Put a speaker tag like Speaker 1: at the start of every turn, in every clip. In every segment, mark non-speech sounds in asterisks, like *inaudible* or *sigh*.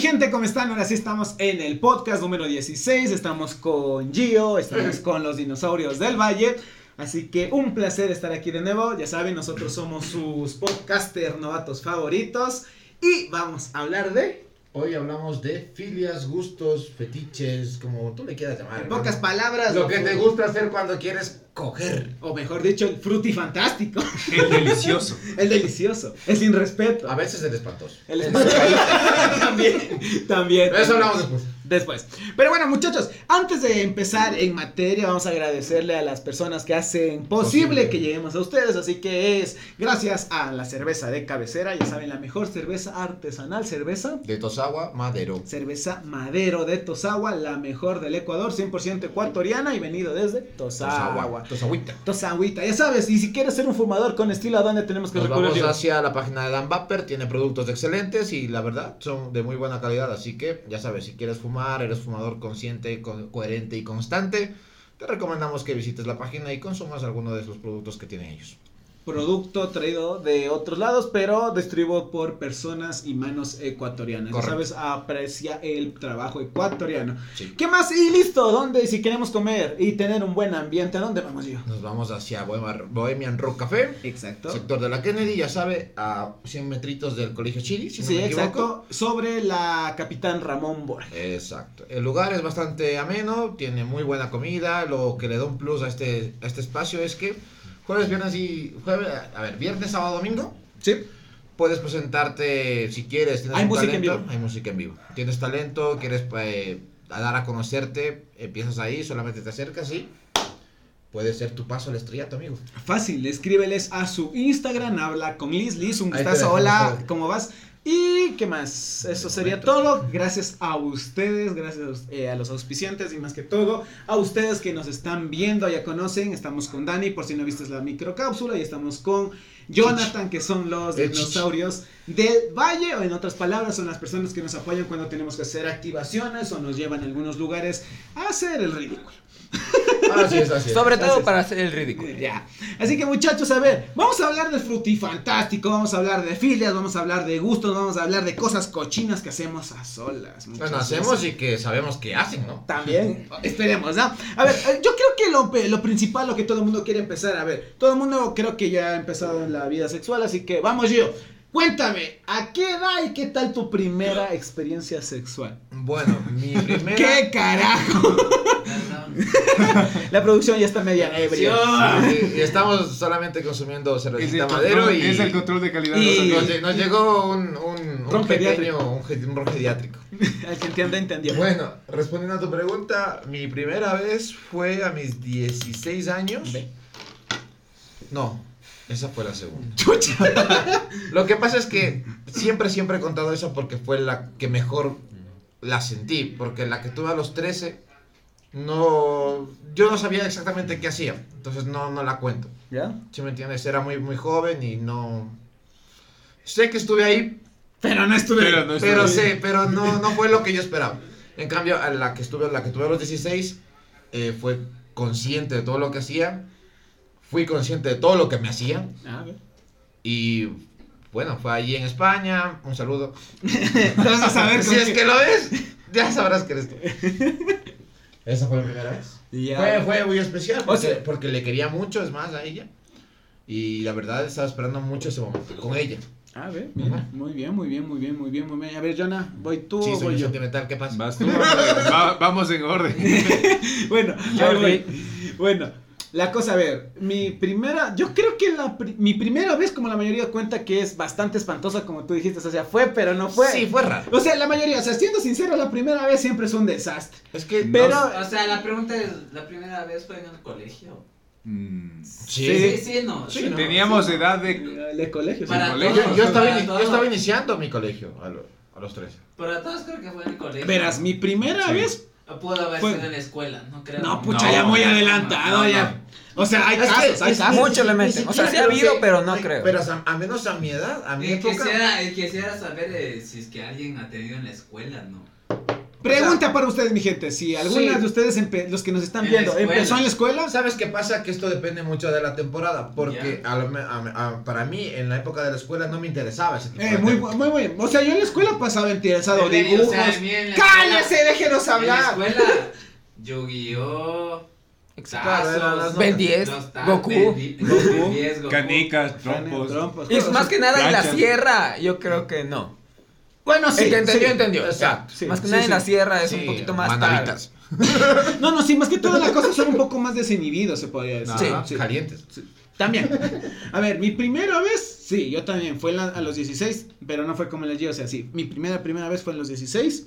Speaker 1: gente, ¿cómo están? Ahora sí estamos en el podcast número 16, estamos con Gio, estamos con los dinosaurios del valle, así que un placer estar aquí de nuevo, ya saben, nosotros somos sus podcaster novatos favoritos y vamos a hablar de,
Speaker 2: Hoy hablamos de filias, gustos, fetiches, como tú le quieras llamar.
Speaker 1: en
Speaker 2: hermano.
Speaker 1: pocas palabras,
Speaker 2: Lo que te gusta hacer cuando quieres coger.
Speaker 1: o mejor dicho, el frutifantástico,
Speaker 3: El delicioso.
Speaker 1: *laughs* el delicioso, el sin respeto.
Speaker 2: A veces es espantoso.
Speaker 1: El
Speaker 2: *laughs*
Speaker 1: también, también.
Speaker 2: Pero eso hablamos después.
Speaker 1: después. Pero bueno, muchachos, antes de empezar en materia, vamos a agradecerle a las personas que hacen posible,
Speaker 2: Posible.
Speaker 1: que lleguemos a ustedes. Así que es gracias a la cerveza de cabecera, ya saben, la mejor cerveza artesanal, cerveza.
Speaker 2: De Tosagua, Madero.
Speaker 1: Cerveza Madero de Tosagua, la mejor del Ecuador, 100% ecuatoriana y venido desde Tosagua.
Speaker 2: Tosagüita.
Speaker 1: Tosagüita, ya sabes, y si quieres ser un fumador con estilo, ¿a dónde tenemos que
Speaker 2: Nos vamos
Speaker 1: recurrir?
Speaker 2: hacia la página de Dan Vapper, tiene productos excelentes y la verdad son de muy buena calidad, así que ya sabes, si quieres fumar, eres fumador consciente, co- coherente y constante, te recomendamos que visites la página y consumas alguno de sus productos que tienen ellos.
Speaker 1: producto traído de otros lados, pero distribuido por personas y manos ecuatorianas. Ya
Speaker 2: Correcto.
Speaker 1: sabes, aprecia el trabajo ecuatoriano.
Speaker 2: Sí.
Speaker 1: ¿Qué más? Y listo, ¿dónde? Si queremos comer y tener un buen ambiente, ¿a dónde vamos yo?
Speaker 2: Nos vamos hacia Bohema- Bohemian Rock Café,
Speaker 1: Exacto.
Speaker 2: sector de la Kennedy, ya sabe, a 100 metritos del Colegio Chili, si no
Speaker 1: sí,
Speaker 2: me equivoco.
Speaker 1: exacto. Sobre la capitán Ramón Borges.
Speaker 2: Exacto. El lugar es bastante ameno, tiene muy buena comida. Lo que le da un plus a este, a este espacio es que jueves, viernes y jueves, a ver, viernes, sábado, domingo,
Speaker 1: Sí.
Speaker 2: puedes presentarte si quieres. Tienes
Speaker 1: Hay
Speaker 2: un
Speaker 1: música en
Speaker 2: talento,
Speaker 1: vivo.
Speaker 2: Hay música en vivo. Tienes talento, quieres eh, a dar a conocerte, empiezas ahí, solamente te acercas y puede ser tu paso al
Speaker 1: *laughs*
Speaker 2: estrellato, amigo.
Speaker 1: Fácil, escríbeles a su Instagram, habla con Liz, Liz, un
Speaker 2: Ahí te
Speaker 1: gustazo,
Speaker 2: dejamos
Speaker 1: hola,
Speaker 2: todo.
Speaker 1: ¿cómo vas? Y qué más, eso sería todo, gracias a ustedes, gracias eh, a los auspiciantes y más que todo, a ustedes que nos están viendo, ya conocen, estamos con Dani, por si no viste la microcápsula, y estamos con Jonathan, que son los
Speaker 2: El Chichi.
Speaker 1: dinosaurios del valle, o en otras palabras, son las personas que nos apoyan cuando tenemos que hacer activaciones o nos llevan a algunos lugares a hacer el ridículo.
Speaker 2: Así es, así es.
Speaker 3: Sobre todo
Speaker 1: Gracias.
Speaker 3: para hacer el ridículo.
Speaker 1: *laughs* Ya. Así que muchachos, a ver, vamos a hablar del frutifantástico, vamos a hablar de filias, vamos a hablar de gustos, vamos a hablar de cosas cochinas que hacemos a solas. muchas
Speaker 2: Bueno, hacemos
Speaker 1: veces.
Speaker 2: y que sabemos que hacen, ¿no?
Speaker 1: También, esperemos, ¿no? A ver, eh, yo creo que lo, pe- lo principal, lo que todo el mundo quiere empezar, a ver, todo el mundo creo que ya ha empezado en la vida sexual, así que vamos yo, cuéntame, ¿a qué edad y qué tal tu primera experiencia sexual?
Speaker 2: Bueno,
Speaker 3: *laughs*
Speaker 2: mi primera.
Speaker 1: ¿Qué carajo? *laughs* La producción ya está media ebria. *laughs*
Speaker 2: Y, y estamos solamente consumiendo
Speaker 3: Es el,
Speaker 2: cervecita madero
Speaker 3: control,
Speaker 2: y
Speaker 3: es el control de calidad.
Speaker 1: y-
Speaker 2: nos, lle- nos llegó un, un, un
Speaker 1: Ron
Speaker 2: pequeño, un, ge- un ron pediátrico.
Speaker 1: El que entiende, entendió.
Speaker 2: Bueno, respondiendo a tu pregunta, mi primera vez fue a mis 16 años.
Speaker 1: Ve.
Speaker 2: No, esa fue la segunda. Lo que pasa es que siempre, siempre he contado eso porque fue la que mejor la sentí. Porque la que tuve a los 13, no. Yo no sabía exactamente qué hacía. Entonces no, no la cuento.
Speaker 1: ¿Ya?
Speaker 2: Si me entiendes, era muy, muy joven y no. Sé que estuve ahí,
Speaker 1: Pero no estuve.
Speaker 3: Pero no estuve
Speaker 2: pero
Speaker 3: ahí.
Speaker 2: sé, pero no, no fue lo que yo esperaba. En cambio, a la que estuve, a la que tuve a los 16, eh, fue consciente de todo lo que hacía. Fui consciente de todo lo que me hacía.
Speaker 1: A *laughs* ver.
Speaker 2: Y bueno, fue allí en España. Un saludo.
Speaker 1: Vas a saber
Speaker 2: si
Speaker 1: con
Speaker 2: es
Speaker 1: qué-
Speaker 2: que lo ves, ya sabrás que
Speaker 1: *laughs*
Speaker 2: eres tú. Esa fue mi primera vez.
Speaker 1: Ya.
Speaker 2: Fue, fue muy especial porque,
Speaker 1: sea-
Speaker 2: porque le quería mucho, es más, a ella. Y la verdad estaba esperando mucho ese momento con ella.
Speaker 1: A ver, Ah, mira,
Speaker 2: Ajá.
Speaker 1: muy bien, muy bien, muy bien, muy bien, muy bien. A ver, Jonah, voy tú
Speaker 2: Sí,
Speaker 1: o
Speaker 2: soy
Speaker 1: voy
Speaker 2: un
Speaker 1: yo.
Speaker 2: sentimental, ¿qué pasa?
Speaker 3: Vas tú, hombre. Va- vamos en orden.
Speaker 1: Bueno,
Speaker 3: Yo
Speaker 1: a ver, voy. *laughs* bueno, la cosa, a ver, mi primera, yo creo que la pri- mi primera vez, como la mayoría cuenta, que es bastante espantosa, como tú dijiste, o sea, fue, pero no fue.
Speaker 2: Sí, fue raro.
Speaker 1: O sea, la mayoría, o sea, siendo sincero, la primera vez siempre es un desastre.
Speaker 2: Es que.
Speaker 1: Pero,
Speaker 4: O sea, la pregunta es, ¿la primera vez fue en el colegio?
Speaker 3: Mm.
Speaker 2: Sí.
Speaker 4: sí, sí, no.
Speaker 2: Sí, no.
Speaker 3: Teníamos
Speaker 4: sí, no.
Speaker 3: edad de.
Speaker 1: de colegio.
Speaker 3: Para-
Speaker 1: sí.
Speaker 2: Yo,
Speaker 3: todos,
Speaker 2: yo estaba
Speaker 4: para
Speaker 2: ini- yo
Speaker 4: todos.
Speaker 2: estaba iniciando mi colegio a, lo- a los 13.
Speaker 4: Para todos creo que fue en el colegio.
Speaker 1: Verás, mi primera
Speaker 3: Sí.
Speaker 1: vez.
Speaker 4: Pudo haber
Speaker 1: fue-
Speaker 4: sido en la escuela, no creo. Eh,
Speaker 1: No,
Speaker 3: pu-
Speaker 1: pucha,
Speaker 3: No,
Speaker 1: ya muy
Speaker 3: no,
Speaker 1: adelantado,
Speaker 3: no, no.
Speaker 1: ya. O sea, hay
Speaker 2: Es que-
Speaker 1: casos, hay
Speaker 2: es que-
Speaker 1: casos.
Speaker 5: Mucho le
Speaker 2: ni
Speaker 5: meten.
Speaker 2: siquiera
Speaker 5: O sea, sí ha
Speaker 2: creo
Speaker 5: habido,
Speaker 2: que-
Speaker 5: pero no
Speaker 2: ay,
Speaker 5: creo.
Speaker 2: Pero a, a menos a mi edad, a mi
Speaker 4: Eh,
Speaker 2: época.
Speaker 4: quisiera, eh, quisiera saber eh, si es que alguien ha tenido en la escuela, ¿no?
Speaker 1: Pregunta para ustedes, mi gente, si algunas
Speaker 2: Sí.
Speaker 1: de ustedes, empe- los que nos están
Speaker 4: En la
Speaker 1: viendo,
Speaker 4: escuela.
Speaker 1: empezó en la escuela,
Speaker 2: ¿Sabes qué pasa? Que esto depende mucho de la temporada, porque a lo me- a- a- para mí en la época de la escuela no me interesaba ese tipo
Speaker 1: Eh,
Speaker 2: de
Speaker 1: muy,
Speaker 2: temas.
Speaker 1: bu- muy bueno. O sea, yo en la escuela pasaba interesado.
Speaker 4: En medio,
Speaker 1: Dibujos.
Speaker 4: o sea, a mí en la
Speaker 1: ¡Cállese! Déjenos
Speaker 4: En la
Speaker 1: hablar. *laughs*
Speaker 4: escuela, Yu-Gi-Oh!
Speaker 2: Claro, eran las
Speaker 4: Tazos,
Speaker 5: Ben
Speaker 2: notas.
Speaker 5: 10,
Speaker 4: los tazos,
Speaker 5: Goku.
Speaker 4: Ben- Ben 10, Goku.
Speaker 3: Canicas, trompos.
Speaker 1: Trompos.
Speaker 5: Y es más que nada en la
Speaker 3: Planchas.
Speaker 5: sierra, yo creo que no.
Speaker 1: Bueno, sí.
Speaker 5: el que entendió,
Speaker 1: sí.
Speaker 5: entendió. o sea,
Speaker 2: Exacto,
Speaker 1: sí,
Speaker 5: más que
Speaker 1: sí,
Speaker 5: nada en
Speaker 1: sí.
Speaker 5: la sierra es
Speaker 2: Sí,
Speaker 5: un poquito más tarde.
Speaker 2: manaditas.
Speaker 1: No, no, sí, más que todas las cosas son un poco más desinhibidos, se podría decir.
Speaker 2: Ajá, Calientes.
Speaker 1: También. A ver, mi primera vez, sí, yo también, fue en la- a los 16, pero no fue como les digo, o sea, sí, mi primera, primera vez fue en los 16.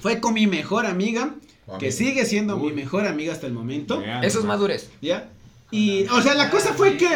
Speaker 1: Fue con mi mejor amiga,
Speaker 2: O
Speaker 1: que
Speaker 2: amigo.
Speaker 1: sigue siendo mi
Speaker 3: Uy.
Speaker 1: mejor amiga hasta el momento,
Speaker 3: Vean,
Speaker 5: Eso es
Speaker 3: ¿no?
Speaker 5: madurez.
Speaker 1: ¿ya? Y, o sea, la cosa fue que...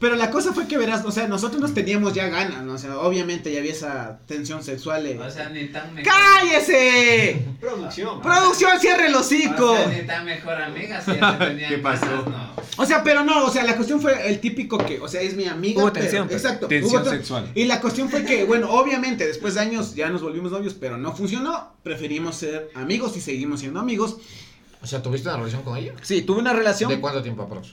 Speaker 1: Pero la cosa fue que verás, o sea, nosotros nos teníamos ya ganas, ¿no? O sea, obviamente ya había esa tensión sexual. eh.
Speaker 4: O sea, ni tan mejor.
Speaker 1: ¡Cállese!
Speaker 4: Producción. Ah,
Speaker 1: ¡Producción, cierre el
Speaker 4: O
Speaker 1: hocico!
Speaker 4: sea, ni tan mejor amiga si
Speaker 1: *laughs*
Speaker 4: ya se tenían
Speaker 3: ¿Qué pasó?
Speaker 4: ganas, no.
Speaker 1: O sea, pero no, o sea, la cuestión fue el típico que, o sea, es mi amiga.
Speaker 5: Hubo
Speaker 1: pero-
Speaker 5: tensión, pero-
Speaker 1: exacto.
Speaker 3: Tensión
Speaker 1: hubo ten-
Speaker 3: sexual.
Speaker 1: Y la cuestión fue que, bueno, obviamente después de años ya nos volvimos novios, pero no funcionó. Preferimos ser amigos y seguimos siendo amigos.
Speaker 2: O sea, ¿tuviste una relación con ella?
Speaker 1: Sí, tuve una
Speaker 2: ¿De
Speaker 1: relación
Speaker 2: cuánto tiempo aprox?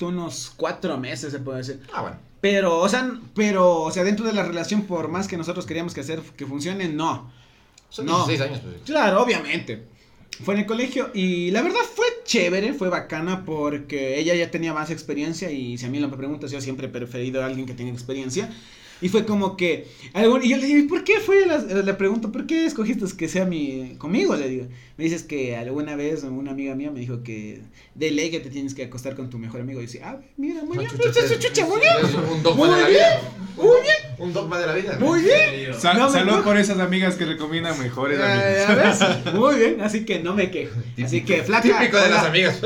Speaker 1: unos cuatro meses, se puede decir.
Speaker 2: Ah, bueno.
Speaker 1: Pero, o sea, n- pero, o sea, dentro de la relación, por más que nosotros queríamos que hacer que funcione, no.
Speaker 2: Son
Speaker 1: No.
Speaker 2: 16 años, pues.
Speaker 1: Claro, obviamente. Fue en el colegio y la verdad fue chévere, fue bacana porque ella ya tenía más experiencia y si a mí lo me preguntas, yo siempre he preferido a alguien que tenga experiencia. Y fue como que, algún- y yo le digo, "¿Y ¿por qué fue? la- Le pregunto, ¿por qué escogiste que sea mi, conmigo? Le digo, me dices que alguna vez una amiga mía me dijo que de ley que te tienes que acostar con tu mejor amigo. Y dice, ah, mira, muy bien,
Speaker 2: Chucha,
Speaker 1: pues,
Speaker 2: usted-
Speaker 1: chucha, muy
Speaker 2: es
Speaker 1: bien.
Speaker 2: un dogma
Speaker 1: Muy
Speaker 2: de la
Speaker 1: bien,
Speaker 2: vida.
Speaker 1: muy
Speaker 2: Un dogma de la vida.
Speaker 1: Muy
Speaker 4: En
Speaker 1: bien.
Speaker 4: serio.
Speaker 3: Sa-
Speaker 1: No me
Speaker 3: salud
Speaker 1: acuerdo.
Speaker 3: por esas amigas que recomiendan mejores
Speaker 1: Eh,
Speaker 3: *laughs* amigas.
Speaker 1: a ver, Muy bien, así que no me quejo. Así que, flaca.
Speaker 2: Típico de
Speaker 1: hola.
Speaker 2: las *laughs* amigas.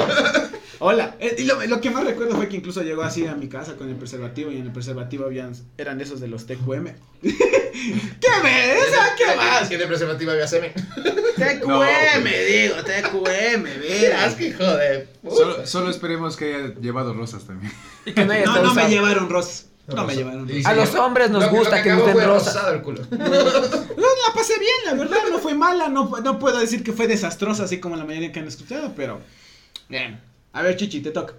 Speaker 1: Hola. Eh, y lo, lo que más recuerdo fue que incluso llegó así a mi casa con el preservativo y en el preservativo habían, eran de esos de los TQM. *laughs* ¿Qué me? ¿Esa qué más?
Speaker 2: Ah, Tiene preservativo había semen.
Speaker 1: TQM, digo, TQM, verás.
Speaker 2: que hijo de
Speaker 3: Solo, solo esperemos que haya llevado rosas también. *laughs*
Speaker 5: Y que no haya
Speaker 1: No,
Speaker 5: estado
Speaker 1: no me
Speaker 5: usado.
Speaker 1: llevaron rosas. No me llevaron rosas.
Speaker 5: A los hombres nos
Speaker 2: Lo que-
Speaker 5: gusta
Speaker 2: lo
Speaker 5: que nos
Speaker 2: acabó
Speaker 5: den
Speaker 2: fue
Speaker 5: rosas.
Speaker 2: rosado el *laughs* culo.
Speaker 1: No, la pasé bien, la verdad, no fue mala, no, no puedo decir que fue desastrosa así como la mayoría que han escuchado, pero bien. A ver, Chichi, te toca.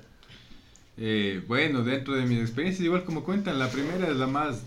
Speaker 3: Eh, bueno, dentro de mis experiencias, igual como cuentan, la primera es la más...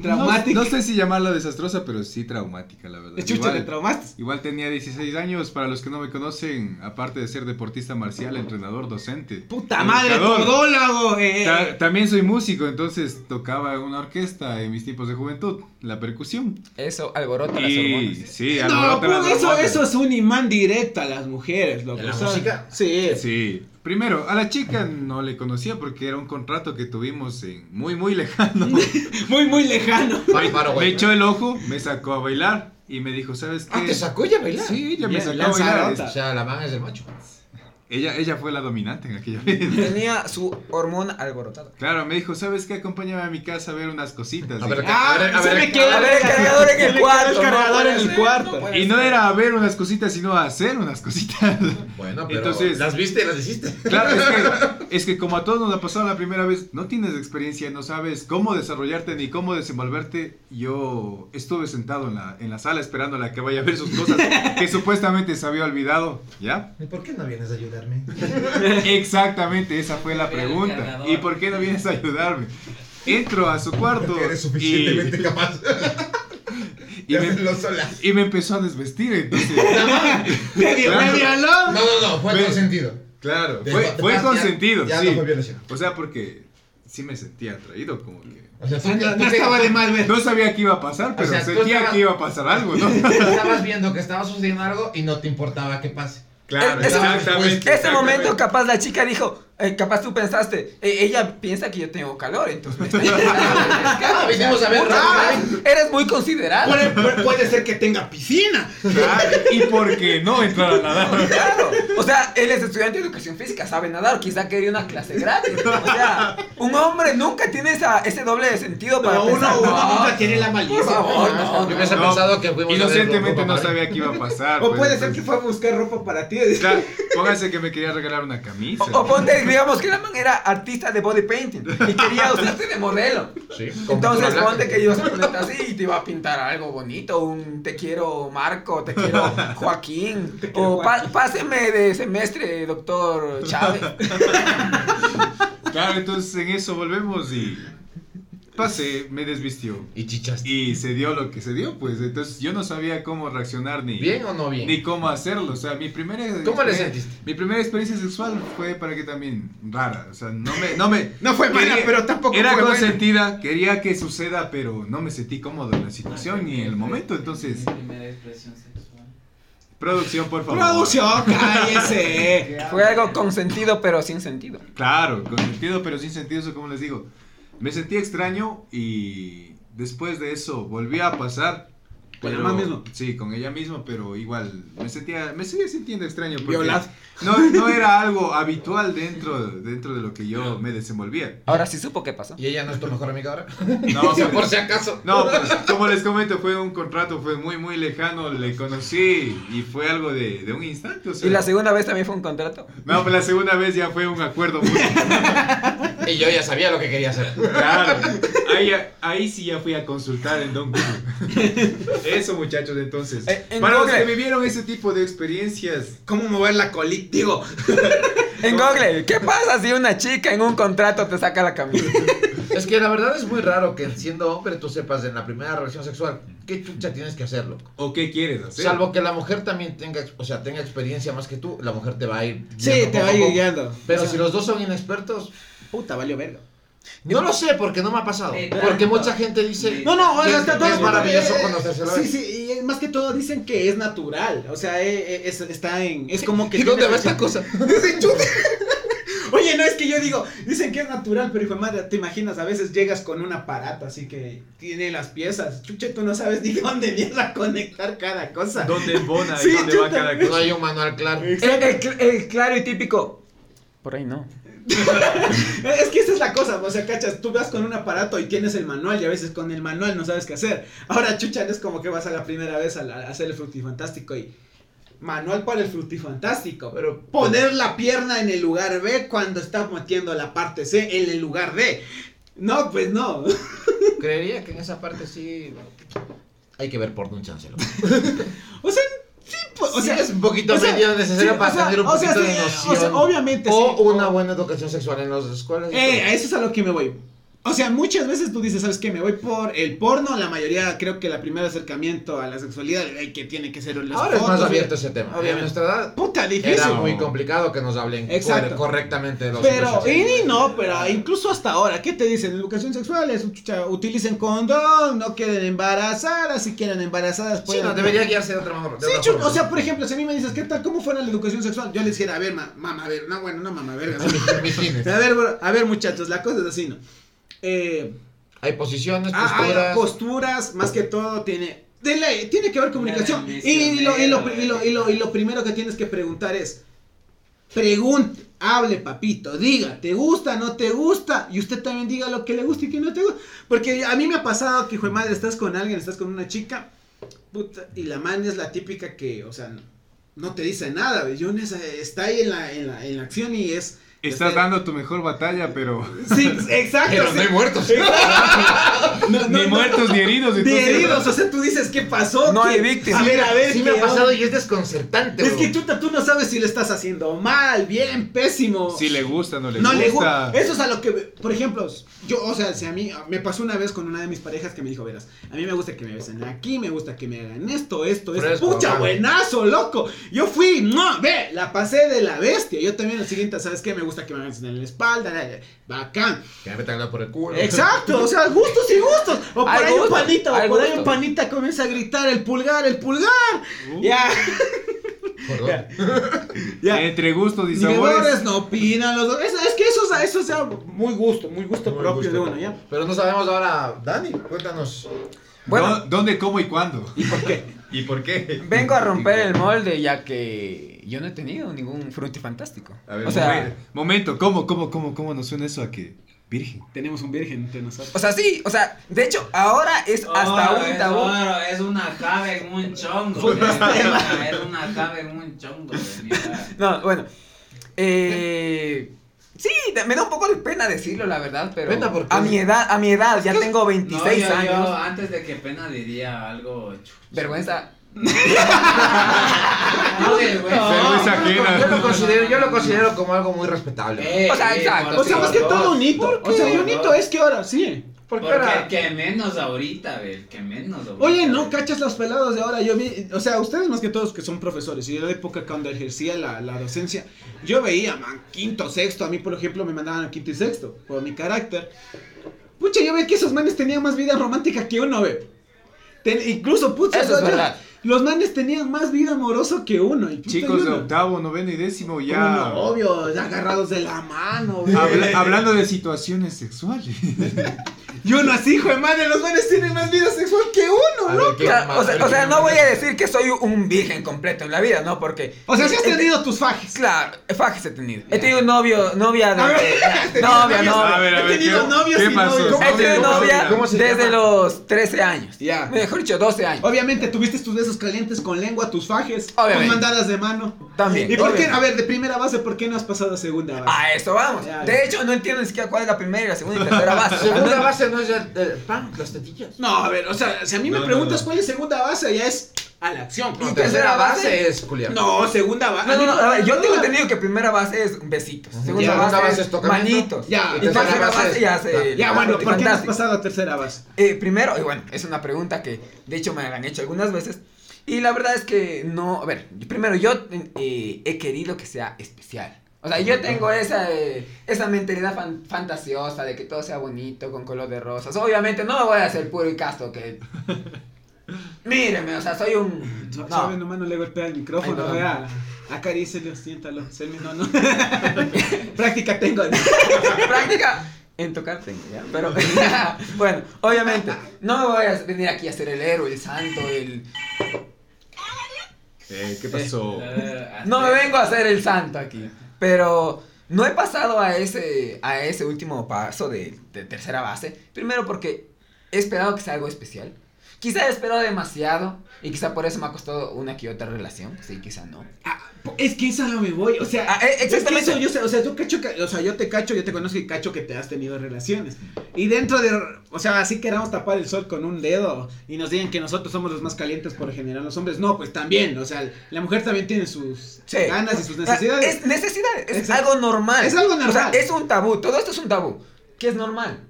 Speaker 1: Traumática.
Speaker 3: No, no sé si llamarla desastrosa, pero sí traumática, la verdad.
Speaker 1: Chucha, te
Speaker 3: Igual-
Speaker 1: traumaste.
Speaker 3: Igual tenía 16 años, para los que no me conocen, aparte de ser deportista marcial, entrenador, docente.
Speaker 1: Puta madre,
Speaker 3: educador.
Speaker 1: todólogo, eh.
Speaker 3: Ta- también soy músico, entonces tocaba en una orquesta en mis tiempos de juventud, la percusión.
Speaker 5: Eso alborota las
Speaker 3: Y
Speaker 5: hormonas.
Speaker 3: sí,
Speaker 1: No,
Speaker 3: alborota
Speaker 1: pues,
Speaker 3: las
Speaker 1: eso,
Speaker 3: hormonas.
Speaker 1: eso es un imán directo a las mujeres, loco.
Speaker 2: ¿En la
Speaker 1: o sea,
Speaker 2: música?
Speaker 1: Sí.
Speaker 3: Sí. Primero, a la chica no le conocía porque era un contrato que tuvimos en muy, muy lejano.
Speaker 1: Muy, muy lejano.
Speaker 2: Bárbaro,
Speaker 3: me
Speaker 2: güey.
Speaker 3: echó el ojo, me sacó a bailar y me dijo, ¿sabes qué?
Speaker 2: Ah, te sacó ella a bailar.
Speaker 3: Sí, ella me
Speaker 1: Ya,
Speaker 3: sacó a
Speaker 1: lanzarota.
Speaker 2: O
Speaker 3: bailar.
Speaker 2: sea, la man es el macho.
Speaker 3: Ella, ella fue la dominante en aquella *laughs* vez.
Speaker 5: Tenía su hormona alborotada.
Speaker 3: Claro, me dijo, ¿sabes qué? Acompáñame a mi casa a ver unas cositas.
Speaker 2: A ver,
Speaker 1: Ah,
Speaker 2: a ver, a
Speaker 1: se
Speaker 2: ver,
Speaker 1: me quedó
Speaker 5: A ver, el cargador en el
Speaker 1: se me quedó
Speaker 5: cuarto,
Speaker 1: El
Speaker 5: no
Speaker 1: cargador
Speaker 5: puede
Speaker 1: en el
Speaker 5: ser,
Speaker 1: cuarto.
Speaker 5: no puede
Speaker 3: Y no era a ver unas cositas, sino a hacer
Speaker 2: *laughs*
Speaker 3: unas cositas.
Speaker 2: Bueno, pero
Speaker 3: Entonces-
Speaker 2: las viste y las hiciste.
Speaker 3: Claro, es que, es que como a todos nos ha pasado la primera vez, no tienes experiencia, no sabes cómo desarrollarte ni cómo desenvolverte. Yo estuve sentado en la, en la sala esperando a la que vaya a ver sus cosas
Speaker 2: *laughs*
Speaker 3: que supuestamente se había olvidado, ¿ya?
Speaker 2: ¿Y por qué no vienes a ayudarme?
Speaker 3: Exactamente, esa fue la
Speaker 4: Era el
Speaker 3: pregunta.
Speaker 4: cargador.
Speaker 3: ¿Y por qué no vienes a ayudarme? Entro a su cuarto
Speaker 2: Eres
Speaker 3: y,
Speaker 2: suficientemente capaz.
Speaker 3: y
Speaker 2: Ya
Speaker 3: me,
Speaker 2: lo sola.
Speaker 3: y me empezó a
Speaker 2: *laughs*
Speaker 3: desvestir, entonces...
Speaker 1: Me dio- me
Speaker 3: Claro.
Speaker 2: No,
Speaker 1: violó.
Speaker 2: no, no, fue
Speaker 3: Ve.
Speaker 2: consentido.
Speaker 3: Claro,
Speaker 2: De-
Speaker 3: fue,
Speaker 2: de-
Speaker 3: fue
Speaker 2: ya-
Speaker 3: consentido,
Speaker 2: Ya,
Speaker 3: sí.
Speaker 2: no fue violación.
Speaker 3: O sea, porque sí me sentía atraído, como que...
Speaker 2: O sea, tú,
Speaker 1: Ah,
Speaker 2: tú
Speaker 1: No, no
Speaker 2: que-
Speaker 1: estaba de mal *laughs* ver.
Speaker 3: No sabía que iba a pasar, pero
Speaker 2: sea, tú
Speaker 3: sentía
Speaker 2: estabas-
Speaker 3: que iba a pasar algo, ¿no?
Speaker 2: Estabas viendo que estaba sucediendo algo y no te importaba que pase.
Speaker 3: claro,
Speaker 5: Eh, ese-
Speaker 3: exactamente.
Speaker 5: Ese momento
Speaker 3: exactamente.
Speaker 5: capaz la chica dijo, eh, capaz tú pensaste, "Eh, ella piensa que yo tengo calor, entonces
Speaker 1: *laughs*
Speaker 5: me está diciendo".
Speaker 2: Ah, vinimos a ver.
Speaker 5: Ah, Eres muy considerado.
Speaker 1: Puede, puede ser que tenga piscina.
Speaker 5: *laughs*
Speaker 3: Claro, y porque no entrar a nadar.
Speaker 5: Claro. O sea, él es estudiante de educación física, sabe nadar, quizá quería una clase gratis. O sea, un hombre nunca tiene esa, ese doble de sentido para
Speaker 1: Pero uno,
Speaker 5: pensar,
Speaker 1: uno
Speaker 5: "No,
Speaker 1: nunca tiene la malicia.
Speaker 5: Por favor, no,
Speaker 2: Yo hubiese
Speaker 3: No,
Speaker 2: pensado que fuimos a ver
Speaker 3: Inocentemente
Speaker 2: Rocco
Speaker 3: no
Speaker 2: Papá.
Speaker 3: sabía que iba a pasar.
Speaker 1: O
Speaker 3: pues,
Speaker 1: puede ser que
Speaker 3: entonces-
Speaker 1: fue a buscar ropa para ti.
Speaker 3: *laughs* Claro, póngase que me quería regalar una camisa.
Speaker 5: O, o ponte, digamos que la man era artista de body painting y quería usarte de modelo.
Speaker 2: Sí, con
Speaker 5: Entonces
Speaker 2: pintura
Speaker 5: ponte
Speaker 2: blanca.
Speaker 5: que ibas a ponerte así y te iba a pintar algo bonito, un te quiero Marco, te quiero Joaquín,
Speaker 1: quiero
Speaker 5: o pa- páseme de semestre, doctor Chávez.
Speaker 3: Claro, entonces en eso volvemos y pasé, me desvistió.
Speaker 2: Y chichas.
Speaker 3: Y se dio lo que se dio, pues. Entonces yo no sabía cómo reaccionar ni,
Speaker 2: ¿Bien o no bien?
Speaker 3: ni cómo hacerlo. O sea, mi primera.
Speaker 2: ¿Cómo le
Speaker 3: experiencia-
Speaker 2: sentiste?
Speaker 3: Mi primera experiencia sexual fue para que también rara. O sea, no me. No,
Speaker 2: *laughs*
Speaker 3: me,
Speaker 1: No fue mala,
Speaker 3: quería-
Speaker 1: pero tampoco
Speaker 3: Era
Speaker 1: fue buena.
Speaker 3: consentida, quería que suceda, pero no me sentí cómodo en la situación ni en el momento. Entonces,
Speaker 4: Mi primera expresión sexual.
Speaker 3: producción, por favor.
Speaker 1: Producción, cállese.
Speaker 5: Fue algo con sentido pero sin sentido.
Speaker 3: Claro, con sentido, pero sin sentido, eso como les digo. Me sentí extraño y después de eso volví a pasar.
Speaker 1: ¿Con la
Speaker 3: pero-
Speaker 1: mamá mismo?
Speaker 3: Sí, con ella misma, pero igual me sentía, me seguía sintiendo extraño. Porque
Speaker 1: Violado.
Speaker 3: No, no era algo habitual dentro, dentro de lo que yo me desenvolvía.
Speaker 5: Ahora sí supo qué pasó.
Speaker 2: ¿Y ella no es tu mejor amiga ahora?
Speaker 3: No, o sea,
Speaker 2: Por si acaso.
Speaker 3: no, pues, como les comento, fue un contrato, fue muy, muy lejano, le conocí y fue algo de, de un instante. o sea.
Speaker 5: Y la segunda vez también fue un contrato.
Speaker 3: No, pues la segunda vez ya fue un acuerdo mutuo.
Speaker 2: Y yo ya sabía lo que quería hacer.
Speaker 3: Claro, ahí, ahí sí ya fui a consultar en Don Google. Eso, muchachos, entonces.
Speaker 5: Eh, en
Speaker 3: para los
Speaker 5: Google.
Speaker 3: que vivieron ese tipo de experiencias,
Speaker 1: ¿Cómo mover la colita? Digo,
Speaker 5: En Google, ¿qué pasa si una chica en un contrato te saca la camisa?
Speaker 2: Es que la verdad es muy raro que siendo hombre tú sepas en la primera relación sexual qué chucha tienes que hacer, loco.
Speaker 3: ¿o qué quieres hacer?
Speaker 2: Salvo que la mujer también tenga, ex- o sea, tenga experiencia más que tú, la mujer te va a ir.
Speaker 1: sí,
Speaker 2: guiando
Speaker 1: te
Speaker 2: poco
Speaker 1: va
Speaker 2: a poco.
Speaker 1: guiando.
Speaker 2: Pero
Speaker 1: O sea,
Speaker 2: si los dos son inexpertos,
Speaker 1: Puta, valió verga.
Speaker 2: no lo sé porque no me ha pasado.
Speaker 4: Eh,
Speaker 2: Porque
Speaker 4: tanto.
Speaker 2: mucha gente dice,
Speaker 4: Sí.
Speaker 1: No, no, o sea,
Speaker 2: Es-
Speaker 1: está
Speaker 2: es
Speaker 1: todo-
Speaker 2: maravilloso
Speaker 1: eh,
Speaker 2: conocérselo.
Speaker 1: Sí, sí, y eh, más que todo dicen que es natural. O sea, eh, eh, es- está en. Es como que.
Speaker 2: ¿y dónde
Speaker 1: tiene-
Speaker 2: va
Speaker 1: *laughs*
Speaker 2: esta cosa?
Speaker 1: Dicen, "Chute". Oye, no es que yo digo, dicen que es natural, pero hijo de madre, te imaginas, a veces llegas con un aparato así que tiene las piezas. Chuche, tú no sabes ni *laughs* dónde mierda conectar cada cosa.
Speaker 3: ¿Dónde embona y
Speaker 1: Sí,
Speaker 3: dónde va
Speaker 1: chuta.
Speaker 3: cada
Speaker 2: No
Speaker 3: cosa?
Speaker 2: hay un manual claro.
Speaker 5: *laughs* El, el cl- el claro y típico. Por ahí no.
Speaker 1: Es que esa es la cosa, o sea, cachas, tú vas con un aparato y tienes el manual y a veces con el manual no sabes qué hacer. Ahora, chucha, no es como que vas a la primera vez a, la- a hacer el frutifantástico y manual para el frutifantástico.
Speaker 2: Pero
Speaker 1: Poner la pierna en el lugar B cuando estás metiendo la parte C en el lugar D. No, pues no. *laughs*
Speaker 2: creería que en esa parte sí hay que ver por
Speaker 1: *laughs*
Speaker 2: un chance. loco.
Speaker 1: O sea, sí, pues, o
Speaker 2: Sí,
Speaker 1: sea,
Speaker 2: es un poquito
Speaker 1: o sea,
Speaker 2: medio necesario
Speaker 1: sí,
Speaker 2: para
Speaker 1: o sea,
Speaker 2: tener un
Speaker 1: o
Speaker 2: poquito
Speaker 1: sea,
Speaker 2: de
Speaker 1: sí,
Speaker 2: noción.
Speaker 1: o sea, obviamente
Speaker 2: O
Speaker 1: sí.
Speaker 2: una buena educación sexual en las escuelas. y
Speaker 1: Eh,
Speaker 2: todo.
Speaker 1: a eso es a lo que me voy. O sea, muchas veces tú dices, ¿sabes qué? Me voy por el porno. La mayoría, creo que la primer acercamiento a la sexualidad, eh, que tiene que ser en las
Speaker 2: Ahora es más
Speaker 1: fotos,
Speaker 2: abierto
Speaker 1: eh.
Speaker 2: ese tema. En
Speaker 1: Obviamente.
Speaker 2: nuestra edad
Speaker 1: Puta,
Speaker 2: era
Speaker 1: difícil.
Speaker 2: muy complicado que nos hablen
Speaker 1: Exacto.
Speaker 2: cor- correctamente de los
Speaker 1: Pero,
Speaker 2: sexos.
Speaker 1: y no, pero incluso hasta ahora, ¿qué te dicen? Educación sexual es, chucha, utilicen condón, no queden embarazadas, si quieren embarazadas,
Speaker 2: Sí,
Speaker 1: pueden-
Speaker 2: no, debería guiarse de otra mejor. de
Speaker 1: Sí,
Speaker 2: otra
Speaker 1: chu-
Speaker 2: forma.
Speaker 1: o sea, por
Speaker 2: *laughs*
Speaker 1: ejemplo, si a mí me dices, ¿qué tal? ¿Cómo fuera la educación sexual? Yo le dijera, a ver, ma- mamá, a ver, no, bueno, no, mamá, verga.
Speaker 2: *laughs*
Speaker 1: *laughs*
Speaker 2: Imagínate.
Speaker 1: A ver, bro, a ver, muchachos, la cosa es así, ¿no? Eh,
Speaker 2: Hay posiciones,
Speaker 1: Ah, ah,
Speaker 2: posturas.
Speaker 1: posturas, más que todo tiene de ley, tiene que haber comunicación.
Speaker 4: Nada,
Speaker 1: Y lo, y, lo,
Speaker 4: misionero,
Speaker 1: y lo- y lo- y lo primero que tienes que preguntar es, pregunte, hable papito, diga, ¿te gusta, no te gusta? Y usted también diga lo que le gusta y que no te gusta. Porque a mí me ha pasado que, hijo de madre, estás con alguien, estás con una chica, puta, y la man es la típica que, o sea, no, no te dice nada. güey. Yo en esa- está ahí en la, en la- en la acción y es...
Speaker 3: Estás
Speaker 1: está-
Speaker 3: dando tu mejor batalla, pero
Speaker 1: Sí, exacto.
Speaker 2: Pero no hay
Speaker 1: sí.
Speaker 2: muertos.
Speaker 1: No, no,
Speaker 3: *laughs* ni
Speaker 1: no.
Speaker 3: muertos ni heridos.
Speaker 1: De
Speaker 3: *laughs* entonces-
Speaker 1: heridos, o sea, tú dices, ¿qué pasó?
Speaker 5: No
Speaker 1: ¿Qué-
Speaker 5: hay víctimas.
Speaker 1: A ver, a ver.
Speaker 2: Sí me ha
Speaker 1: ¿qué
Speaker 2: pasado
Speaker 1: onda?
Speaker 2: y es desconcertante.
Speaker 1: Es
Speaker 2: bro.
Speaker 1: que chuta, tú no sabes si le estás haciendo mal, bien, pésimo.
Speaker 3: Si le gusta, no le
Speaker 1: no
Speaker 3: gusta.
Speaker 1: le gusta. Eso es a lo que, por ejemplo, yo, o sea, si a mí me pasó una vez con una de mis parejas que me dijo, verás, a mí me gusta que me besen aquí, me gusta que me hagan esto, esto, esto.
Speaker 2: Fresco,
Speaker 1: Pucha,
Speaker 2: claro.
Speaker 1: buenazo, loco. Yo fui, no, ve, la pasé de la bestia. Yo también la siguiente, ¿sabes qué? Me gusta que me hagan en la espalda, la- la- bacán.
Speaker 2: Que me metan la por el culo.
Speaker 1: Exacto, o sea, gustos y gustos. O por
Speaker 5: Hay
Speaker 1: ahí un
Speaker 5: gustos,
Speaker 1: panita, o
Speaker 5: hay
Speaker 1: por ahí un
Speaker 5: gustos.
Speaker 1: panita comienza a gritar el pulgar, el pulgar.
Speaker 3: Uh.
Speaker 1: Ya,
Speaker 2: Por dos.
Speaker 1: ya.
Speaker 3: Entre gustos y
Speaker 1: Ni
Speaker 3: sabores.
Speaker 1: valores no opinan los dos. Es, es que eso, es- eso es ya muy gusto, muy gusto
Speaker 2: Muy
Speaker 1: propio
Speaker 2: gusto.
Speaker 1: de uno, ya.
Speaker 2: Pero no sabemos ahora, Dani, cuéntanos.
Speaker 5: Bueno,
Speaker 3: ¿Dó- ¿Dónde, cómo y cuándo?
Speaker 1: ¿Y por qué?
Speaker 6: ¿Y
Speaker 2: *laughs*
Speaker 6: por qué?
Speaker 5: Vengo a romper el molde ya que yo no he tenido ningún frutifantástico.
Speaker 3: A ver,
Speaker 5: o sea,
Speaker 3: momen- momento, ¿cómo, cómo, cómo, cómo nos suena eso a que virgen?
Speaker 1: Tenemos un virgen entre nosotros.
Speaker 5: o sea, sí, o sea, de hecho, ahora es hasta
Speaker 4: Oro,
Speaker 5: un
Speaker 4: es
Speaker 5: tabú.
Speaker 4: oro, es una jave en un chongo. Es una, es una jave en un chongo. de mierda.
Speaker 5: No, bueno. Eh, sí, da- me da un poco de pena decirlo, la verdad, pero
Speaker 2: Pena, ¿por qué?
Speaker 5: a mi edad, a mi edad, ya tengo
Speaker 4: No,
Speaker 5: 26
Speaker 4: yo-
Speaker 5: años.
Speaker 4: yo antes de que pena diría algo. chu- *laughs*
Speaker 5: Vergüenza.
Speaker 1: *laughs*
Speaker 4: No, vergüenza.
Speaker 3: Vergüenza
Speaker 2: Ah. yo lo-
Speaker 3: ajena.
Speaker 2: Yo lo considero, yo lo considero como algo muy respetable.
Speaker 4: Eh,
Speaker 5: O sea,
Speaker 4: eh,
Speaker 5: exacto.
Speaker 4: por
Speaker 1: O sea, más que
Speaker 4: favor.
Speaker 1: todo un hito.
Speaker 4: ¿Por
Speaker 1: O sea,
Speaker 4: qué?
Speaker 1: y un hito es que ahora sí.
Speaker 2: Porque
Speaker 4: Porque
Speaker 2: ahora-
Speaker 4: que menos ahorita, ve, que menos ahorita.
Speaker 1: Oye, no
Speaker 4: ve.
Speaker 1: cachas los pelados de ahora. Yo vi, o sea, ustedes más que todos que son profesores. Y yo de la época cuando ejercía la, la docencia, yo veía, man, quinto, sexto. A mí, por ejemplo, me mandaban a quinto y sexto por mi carácter. Pucha, yo veía que esos manes tenían más vida romántica que uno, ve. Ten- incluso, pucha,
Speaker 5: Eso es
Speaker 1: yo-
Speaker 5: verdad.
Speaker 1: los manes tenían más vida amoroso que uno. y puta,
Speaker 3: Chicos de
Speaker 1: yo no-
Speaker 3: octavo, noveno y décimo
Speaker 1: como
Speaker 3: ya.
Speaker 1: novios, ya agarrados de la mano, ve. *laughs*
Speaker 3: Habla- hablando de situaciones sexuales.
Speaker 1: Y uno así, hijo de madre, los manes tienen más vida sexual que uno,
Speaker 2: A
Speaker 1: ¿no?
Speaker 2: ver,
Speaker 5: O
Speaker 2: ¿qué
Speaker 5: sea,
Speaker 2: más?
Speaker 5: o sea-
Speaker 2: ver,
Speaker 5: o sea,
Speaker 2: ¿qué
Speaker 5: no
Speaker 2: más?
Speaker 5: voy a decir que soy un virgen completo en la vida, ¿no? Porque.
Speaker 1: O sea, si has
Speaker 5: Este-
Speaker 1: tenido tus fajes.
Speaker 5: Claro, fajes he tenido. He tenido novio, novia de.
Speaker 1: A ver, *laughs*
Speaker 5: novia,
Speaker 1: novias.
Speaker 5: novia.
Speaker 1: He tenido novios y novios.
Speaker 5: He tenido
Speaker 2: ¿Cómo se
Speaker 5: novia
Speaker 2: ¿Cómo se
Speaker 5: desde
Speaker 2: llama?
Speaker 5: los 13 años.
Speaker 1: Ya.
Speaker 5: Mejor dicho, 12 años.
Speaker 1: Obviamente tuviste tus besos calientes con lengua, tus fajes,
Speaker 5: Obviamente.
Speaker 1: con mandadas de mano.
Speaker 5: También.
Speaker 1: ¿Y por qué?
Speaker 5: obviamente.
Speaker 1: A ver, de primera base, ¿por qué no has pasado a segunda base?
Speaker 5: A eso vamos.
Speaker 1: Ya, ya.
Speaker 5: De hecho, no entiendo ni siquiera cuál es la primera, y la segunda
Speaker 2: *laughs*
Speaker 5: y tercera base. O sea, no-
Speaker 2: Segunda base no es el, el pan, las tetillas.
Speaker 1: No, a ver, o sea, si a mí me
Speaker 6: No,
Speaker 1: preguntas
Speaker 6: no, no.
Speaker 1: cuál es segunda base, ya es a la acción.
Speaker 5: ¿Y
Speaker 2: No,
Speaker 5: tercera
Speaker 2: tercera
Speaker 5: base?
Speaker 2: base es culiar.
Speaker 1: No, segunda base.
Speaker 5: No, no, no, a ver, yo tengo entendido que primera base es besitos, segunda
Speaker 2: Ya,
Speaker 5: base,
Speaker 2: segunda base
Speaker 5: es
Speaker 2: es tocamiento.
Speaker 5: manitos,
Speaker 1: Ya,
Speaker 5: y
Speaker 1: y tercera
Speaker 5: tercera
Speaker 2: base
Speaker 5: base
Speaker 2: es-
Speaker 5: ya se...
Speaker 1: Ya, bueno, ¿por qué no has
Speaker 5: fantástico.
Speaker 1: pasado a tercera base?
Speaker 5: Eh, primero, y bueno, es una pregunta que de hecho me la han hecho algunas veces. Y la verdad es que no, a ver, primero yo eh, he querido que sea especial. O sea, yo tengo esa, eh, esa mentalidad fan- fantasiosa de que todo sea bonito, con color de rosas. Obviamente no me voy a hacer puro y casto que... Míreme, o sea, soy un...
Speaker 1: No.
Speaker 5: no.
Speaker 1: ¿Saben? Nomás no le golpea el
Speaker 5: Ay,
Speaker 1: micrófono,
Speaker 5: perdón.
Speaker 1: vea. Acarícelo, siéntalo. sé mi- No, no. *laughs* Práctica tengo.
Speaker 5: práctica en tocar tengo, ¿ya? Pero, *laughs* bueno, obviamente, no me voy a venir aquí a ser el héroe, el santo, el...
Speaker 3: Eh, ¿Qué pasó?
Speaker 4: Eh,
Speaker 5: No me vengo a ser el santo aquí, pero no he pasado a ese, a ese último paso de, de tercera base. Primero porque he esperado que sea algo especial. Quizá he esperado demasiado y quizá por eso me ha costado una que otra relación, sí, quizá no.
Speaker 1: Ah, es que esa no me voy, o sea,
Speaker 5: Ah, eh,
Speaker 1: es que
Speaker 5: exactamente.
Speaker 1: eso yo sé, o sea, yo cacho que- o sea, yo te cacho, yo te conozco y cacho que te has tenido relaciones. Y dentro de, o sea, así queramos tapar el sol con un dedo y nos digan que nosotros somos los más calientes por general los hombres, no, pues también, o sea, la mujer también tiene sus
Speaker 5: Sí.
Speaker 1: ganas y sus
Speaker 5: Ah,
Speaker 1: necesidades.
Speaker 5: Es necesidades, es
Speaker 1: Es-
Speaker 5: algo normal.
Speaker 1: es algo normal.
Speaker 5: O sea, es un tabú, todo esto es un tabú, que es normal.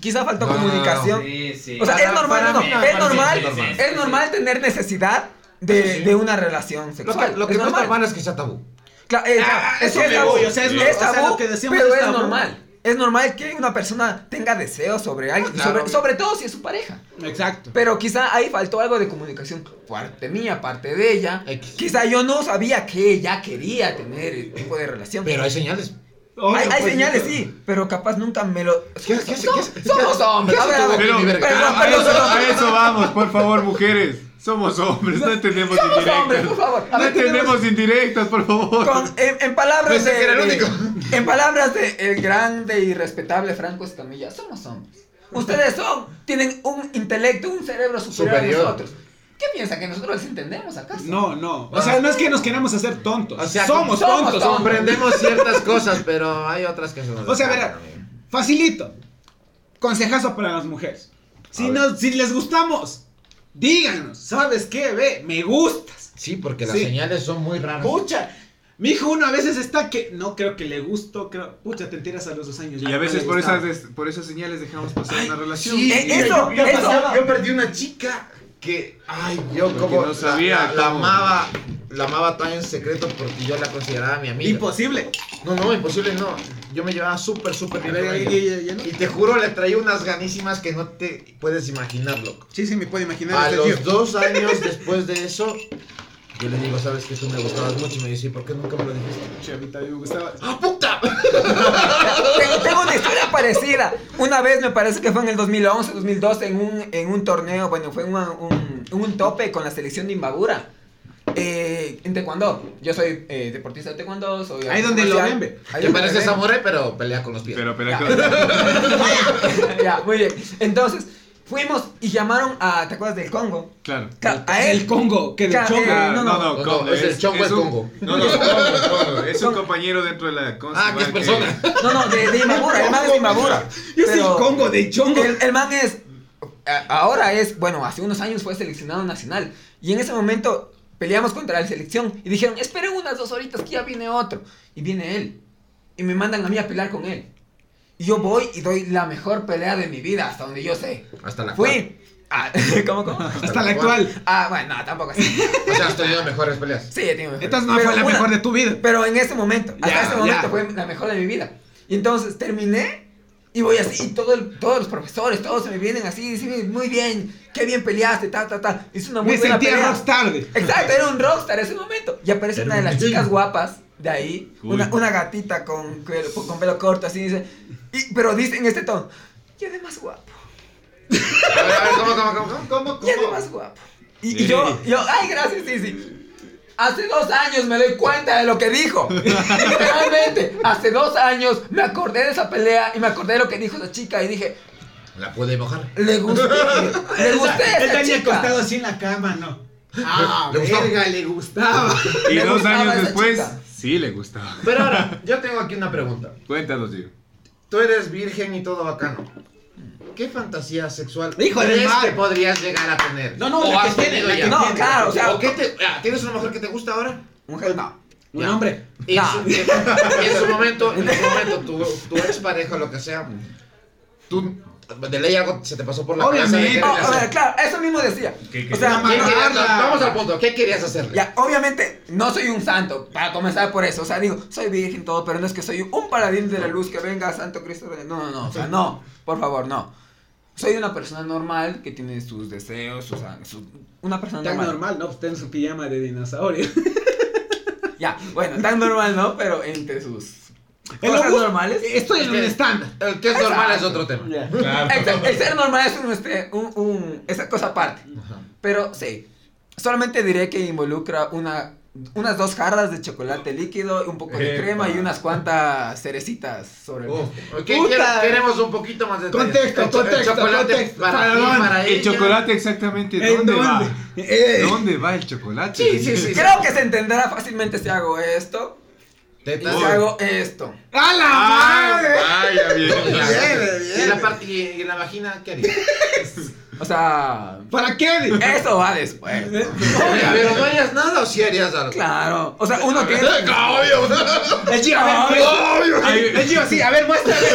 Speaker 5: Quizá faltó
Speaker 2: No, no, no, no.
Speaker 5: comunicación.
Speaker 4: Sí, sí.
Speaker 5: O sea,
Speaker 2: Para-
Speaker 5: es normal,
Speaker 2: para
Speaker 5: no,
Speaker 2: mí no,
Speaker 5: es
Speaker 2: para mí
Speaker 5: normal,
Speaker 2: sí, es normal.
Speaker 5: es normal tener necesidad de, de una relación
Speaker 2: Lo
Speaker 5: sexual.
Speaker 2: que, lo que
Speaker 5: es
Speaker 2: no es
Speaker 5: normal.
Speaker 2: normal es que sea tabú.
Speaker 5: Cla- eh,
Speaker 1: Ah,
Speaker 5: claro,
Speaker 1: eso
Speaker 5: es
Speaker 1: me
Speaker 5: tabú,
Speaker 1: voy, o sea, es no- o sea,
Speaker 5: tabú,
Speaker 1: lo que decíamos
Speaker 5: pero
Speaker 1: es
Speaker 5: es
Speaker 1: tabú.
Speaker 5: normal. Es normal que una persona tenga deseos sobre alguien,
Speaker 2: Claro.
Speaker 5: sobre, sobre todo si es su pareja.
Speaker 1: Exacto.
Speaker 5: Pero quizá ahí faltó algo de comunicación, parte mía, parte de ella.
Speaker 2: X.
Speaker 5: Quizá yo no sabía que ella quería tener el tipo de relación.
Speaker 2: Pero hay señales.
Speaker 1: Obvio,
Speaker 5: hay, hay
Speaker 1: pues,
Speaker 5: señales,
Speaker 1: yo-
Speaker 5: sí, pero capaz nunca me lo.
Speaker 2: ¿Qué- qué- qué-
Speaker 5: somos,
Speaker 2: qué-
Speaker 5: somos
Speaker 2: qué-
Speaker 5: hombres.
Speaker 2: qué-
Speaker 5: a ver, a ver,
Speaker 2: qué-
Speaker 3: Pero,
Speaker 2: qué-
Speaker 5: perdón,
Speaker 3: pero
Speaker 5: perdón,
Speaker 3: a, eso,
Speaker 5: perdón,
Speaker 3: a eso vamos, por favor, mujeres. Somos hombres, no entendemos
Speaker 5: Somos hombres, por
Speaker 3: indirectas.
Speaker 5: favor. A
Speaker 3: No
Speaker 5: ver, tenemos-
Speaker 3: entendemos indirectas, por favor.
Speaker 5: Con- en, en palabras
Speaker 2: Pensé
Speaker 5: de,
Speaker 2: que era el
Speaker 5: de-
Speaker 2: único.
Speaker 5: En palabras de el grande y respetable Franco Escamilla, somos hombres. Ustedes son, tienen un intelecto, un cerebro superior,
Speaker 2: Superior.
Speaker 5: a nosotros. ¿Qué piensan que nosotros les entendemos acaso?
Speaker 1: No, no. O sea, no es que nos queramos hacer tontos.
Speaker 2: O sea,
Speaker 1: somos,
Speaker 5: somos
Speaker 1: tontos.
Speaker 5: tontos.
Speaker 2: Comprendemos ciertas cosas, pero hay otras que se nos
Speaker 1: O sea, a ver,
Speaker 2: escapan, amigo.
Speaker 1: Facilito. Consejazo para las mujeres. Si,
Speaker 2: A ver.
Speaker 1: nos, si les gustamos, díganos, ¿sabes qué? Ve, me gustas.
Speaker 2: Sí, porque las
Speaker 1: Sí.
Speaker 2: señales son muy raras.
Speaker 1: Pucha. Mi hijo uno a veces está que no creo que le gusto, creo, pucha, te enteras a los dos años.
Speaker 3: Y
Speaker 1: ya
Speaker 3: a veces
Speaker 1: le
Speaker 3: por
Speaker 1: gustaba.
Speaker 3: esas, des- por esas señales dejamos pasar una relación.
Speaker 2: Sí,
Speaker 5: Eh,
Speaker 2: mira,
Speaker 5: eso,
Speaker 2: yo, yo
Speaker 5: eso.
Speaker 2: pasaba- yo perdí una chica que, ay, yo
Speaker 3: Porque
Speaker 2: como
Speaker 3: no sabía
Speaker 2: la, la- la
Speaker 3: cómo.
Speaker 2: amaba, la amaba tan en secreto porque yo la consideraba mi amiga.
Speaker 1: Imposible.
Speaker 2: no, no, imposible no. Yo me llevaba súper, súper
Speaker 1: A
Speaker 2: bien.
Speaker 1: ver,
Speaker 2: con
Speaker 1: ya- ya-
Speaker 2: ella.
Speaker 1: ya- ya no.
Speaker 2: Y te juro, le traía unas ganísimas que no te puedes imaginar, loco.
Speaker 1: Sí, sí, me puedo imaginar.
Speaker 2: A
Speaker 1: este
Speaker 2: los
Speaker 1: tío.
Speaker 2: dos años después de eso, Yo le digo, ¿sabes que Tú me gustabas mucho. Y me dice, ¿y por qué nunca me lo dijiste?
Speaker 1: Chavita, a mí me gustaba.
Speaker 2: ¡Ah, puta!
Speaker 5: Tengo, tengo una historia parecida. Una vez me parece que fue en el 2011, 2012, en un, en un torneo, bueno, fue una- un, un tope con la selección de Imbabura. Eh, en taekwondo. Yo soy eh, deportista de taekwondo. Soy
Speaker 1: Ahí donde lo ven,
Speaker 5: marcial.
Speaker 1: ve.
Speaker 5: Ahí
Speaker 2: Que
Speaker 5: donde
Speaker 2: parece
Speaker 5: lo ven.
Speaker 2: samurai, pero pelea con los pies.
Speaker 3: Pero, pero,
Speaker 5: *laughs* ya, muy bien. Entonces, fuimos y llamaron a, ¿te acuerdas del Congo?
Speaker 3: claro.
Speaker 5: Ca- A él.
Speaker 1: El Congo, que de
Speaker 5: Ca-
Speaker 1: chongo.
Speaker 5: eh,
Speaker 3: Claro, no, no,
Speaker 2: No,
Speaker 3: Congo,
Speaker 2: no, es el chongo, es
Speaker 3: un-
Speaker 2: Congo.
Speaker 3: No, no, Congo, Congo, es un
Speaker 5: Congo.
Speaker 3: compañero dentro de la ¿cómo se
Speaker 2: Ah, que es
Speaker 3: llama?
Speaker 2: persona.
Speaker 5: No, no, de,
Speaker 1: *laughs*
Speaker 5: de Imabura, el man es de Imabura.
Speaker 1: Yo soy
Speaker 5: Pero
Speaker 1: el Congo de chongo.
Speaker 5: El, el man es, a- ahora es, bueno, hace unos años fue seleccionado nacional. Y en ese momento peleamos contra la selección y dijeron, esperen unas dos horitas que ya viene otro. Y viene él. Y me mandan a mí a pelear con él. Y yo voy y doy la mejor pelea de mi vida, hasta donde yo sé.
Speaker 2: Hasta la cual.
Speaker 5: Fui. a- *laughs* ¿Cómo, cómo?
Speaker 1: Hasta la actual.
Speaker 5: Ah, bueno, no, tampoco así.
Speaker 2: O sea, has tenido mejores peleas.
Speaker 5: Sí, tengo mejor.
Speaker 1: Entonces no
Speaker 5: Pero
Speaker 1: fue la
Speaker 5: una-
Speaker 1: mejor de tu vida.
Speaker 5: Pero en ese momento,
Speaker 1: Ya,
Speaker 5: hasta ese momento
Speaker 1: ya.
Speaker 5: fue la mejor de mi vida. Y entonces terminé y voy así, y todo el- todos los profesores, todos se me vienen así, y dicen, muy bien, qué bien peleaste, ta, ta, ta. Hice una muy
Speaker 1: Me
Speaker 5: buena
Speaker 1: sentía
Speaker 5: pelea.
Speaker 1: rockstar. de-
Speaker 5: Exacto, era un rockstar ese momento. Y aparece una de las chicas guapas de ahí,
Speaker 3: Uy.
Speaker 5: una, una gatita con, pelo- con pelo corto, así dice, y- pero dice en este tono, y además guapo,
Speaker 2: A ver, a ver, ¿cómo, cómo, cómo?
Speaker 1: ¿Cómo,
Speaker 5: y
Speaker 1: cómo?
Speaker 5: además guapo. Y, y yo, yo, ay, gracias, sí, sí. Hace dos años me doy cuenta de lo que dijo.
Speaker 1: *laughs*
Speaker 5: Literalmente, hace dos años me acordé de esa pelea y me acordé de lo que dijo esa chica y dije,
Speaker 2: La pude mojar.
Speaker 5: le gusté,
Speaker 1: *laughs*
Speaker 5: le gusté a
Speaker 1: Él
Speaker 5: esa
Speaker 1: tenía
Speaker 5: chica.
Speaker 1: acostado así en la cama, ¿no? Ah,
Speaker 2: Le gustaba.
Speaker 1: verga, le gustaba.
Speaker 3: Y
Speaker 5: Le
Speaker 3: dos
Speaker 5: gustaba
Speaker 3: años
Speaker 5: esa
Speaker 3: después,
Speaker 5: chica.
Speaker 3: sí le gustaba.
Speaker 2: Pero ahora, yo tengo aquí una pregunta.
Speaker 3: Cuéntanos, Gio.
Speaker 2: Tú eres virgen y todo bacano. ¿Qué fantasía sexual
Speaker 1: Hijo del
Speaker 2: crees
Speaker 1: mar.
Speaker 2: que podrías llegar a tener?
Speaker 1: No, no,
Speaker 2: ¿O
Speaker 1: la que
Speaker 2: has
Speaker 1: tiene,
Speaker 2: tenido
Speaker 1: la que
Speaker 2: ya?
Speaker 5: No, claro, o sea,
Speaker 2: ¿O qué te- ah, ¿Tienes una mujer que te gusta ahora?
Speaker 5: mujer no.
Speaker 1: Un
Speaker 2: Ya.
Speaker 1: hombre.
Speaker 2: En,
Speaker 5: No.
Speaker 2: su, en su momento, en su momento, tu, tu expareja, lo que sea, tú, de ley algo se te pasó por la
Speaker 1: Obviamente.
Speaker 5: No,
Speaker 2: cabeza. de
Speaker 5: a ver,
Speaker 2: querer hacer.
Speaker 5: Oh, claro, eso mismo decía.
Speaker 3: ¿Qué
Speaker 5: O sea,
Speaker 2: ¿Qué
Speaker 1: quería?
Speaker 5: no-
Speaker 2: querías-
Speaker 1: Amarrarla.
Speaker 2: vamos al punto, ¿qué querías hacerle?
Speaker 5: Ya, obviamente, no soy un santo, para comenzar por eso. O sea, digo, soy virgen todo, pero no es que soy un paladín de la luz que venga Santo Cristo. de- No, no, no, o sea, no, por favor, no. Soy una persona normal que tiene sus deseos, sus, sus- una persona
Speaker 1: Tan
Speaker 5: normal.
Speaker 1: normal, ¿no? Pues Está en su pijama de
Speaker 5: *laughs*
Speaker 1: dinosaurio.
Speaker 5: Ya, bueno, tan normal, ¿no? Pero entre sus
Speaker 1: El
Speaker 5: cosas
Speaker 1: obús-
Speaker 5: normales.
Speaker 1: Estoy en un
Speaker 2: Ok.
Speaker 1: estándar.
Speaker 2: El que es
Speaker 5: Exacto.
Speaker 2: normal es otro tema.
Speaker 1: Ya.
Speaker 5: Exa- El ser normal es un, este, un, un- esa cosa aparte.
Speaker 2: Ajá.
Speaker 5: Pero sí, solamente diré que involucra una, unas dos jarras de chocolate líquido, un poco de
Speaker 3: Epa.
Speaker 5: crema y unas cuantas cerecitas sobre el
Speaker 2: Oh, ok,
Speaker 1: Puta.
Speaker 2: quiero- queremos un poquito más de
Speaker 1: Contexto, contexto,
Speaker 2: chocolate
Speaker 1: contexto.
Speaker 2: para,
Speaker 1: ¿Para
Speaker 2: ti,
Speaker 1: dónde?
Speaker 2: para
Speaker 3: El
Speaker 2: ella.
Speaker 3: chocolate exactamente,
Speaker 1: ¿En
Speaker 3: ¿dónde, va?
Speaker 1: Eh.
Speaker 3: ¿Dónde va el chocolate?
Speaker 2: Sí, sí, sí.
Speaker 5: Creo que se entenderá fácilmente si hago esto y
Speaker 2: Tetas.
Speaker 5: si hago esto.
Speaker 1: ¡A la
Speaker 3: *laughs* ¡Ah!
Speaker 1: madre!
Speaker 3: Vaya *laughs* bien.
Speaker 1: Bien, bien.
Speaker 2: Y la parte y, y la vagina, ¿qué
Speaker 5: *laughs*
Speaker 2: harías?
Speaker 5: O sea,
Speaker 1: ¿Para qué? Eh,
Speaker 5: eso va después. ¿no?
Speaker 2: Pero no harías nada o si harías algo.
Speaker 5: Claro. O sea,
Speaker 2: *laughs*
Speaker 5: uno tiene...
Speaker 2: Obvio.
Speaker 1: El Gio,
Speaker 2: eh,
Speaker 1: a ver,
Speaker 5: eh,
Speaker 1: muestra- El Gio, sí, a ver, muéstrale.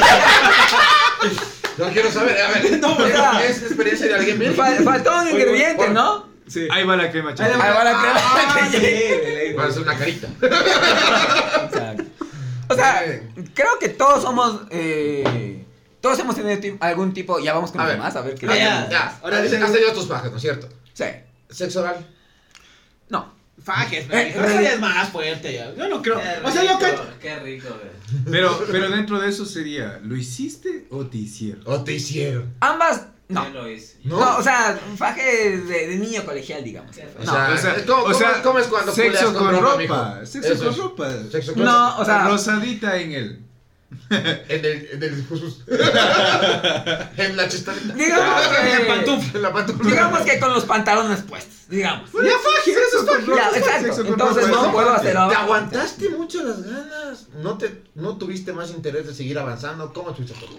Speaker 2: No quiero saber, a ver.
Speaker 5: No, o sea,
Speaker 2: es experiencia de alguien bien.
Speaker 5: fal- faltó un ingrediente, ¿no?
Speaker 1: Sí.
Speaker 3: eh, Ahí va la crema,
Speaker 5: Ahí
Speaker 3: chaval.
Speaker 5: va la crema
Speaker 1: Ah,
Speaker 5: que
Speaker 1: sí,
Speaker 2: Va a ser una carita.
Speaker 5: Exacto. O sea,
Speaker 2: Bien.
Speaker 5: creo que todos somos. eh, todos hemos tenido ti- algún tipo. Ya vamos con
Speaker 2: A
Speaker 5: los
Speaker 2: ver.
Speaker 5: demás, a ver qué
Speaker 1: Ah,
Speaker 5: tal.
Speaker 1: ya.
Speaker 2: Ya, ahora dicen, has tenido tus pajas, ¿no es cierto?
Speaker 5: Sí.
Speaker 2: Sexo oral.
Speaker 5: No.
Speaker 1: Fajes,
Speaker 5: Eh,
Speaker 1: pero eso ya es más fuerte. ya. Yo no creo. O sea, yo cacho.
Speaker 4: Qué rico, güey.
Speaker 3: Pero, pero dentro de eso sería, ¿lo hiciste o te hicieron?
Speaker 2: O te hicieron.
Speaker 5: Ambas. No.
Speaker 4: Yo lo hice.
Speaker 5: No, o sea, faje de, de niño colegial, digamos.
Speaker 4: Sí.
Speaker 2: O
Speaker 5: No.
Speaker 2: sea, eh, ¿cómo- cómo- cómo es cuando culeas
Speaker 3: sexo
Speaker 2: con
Speaker 3: con
Speaker 2: ropa,
Speaker 3: ropa,
Speaker 2: mijo?
Speaker 3: sexo
Speaker 2: Eso
Speaker 3: con
Speaker 2: es.
Speaker 3: ropa,
Speaker 2: Sexo con
Speaker 5: No, o sea,
Speaker 3: rosadita en el.
Speaker 2: En el. En el. en la chistadita.
Speaker 5: Digamos que-
Speaker 2: En la pantufla. En la pantufla.
Speaker 5: digamos que con los pantalones puestos, digamos.
Speaker 1: Ya fajes, eso es fajes.
Speaker 5: Ya, exacto. Entonces no puedo hacer
Speaker 2: Te
Speaker 5: ahora.
Speaker 2: aguantaste mucho las ganas. No te, no tuviste más interés de seguir avanzando. ¿Cómo estuviste todo?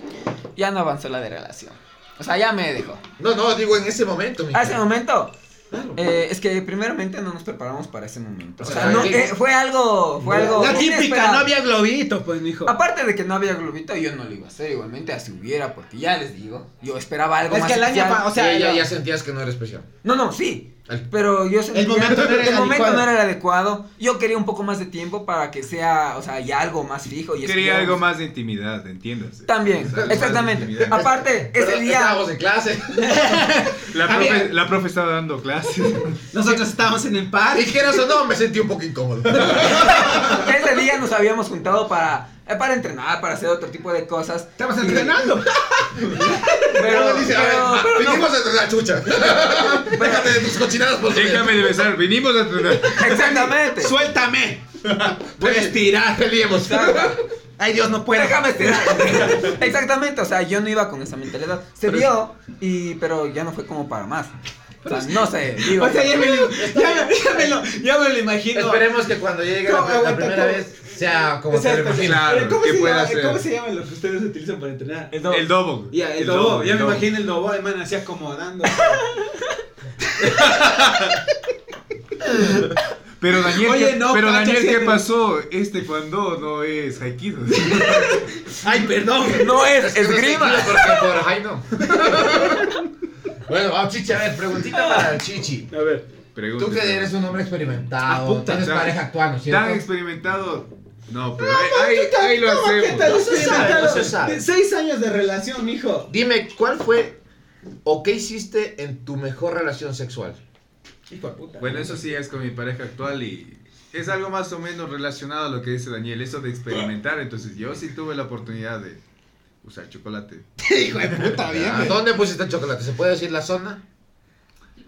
Speaker 5: Ya no avanzó la de relación. O sea, ya me dejó.
Speaker 2: No, no, digo en ese momento. mijo.
Speaker 5: A Ah, ese momento,
Speaker 2: Claro.
Speaker 5: eh, es que primeramente no nos preparamos para ese momento. O
Speaker 2: O
Speaker 5: sea,
Speaker 2: sea,
Speaker 5: no,
Speaker 2: ahí-
Speaker 5: eh, fue algo, fue algo.
Speaker 1: La típica, no
Speaker 5: inesperado.
Speaker 1: había globito, pues, mijo.
Speaker 5: Aparte de que no había globito, yo no lo iba a hacer igualmente, así hubiera, porque ya les digo, yo esperaba algo
Speaker 1: Es
Speaker 5: más.
Speaker 1: que el año
Speaker 5: especial.
Speaker 1: pa- o
Speaker 2: Sí,
Speaker 1: sea,
Speaker 2: ya,
Speaker 1: lo-
Speaker 2: ya sentías que no era especial.
Speaker 5: No, no, sí,
Speaker 2: El-
Speaker 5: Pero yo sentía-
Speaker 1: El momento no era el
Speaker 5: el momento
Speaker 1: adecuado.
Speaker 5: no era el adecuado. Yo quería un poco más de tiempo para que sea, o sea, ya algo más fijo. Y
Speaker 3: Quería
Speaker 5: estuviéramos-
Speaker 3: algo más de intimidad, entiéndase.
Speaker 5: También,
Speaker 2: Algo más de
Speaker 5: exactamente.
Speaker 2: intimidad.
Speaker 5: Aparte, ese
Speaker 2: Pero
Speaker 5: día.
Speaker 2: Estábamos en
Speaker 5: *laughs*
Speaker 2: clase.
Speaker 3: La
Speaker 2: Había-
Speaker 3: profe, la profe estaba dando clases.
Speaker 1: *laughs* Nosotros estábamos en el parque.
Speaker 2: Y quieras o no, me sentí un poco incómodo.
Speaker 5: Ese día nos habíamos juntado para, eh, para entrenar, para hacer otro tipo de cosas.
Speaker 1: Estabas entrenando.
Speaker 5: Pero,
Speaker 2: Luego dice, a ver,
Speaker 5: pero,
Speaker 2: ah,
Speaker 5: pero no.
Speaker 2: vinimos a la
Speaker 5: *laughs*
Speaker 2: chucha. Déjate de tus cochinadas por favor.
Speaker 3: Déjame de besar, vinimos a entrenar.
Speaker 5: Exactamente.
Speaker 1: Suéltame.
Speaker 2: Oye,
Speaker 1: Respirar.
Speaker 2: Peleemos.
Speaker 5: Exacto.
Speaker 1: Ay, Dios, no puedo.
Speaker 5: *laughs* Déjame estirar. Exactamente, o sea, yo no iba con esa mentalidad. Se vio, y, pero ya no fue como para más. O sea, no sé. Digo,
Speaker 1: O sea, ya me lo, ya me- ya me lo- ya me lo imagino.
Speaker 2: Esperemos que cuando llegue la,
Speaker 1: No,
Speaker 2: la
Speaker 1: aguanta,
Speaker 2: primera
Speaker 1: no.
Speaker 2: vez sea como te
Speaker 1: Exacto. Eh,
Speaker 2: lo imaginas.
Speaker 3: Claro,
Speaker 1: ¿Cómo,
Speaker 3: ¿qué
Speaker 1: se
Speaker 3: puede
Speaker 1: llama,
Speaker 3: hacer?
Speaker 1: ¿Cómo se llama lo que ustedes utilizan para entrenar? El
Speaker 3: El dobo.
Speaker 1: Ya, el, dobo. Ya me imagino el dobo, hermano, así acomodando.
Speaker 3: Pero Daniel,
Speaker 1: Oye,
Speaker 3: ¿qué,
Speaker 1: no,
Speaker 3: pero
Speaker 1: cacha,
Speaker 3: Daniel,
Speaker 1: sí,
Speaker 3: ¿qué
Speaker 1: pero-
Speaker 3: pasó? Este cuando no
Speaker 1: *laughs*
Speaker 3: es Haikido.
Speaker 1: Ay, perdón.
Speaker 2: *laughs*
Speaker 5: no es
Speaker 2: que no sé,
Speaker 5: esgrima.
Speaker 2: Porque
Speaker 1: *laughs*
Speaker 2: por ahí no. Bueno, vamos, Chichi, a ver, preguntita para el Chichi.
Speaker 1: A *laughs* ver.
Speaker 2: Tú que eres un hombre experimentado,
Speaker 1: Ah, puta,
Speaker 2: tienes
Speaker 3: tan-
Speaker 2: pareja actual, ¿no es
Speaker 3: Tan
Speaker 2: cierto?
Speaker 3: experimentado. No, pero ahí, ahí- ahí lo
Speaker 1: ¿Cómo que te
Speaker 3: hacemos.
Speaker 2: No se sabe, no se sabe.
Speaker 1: De Seis años de relación, mijo.
Speaker 2: Dime, ¿cuál fue o qué hiciste en tu mejor relación sexual?
Speaker 1: Hijo de puta.
Speaker 3: Bueno, eso sí es con mi pareja actual y es algo más o menos relacionado a lo que dice Daniel, eso de experimentar. Entonces, yo sí tuve la oportunidad de usar chocolate
Speaker 1: *laughs* Hijo de puta, bien.
Speaker 2: ¿A
Speaker 1: güey.
Speaker 2: ¿Dónde pusiste el chocolate? ¿Se puede decir la zona?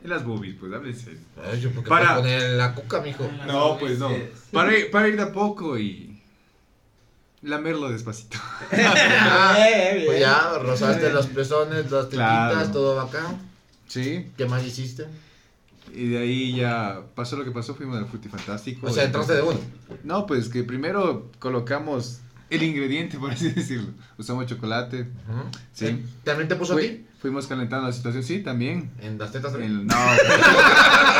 Speaker 3: en las boobies, pues háblense.
Speaker 2: Ay, yo porque
Speaker 3: Para.
Speaker 2: para poner la cuca,
Speaker 1: *laughs*
Speaker 2: mijo.
Speaker 3: No, pues no. Para ir, para ir de a poco y lamerlo despacito.
Speaker 2: Ah,
Speaker 1: Bien, Eh, bien.
Speaker 2: pues ya, rozaste los pezones, las
Speaker 3: Claro.
Speaker 2: tetitas, todo bacán.
Speaker 3: Sí.
Speaker 2: ¿Qué más hiciste?
Speaker 3: Y de ahí ya pasó lo que pasó, fuimos al frutifantástico.
Speaker 2: O sea, entraste de uno.
Speaker 3: No, pues que primero colocamos el ingrediente, *laughs* por así decirlo. Usamos chocolate, sí.
Speaker 2: ¿También te puso a ti?
Speaker 3: Fui- fuimos calentando la situación, sí, también.
Speaker 2: En las tetas también.
Speaker 3: El- no. *laughs*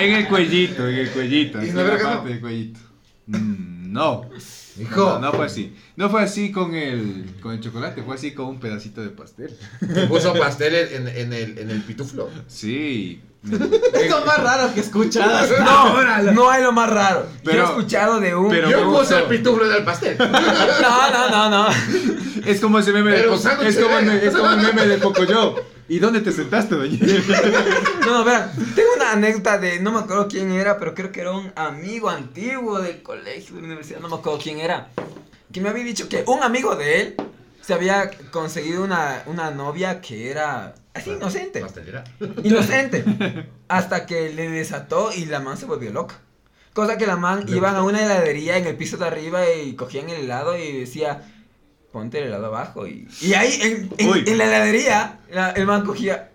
Speaker 3: en el cuellito, en el cuellito.
Speaker 2: ¿Y
Speaker 3: así, en
Speaker 2: la
Speaker 3: la
Speaker 2: verga no?
Speaker 3: parte del cuellito. Mm, no.
Speaker 2: Hijo,
Speaker 3: no. No fue así. No fue así con el, con el chocolate, fue así con un pedacito de pastel.
Speaker 2: te puso pastel en, en- en el, en el pituflo.
Speaker 3: Sí.
Speaker 1: Es lo más raro que he escuchado hasta ahora.
Speaker 5: No, no es lo más raro. Yo
Speaker 3: Pero-
Speaker 5: he escuchado de un.
Speaker 3: pero-
Speaker 2: Yo
Speaker 3: me
Speaker 2: puse
Speaker 3: gustó.
Speaker 2: el pituflo en el pastel.
Speaker 5: *laughs* No, no, no, no.
Speaker 3: Es como ese meme de
Speaker 2: Pero
Speaker 3: Poco-
Speaker 2: sándwich
Speaker 3: es, como el,
Speaker 2: de-
Speaker 3: es como el meme de Pocoyo. ¿Y dónde te sentaste, Daniel?
Speaker 5: No, no, verán, tengo una anécdota de, no me acuerdo quién era, pero creo que era un amigo antiguo del colegio, de la universidad, no me acuerdo quién era, que me había dicho que un amigo de él se había conseguido una, una novia que era así inocente,
Speaker 2: Pastelera.
Speaker 5: inocente,
Speaker 3: *laughs*
Speaker 5: hasta que le desató y la man se volvió loca. Cosa que la man
Speaker 2: Le
Speaker 5: iban a una heladería en el piso de arriba y cogían el helado y decía, ponte el helado abajo. Y, y ahí en, en-
Speaker 3: Uy.
Speaker 5: en la heladería, la- el man cogía,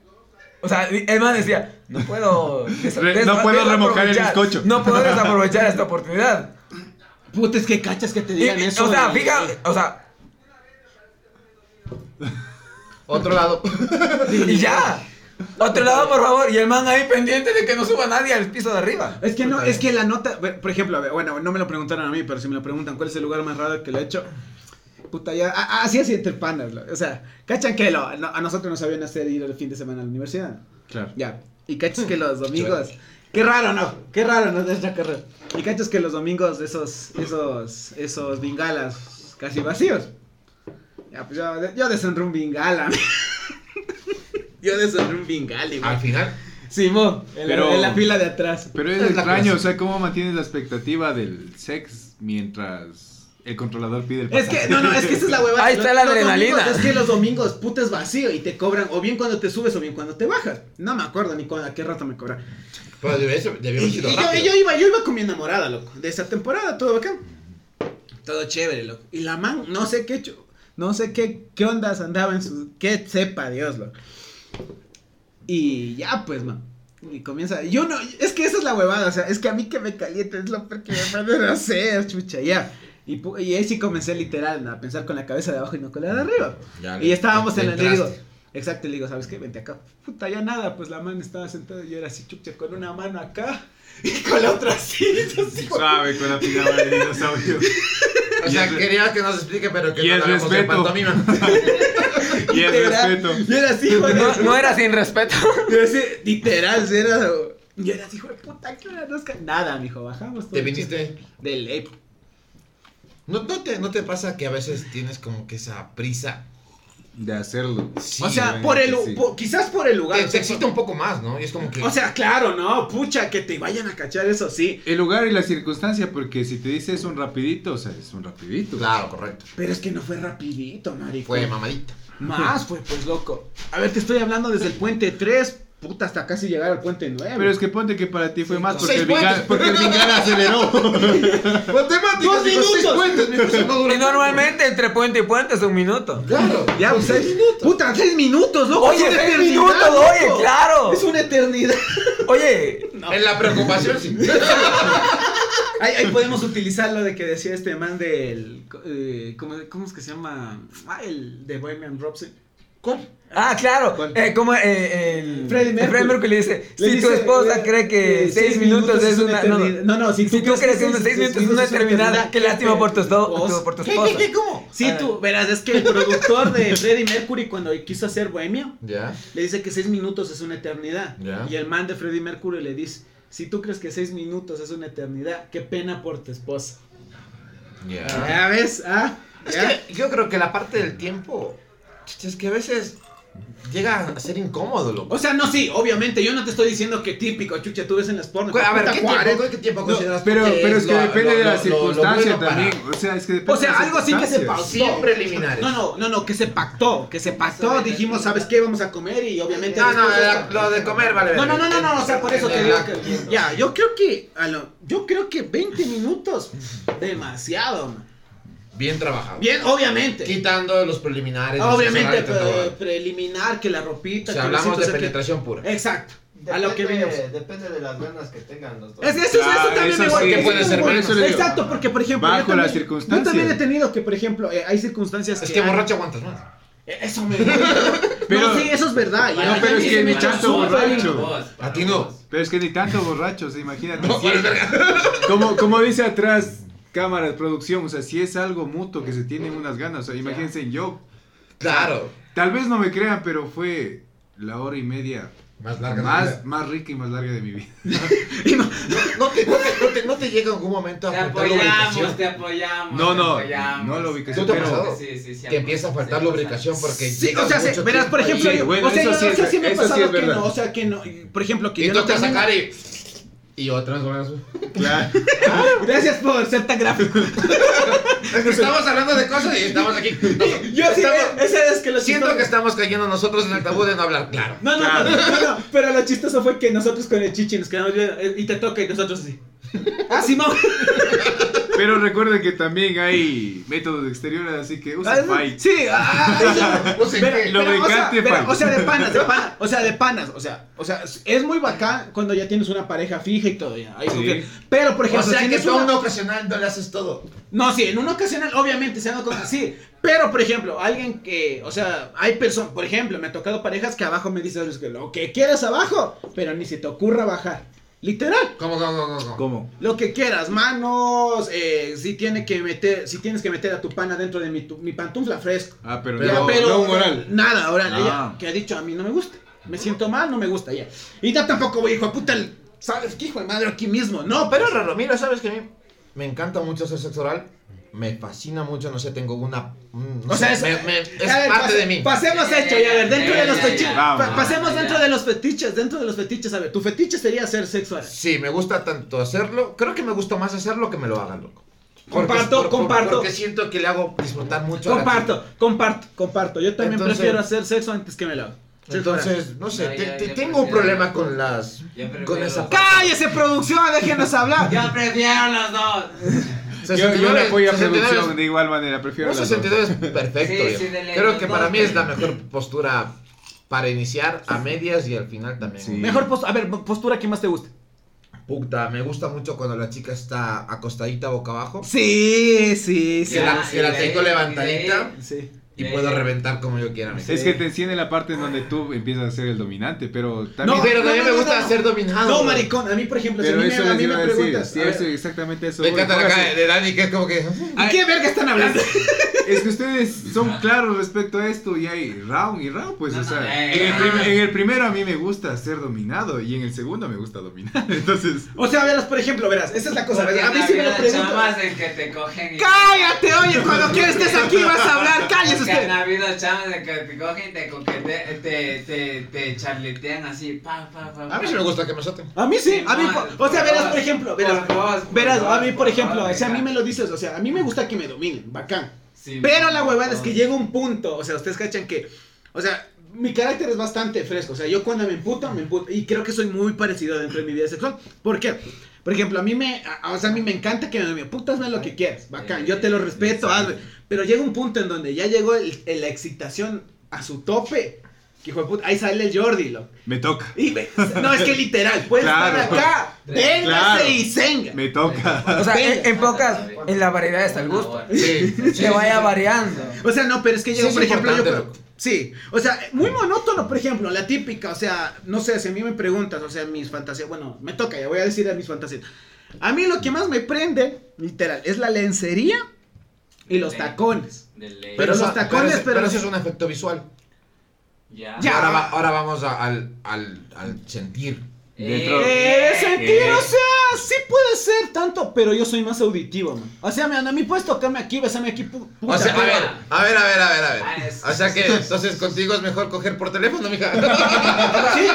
Speaker 5: o sea, el man decía, no puedo, des-
Speaker 3: Re-
Speaker 5: des-
Speaker 3: no puedo remojar el
Speaker 5: desaprovechar,
Speaker 3: bizcocho". *laughs*
Speaker 5: No puedo desaprovechar esta oportunidad.
Speaker 1: Puta, es que cachas que te
Speaker 5: Y-
Speaker 1: digan
Speaker 5: y-
Speaker 1: eso.
Speaker 5: o sea,
Speaker 1: güey.
Speaker 5: fíjate, o sea,
Speaker 2: Otro
Speaker 1: *laughs*
Speaker 2: lado.
Speaker 5: y ya. Otro lado, por favor. Y el man ahí pendiente de que no suba nadie al piso de arriba.
Speaker 1: Es que no, es que la nota, bueno, por ejemplo, a ver, bueno, no me lo preguntaron a mí, pero si me lo preguntan, ¿cuál es el lugar más raro que lo he hecho? Puta, ya, a- a- así así entre panas, lo- o sea, cachan que lo, no- a nosotros nos habían hacer ir el fin de semana a la universidad,
Speaker 3: Claro.
Speaker 1: ya, y cachas que
Speaker 3: *laughs*
Speaker 1: los domingos, qué raro, ¿no? Qué raro, ¿no? Nuestra carrera. Y cachas que los domingos esos, esos, esos bingalas casi vacíos. Ya, pues yo, yo desenré un bingala. yo desenré un bingala,
Speaker 2: Al final.
Speaker 1: *laughs* Simón, en,
Speaker 3: Pero-
Speaker 1: la, en la fila de atrás.
Speaker 3: Pero es,
Speaker 2: Es la
Speaker 3: extraño,
Speaker 2: clase.
Speaker 3: o sea, cómo mantienes la expectativa del sex mientras el controlador pide el
Speaker 1: Es
Speaker 3: pasaje?
Speaker 1: que, no, no, es que esa es la huevada.
Speaker 5: Ahí está la
Speaker 1: domingos-
Speaker 5: adrenalina.
Speaker 1: es que los domingos, puta, es vacío y te cobran o bien cuando te subes o bien cuando te bajas. No me acuerdo ni cuándo, a qué rato me cobran.
Speaker 2: Pero debió ser- debió
Speaker 1: Y,
Speaker 2: haber sido
Speaker 1: y yo,
Speaker 2: rápido.
Speaker 1: y yo iba, yo iba con mi enamorada, loco, de esa temporada, todo bacán. Todo chévere, loco. Y la man, no sé qué, chu- no sé qué, qué ondas andaba en su, qué sepa Dios, loco. Y ya, pues, man. Y comienza, yo no, es que esa es la huevada, o sea, es que a mí que me caliente es lo peor que me pueden hacer, chucha, ya. Y, pu- y ahí sí comencé literal a pensar con la cabeza de abajo y no con la de arriba.
Speaker 2: Ya,
Speaker 1: Y estábamos
Speaker 2: te-
Speaker 1: en la.
Speaker 2: te
Speaker 1: Le digo,
Speaker 2: entraste.
Speaker 1: exacto, le digo, ¿sabes qué? Vente acá. Puta, ya nada, pues la mano estaba sentada y yo era así, chucha, con una mano acá y con la otra así. *laughs* así,
Speaker 3: Suave con la pijama de dinosaurio.
Speaker 2: O sea,
Speaker 3: Y es-
Speaker 2: querías que nos explique, pero que
Speaker 3: y
Speaker 2: no
Speaker 3: es
Speaker 2: lo hagamos en
Speaker 3: respeto.
Speaker 2: pantomima.
Speaker 3: Y el
Speaker 1: literal.
Speaker 3: respeto.
Speaker 1: Yo era así, hijo de *laughs*
Speaker 5: *laughs* No, no era sin respeto.
Speaker 1: Yo era así, literal, era. Yo era así, hijo de puta, que hora no es ca- Nada, mijo, bajamos todo.
Speaker 2: Te viniste.
Speaker 1: De ley.
Speaker 2: ¿No, no, te, ¿No te pasa que a veces tienes como que esa prisa?
Speaker 3: De hacerlo.
Speaker 2: Sí,
Speaker 1: o sea,
Speaker 3: obviamente
Speaker 1: por el,
Speaker 3: sí.
Speaker 1: por- quizás por el lugar.
Speaker 2: Te,
Speaker 1: o
Speaker 2: te
Speaker 1: sea,
Speaker 2: excita un poco más, ¿no? Y es como que.
Speaker 1: O sea, claro, no, pucha, que te vayan a cachar, eso sí.
Speaker 3: El lugar y la circunstancia, porque si te dice es un rapidito, o sea, es un rapidito.
Speaker 2: claro, correcto.
Speaker 1: Pero es que no fue rapidito, marico.
Speaker 2: Fue mamadita.
Speaker 5: *laughs*
Speaker 1: Más fue, pues, loco. A ver, te estoy hablando desde el puente 3, puta, hasta casi llegar al puente 9.
Speaker 3: Pero es que ponte que para ti fue más porque
Speaker 2: Seis
Speaker 3: el
Speaker 2: puentes.
Speaker 3: Vigal, porque el Vigal aceleró.
Speaker 2: *laughs* Matemáticas,
Speaker 1: Dos
Speaker 2: digo, seis
Speaker 1: minutos.
Speaker 2: cuentas, mi cosa, no dura
Speaker 5: Y normalmente entre puente y puente es un minuto.
Speaker 2: Claro.
Speaker 1: Ya,
Speaker 2: Son
Speaker 1: pues, seis minutos. Puta, seis minutos, loco.
Speaker 5: Oye,
Speaker 1: pues, es una
Speaker 5: seis
Speaker 1: eternidad,
Speaker 5: minutos,
Speaker 1: loco.
Speaker 5: oye, claro.
Speaker 1: Es una
Speaker 5: *laughs*
Speaker 1: eternidad.
Speaker 5: Oye,
Speaker 2: En la preocupación, sí.
Speaker 1: Ahí, ahí podemos utilizar lo de que decía este man del. eh, ¿cómo, cómo es que se llama? Ah, el de Bohemian Rhapsody. ¿Cuál?
Speaker 5: ah, claro.
Speaker 1: ¿Cuál?
Speaker 5: Eh, como eh, el
Speaker 1: Freddie Mercury.
Speaker 5: el Freddie Mercury le dice,
Speaker 1: Le
Speaker 5: si tu
Speaker 1: dice,
Speaker 5: esposa
Speaker 1: eh,
Speaker 5: cree que
Speaker 1: eh,
Speaker 5: seis minutos es una... no, no.
Speaker 1: eternidad. No, no, si
Speaker 5: Si tú crees que unos seis minutos es una eternidad, qué
Speaker 1: eh,
Speaker 5: lástima por tu, esposo-
Speaker 1: esposo.
Speaker 5: por tu
Speaker 2: ¿Qué, qué,
Speaker 5: esposa.
Speaker 2: qué, cómo?
Speaker 1: Sí, tú, verás, es que el productor
Speaker 2: *laughs*
Speaker 1: de Freddie Mercury cuando quiso hacer Bohemia,
Speaker 2: Ya.
Speaker 1: le dice que seis minutos es una eternidad.
Speaker 2: Ya.
Speaker 1: Y el man de Freddie Mercury le dice, si tú crees que seis minutos es una eternidad, qué pena por tu esposa.
Speaker 2: Ya.
Speaker 1: ¿Ya ves? Ah,
Speaker 2: Es
Speaker 1: ya.
Speaker 2: que yo creo que la parte del tiempo. chucha, Es que a veces llega a ser incómodo, loco.
Speaker 1: O sea, no, sí, obviamente, yo no te estoy diciendo que típico, chucha, tú ves en las porno.
Speaker 2: A ver,
Speaker 1: puta,
Speaker 2: ¿qué
Speaker 1: cuarenta.
Speaker 2: tiempo, ¿qué tiempo
Speaker 3: No,
Speaker 2: consideras tú
Speaker 3: pero,
Speaker 2: que
Speaker 3: pero es que
Speaker 2: lo-
Speaker 3: depende
Speaker 2: lo-
Speaker 3: de la
Speaker 2: lo- lo- lo
Speaker 3: circunstancia
Speaker 2: bueno para
Speaker 3: también. O sea, es que depende
Speaker 1: O sea,
Speaker 3: de las
Speaker 1: algo así que se
Speaker 3: circunstancias.
Speaker 1: pausó.
Speaker 2: Siempre eliminares.
Speaker 1: No, no, no, no, que se pactó, que se pactó, dijimos, ¿sabes qué? Vamos a comer y obviamente...
Speaker 2: No, no,
Speaker 1: después
Speaker 2: la- lo de comer vale.
Speaker 1: No, no,
Speaker 2: verga.
Speaker 1: no, no, no, o sea, por eso te digo
Speaker 2: Ya,
Speaker 1: que... Ya, yo creo que... a lo- yo creo que 20 minutos, demasiado, man.
Speaker 2: Bien trabajado.
Speaker 1: Bien, obviamente.
Speaker 2: Quitando los preliminares. los
Speaker 1: Obviamente,
Speaker 2: horarios, todo.
Speaker 1: pre- preliminar, que la ropita...
Speaker 2: O
Speaker 1: que
Speaker 2: sea, hablamos
Speaker 1: necesito
Speaker 2: de
Speaker 1: hacer que-
Speaker 2: penetración pura.
Speaker 1: Exacto, a lo que venimos.
Speaker 6: Depende de las ganas que tengan los dos.
Speaker 1: Es, eso, eso
Speaker 3: Claro,
Speaker 1: también
Speaker 3: eso
Speaker 1: me voy
Speaker 3: sí,
Speaker 1: que
Speaker 2: puede ser
Speaker 1: bueno.
Speaker 2: menos, eso le digo.
Speaker 1: Exacto, porque por ejemplo.
Speaker 3: Bajo
Speaker 1: yo también-
Speaker 3: las circunstancias.
Speaker 1: Yo también he tenido que, por ejemplo, eh, hay circunstancias
Speaker 2: Es
Speaker 1: que.
Speaker 2: que
Speaker 1: han-
Speaker 2: borracho aguantas más.
Speaker 1: Eh, Eso me. *laughs* pero,
Speaker 3: Pero-
Speaker 1: no, sí, eso es verdad.
Speaker 3: No,
Speaker 1: ya-
Speaker 3: pero
Speaker 1: ya
Speaker 3: es
Speaker 1: sí
Speaker 3: que
Speaker 1: se me
Speaker 3: ni
Speaker 1: echó
Speaker 3: tanto
Speaker 1: súper-
Speaker 3: borracho.
Speaker 2: A ti no.
Speaker 3: Pero es que ni tanto borrachos, imagínate.
Speaker 2: No, vale, verga.
Speaker 3: Como, como dice atrás, cámaras, producción, o sea, si es algo mutuo que se tienen unas ganas, o sea, imagínense yo,
Speaker 2: Claro.
Speaker 3: tal vez no me crean, pero fue la hora y media
Speaker 2: Más larga.
Speaker 3: más, más rica y más larga de mi vida.
Speaker 2: No te, no, te, no, te, no te llega en algún momento a
Speaker 4: Te
Speaker 2: faltar la
Speaker 4: apoyamos,
Speaker 2: ubicación.
Speaker 4: te apoyamos.
Speaker 3: No, no,
Speaker 4: te apoyamos.
Speaker 3: no la ubicación,
Speaker 2: ¿Tú te has
Speaker 3: pero...
Speaker 2: pasado?
Speaker 4: Sí, sí, sí,
Speaker 2: Que empieza a faltar
Speaker 4: sí,
Speaker 2: lubricación porque
Speaker 1: Sí,
Speaker 2: llegas
Speaker 1: o sea, se-
Speaker 2: mucho
Speaker 1: verás, por
Speaker 2: tiempo
Speaker 1: ejemplo,
Speaker 3: Sí,
Speaker 1: yo,
Speaker 3: bueno,
Speaker 1: o sea,
Speaker 3: eso
Speaker 1: yo,
Speaker 3: sí
Speaker 1: no
Speaker 3: es
Speaker 1: sé si me ha
Speaker 3: ver- eso sí
Speaker 1: pasado
Speaker 3: es
Speaker 1: que
Speaker 3: verdad.
Speaker 1: no, o sea, que no, y, por ejemplo, que
Speaker 2: Y
Speaker 1: yo
Speaker 2: tú
Speaker 1: no
Speaker 2: te vas a
Speaker 1: tengo-
Speaker 2: sacar y...
Speaker 1: *laughs*
Speaker 2: Y otras más o menos.
Speaker 3: Claro.
Speaker 1: Gracias por ser tan gráfico.
Speaker 2: Es que estamos hablando de cosas y estamos aquí.
Speaker 1: *laughs* Yo sí, eh,
Speaker 2: Estamos-
Speaker 1: esa es que lo
Speaker 2: Siento
Speaker 1: chistoso-
Speaker 2: que estamos cayendo nosotros en el tabú de no
Speaker 1: *laughs*
Speaker 2: hablar claro.
Speaker 1: No, no, no, no, no, pero lo chistoso fue que nosotros con el chichi nos quedamos viendo, eh, y te toca y nosotros *laughs* así. Ah, sí, no.
Speaker 3: Pero recuerden que también hay métodos exteriores, así que
Speaker 1: Ah,
Speaker 3: usen
Speaker 1: eso-
Speaker 3: Fight.
Speaker 1: Sí, ah, *laughs* eso-
Speaker 2: *laughs* No sé
Speaker 1: pero-
Speaker 2: qué.
Speaker 3: lo
Speaker 1: pero, o, sea,
Speaker 3: lubricante,
Speaker 1: pero,
Speaker 3: Fai.
Speaker 1: o sea, de panas, de *laughs* panas, o sea, de panas, o sea, o sea, es muy bacán cuando ya tienes una pareja fija y todo ya. ahí
Speaker 3: Sí.
Speaker 1: confía. Pero por
Speaker 2: O
Speaker 1: ejemplo,
Speaker 2: sea, que
Speaker 1: tienes
Speaker 2: tú a
Speaker 1: una-
Speaker 2: una ocasional no le haces todo.
Speaker 1: no, sí, en una ocasional obviamente se dan cosas así, pero por ejemplo, alguien que, o sea, hay personas, por ejemplo, me ha tocado parejas que abajo me dicen lo que quieras abajo, pero ni se te ocurra bajar. Literal.
Speaker 2: ¿Cómo, cómo, cómo, cómo?
Speaker 3: ¿Cómo?
Speaker 1: Lo que quieras, manos, eh, si tiene que meter, si tienes que meter a tu pana dentro de mi, tu- mi pantufla fresco.
Speaker 3: Ah, pero,
Speaker 2: Pero-
Speaker 3: no,
Speaker 1: Ya, pero
Speaker 3: no un oral.
Speaker 1: Nada, oral,
Speaker 3: Ah.
Speaker 1: ella que ha dicho a mí no me gusta. Me siento mal, no me gusta ya. Y yo tampoco voy, hijo de puta, el- ¿sabes qué, hijo de madre? Aquí mismo, no, pero
Speaker 2: Pero raro, mira, sabes que a mí me encanta mucho hacer sexo oral. Me fascina mucho, no sé, tengo una. mm, no
Speaker 1: O sea,
Speaker 2: sé,
Speaker 1: es-
Speaker 2: me- me- es
Speaker 1: A ver,
Speaker 2: parte
Speaker 1: pase-
Speaker 2: de mí.
Speaker 1: Pasemos
Speaker 4: Ya,
Speaker 1: hecho,
Speaker 4: ya,
Speaker 1: ya, a ver,
Speaker 4: ya,
Speaker 1: dentro
Speaker 4: ya,
Speaker 1: de los
Speaker 4: ya, ya.
Speaker 1: fetiches.
Speaker 3: Vamos.
Speaker 1: pa- pasemos
Speaker 4: Ya.
Speaker 1: dentro de los fetiches, dentro de los fetiches, a ver, tu fetiche sería ser sexual.
Speaker 2: Sí, me gusta tanto hacerlo. Creo que me gusta más hacerlo que me lo hagan, loco.
Speaker 1: Comparto, comparto.
Speaker 2: Porque siento que le hago disfrutar mucho. a la
Speaker 1: Comparto, comparto, comparto. Yo también
Speaker 2: Entonces-
Speaker 1: prefiero hacer sexo antes que me lo haga.
Speaker 2: chica.
Speaker 1: Sexo oral.
Speaker 2: Entonces, no sé,
Speaker 4: No,
Speaker 2: te-
Speaker 4: ya- pues,
Speaker 2: te-
Speaker 4: ya
Speaker 2: tengo un
Speaker 4: prefiero-
Speaker 2: problema con las.
Speaker 4: Ya prefiero-
Speaker 2: Con esa parte.
Speaker 1: ¡Cállese, producción! ¡Déjenos hablar!
Speaker 4: Yo prefiero los dos.
Speaker 3: Yo, yo le
Speaker 2: 69,
Speaker 3: apoyo a
Speaker 2: 69,
Speaker 3: producción de igual manera, prefiero
Speaker 2: Un
Speaker 3: las dos.
Speaker 2: 62 es perfecto.
Speaker 4: Sí,
Speaker 2: yo.
Speaker 4: sí, de ley,
Speaker 2: Creo
Speaker 4: los
Speaker 2: que
Speaker 4: dos,
Speaker 2: para mí
Speaker 4: pero-
Speaker 2: es la mejor postura para iniciar a medias y al final también.
Speaker 3: Sí.
Speaker 1: Mejor postura, a ver, postura que más te guste.
Speaker 2: Puta, me gusta mucho cuando la chica está acostadita boca abajo.
Speaker 1: Sí, sí,
Speaker 2: Que la,
Speaker 4: Ya,
Speaker 2: que la
Speaker 4: sí,
Speaker 2: tengo
Speaker 4: sí,
Speaker 2: levantadita
Speaker 1: Sí.
Speaker 2: y
Speaker 4: sí.
Speaker 2: puedo reventar como yo quiera. mi
Speaker 3: Es que te enciende la parte en donde tú empiezas a ser el dominante, pero también...
Speaker 2: No, pero
Speaker 1: no,
Speaker 2: también
Speaker 1: no,
Speaker 2: me
Speaker 1: no,
Speaker 2: gusta
Speaker 1: no.
Speaker 2: ser dominado.
Speaker 1: No,
Speaker 2: bro.
Speaker 1: maricón, a mí, por ejemplo, si a
Speaker 3: Pero
Speaker 1: mí
Speaker 3: eso
Speaker 1: me, a
Speaker 3: les
Speaker 1: mí
Speaker 3: iba
Speaker 1: me
Speaker 3: a decir,
Speaker 1: preguntas.
Speaker 3: sí,
Speaker 1: a ver,
Speaker 3: eso, exactamente eso.
Speaker 2: Me
Speaker 3: güey,
Speaker 2: encanta la
Speaker 3: póngase-
Speaker 2: cara de Dani que es como que...
Speaker 1: ¿De qué verga están hablando?
Speaker 3: Es que ustedes son claros respecto a esto y hay round y round, pues,
Speaker 4: No,
Speaker 3: o
Speaker 4: no,
Speaker 3: sea,
Speaker 4: eh,
Speaker 3: en el,
Speaker 4: eh.
Speaker 3: prim- en el primero a mí me gusta ser dominado y en el segundo me gusta dominar, *laughs* entonces...
Speaker 1: O sea, verás, por ejemplo, verás, esa es la cosa,
Speaker 4: Porque
Speaker 1: verás, a mí
Speaker 4: la
Speaker 1: sí me lo
Speaker 4: vida
Speaker 1: preguntan.
Speaker 4: chamas el que te cogen y...
Speaker 1: ¡Cállate, oye! Cuando quieres estés aquí vas a hablar, cállese
Speaker 4: Porque
Speaker 1: usted.
Speaker 4: han habido chamas de que te cogen y te coquete, te, te, te charletean así, pa, pa, pa.
Speaker 2: A mí sí me gusta que me soten.
Speaker 1: A mí sí, a mí, po- o sea, verás, por ejemplo, verás,
Speaker 4: Por vos, por
Speaker 1: verás,
Speaker 4: vos,
Speaker 1: a mí, por ejemplo,
Speaker 4: vos,
Speaker 1: o sea, a mí
Speaker 4: venga.
Speaker 1: me lo dices, o sea, a mí me gusta que me dominen, bacán.
Speaker 4: Sí, Ah.
Speaker 1: Pero la
Speaker 4: por
Speaker 1: huevada es
Speaker 4: vos.
Speaker 1: que llega un punto, o sea, ustedes cachan que, o sea, mi carácter es bastante fresco, o sea, yo cuando me emputo, me emputo, y creo que soy muy parecido dentro de mi vida sexual. ¿Por qué? Por ejemplo, a mí me, a- o sea, a mí me encanta que me dominen, puta, hazme lo que quieras, bacán, yo te lo respeto, hazme, pero llega un punto en donde ya llegó el- el- la excitación a su tope, que hijo de puta, ahí sale el Jordi, loco.
Speaker 3: Me toca,
Speaker 1: Y ve- no, es que literal, puedes
Speaker 3: Claro.
Speaker 1: estar acá, véngase
Speaker 3: Claro.
Speaker 1: y cenga.
Speaker 3: me toca.
Speaker 5: O sea, en, en pocas,
Speaker 4: Venga.
Speaker 5: en la variedad está el gusto.
Speaker 4: Ahora.
Speaker 2: Sí. sí,
Speaker 5: Que vaya variando.
Speaker 1: O sea, no, pero es que llega,
Speaker 2: Sí,
Speaker 1: por
Speaker 2: es
Speaker 1: ejemplo, yo.
Speaker 2: importante, loco.
Speaker 1: Sí, o sea, muy monótono, por ejemplo, la típica, o sea, no sé, si a mí me preguntas, o sea, mis fantasías, bueno, me toca, ya voy a decir a mis fantasías. A mí lo que más me prende, literal, es la lencería y los
Speaker 4: Sí.
Speaker 1: tacones.
Speaker 4: De ley.
Speaker 1: Pero los
Speaker 2: eso-
Speaker 1: tacones,
Speaker 2: ese-
Speaker 1: pero-
Speaker 2: pero eso es un efecto visual.
Speaker 4: Ya.
Speaker 1: Ya.
Speaker 2: Ahora, va- ahora vamos a- al, al, al sentir.
Speaker 3: Dentro-
Speaker 1: Eh, sentir,
Speaker 3: eh.
Speaker 1: o sea, sí puede ser tanto, pero yo soy más auditivo, man. O sea, man, a mí puedes tocarme aquí, besarme aquí, pu- puta,
Speaker 2: O sea, a
Speaker 1: pero-
Speaker 2: ver, a ver, a ver, a ver, a ver.
Speaker 4: Ah, es-
Speaker 2: O sea que entonces contigo es mejor coger por
Speaker 1: *laughs*
Speaker 2: teléfono, mija.
Speaker 1: Sí.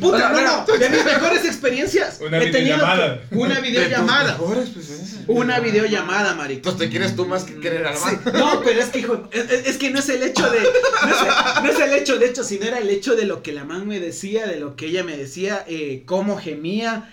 Speaker 1: Puta, no, no, de mis mejores experiencias.
Speaker 7: Una
Speaker 1: he tenido
Speaker 7: videollamada.
Speaker 1: que- Una videollamada. Una videollamada, marico.
Speaker 2: Entonces te quieres tú más que querer al man.
Speaker 1: No, pero es que, hijo, es, es- es que no es el hecho de. No es, no es el hecho de hecho, sino era el hecho de lo que la man me decía, de lo que ella me decía, eh, cómo gemía,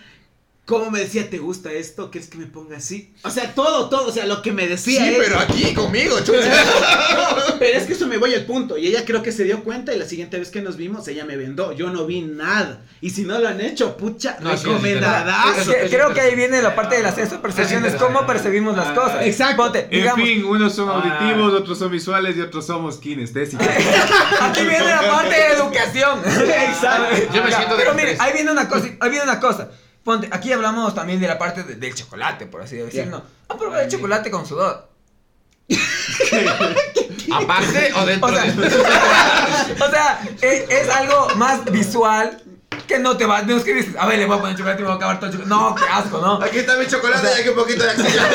Speaker 1: cómo me decía, ¿te gusta esto? ¿Quieres que me ponga así? O sea, todo, todo, o sea, lo que me
Speaker 2: Sí,
Speaker 1: decía. ella.
Speaker 2: pero aquí conmigo, chucha.
Speaker 1: No, pero es que eso me voy al punto. Y ella creo que se dio cuenta y la siguiente vez que nos vimos, ella me vendó. Yo no vi nada. Y si no lo han hecho, pucha,
Speaker 2: No, sí, sí,
Speaker 1: recomendadazo.
Speaker 2: Eso,
Speaker 5: Que-
Speaker 2: eso,
Speaker 5: creo
Speaker 2: eso.
Speaker 5: que ahí viene la parte de las sexto percepciones,
Speaker 2: Eso es
Speaker 5: cómo percibimos las cosas.
Speaker 1: Ah, Exacto.
Speaker 5: Ponte,
Speaker 3: Ah, En
Speaker 5: digamos,
Speaker 3: fin, unos son
Speaker 4: Ah.
Speaker 3: auditivos, otros son visuales y otros somos kinestésicos.
Speaker 5: aquí viene la parte de educación.
Speaker 1: *laughs* Exacto.
Speaker 2: *laughs* Yo me
Speaker 5: Ya,
Speaker 2: siento de
Speaker 5: Pero mire,
Speaker 2: tres.
Speaker 5: ahí viene una cosa, ahí viene una cosa. Ponte, aquí hablamos también de la parte de- del chocolate, por así decirlo. A probar el chocolate con sudor.
Speaker 2: Aparte o dentro
Speaker 5: O sea,
Speaker 2: de.
Speaker 5: o sea, e- es, algo más visual que no te va, no es que dices, a ver, le voy a poner chocolate y me voy a acabar todo el chocolate. No, qué asco, no.
Speaker 2: *laughs* Aquí está mi chocolate y aquí un poquito de axila.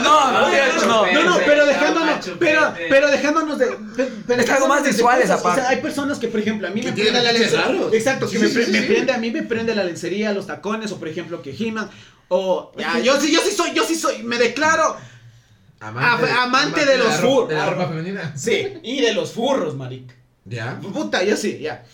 Speaker 5: No, Ah, no, no, no, no.
Speaker 1: No, no, pero dejándonos,
Speaker 4: Chupete.
Speaker 1: pero, pero dejándonos de. pe- pero
Speaker 5: Es que algo
Speaker 1: dejándonos
Speaker 5: más
Speaker 1: de
Speaker 5: visual esa
Speaker 1: cosas. O sea,
Speaker 5: parte.
Speaker 1: hay personas que, por ejemplo, a mí me
Speaker 2: Que
Speaker 1: prende
Speaker 2: tienen
Speaker 1: la
Speaker 2: pinches
Speaker 1: lencería.
Speaker 2: raros.
Speaker 1: Exacto, que
Speaker 2: Sí,
Speaker 1: me,
Speaker 2: sí,
Speaker 1: pre-
Speaker 2: sí,
Speaker 1: me
Speaker 2: sí.
Speaker 1: prende, a mí me prende la lencería, los tacones, o por ejemplo, que giman. O, ya, yo sí, yo sí soy, yo sí soy, me declaro Amante- amante de los
Speaker 2: la ro-
Speaker 1: fur.
Speaker 2: De la ropa femenina.
Speaker 1: Sí, y de los furros, marica.
Speaker 2: Ya.
Speaker 1: Pues Puta, yo sí, ya.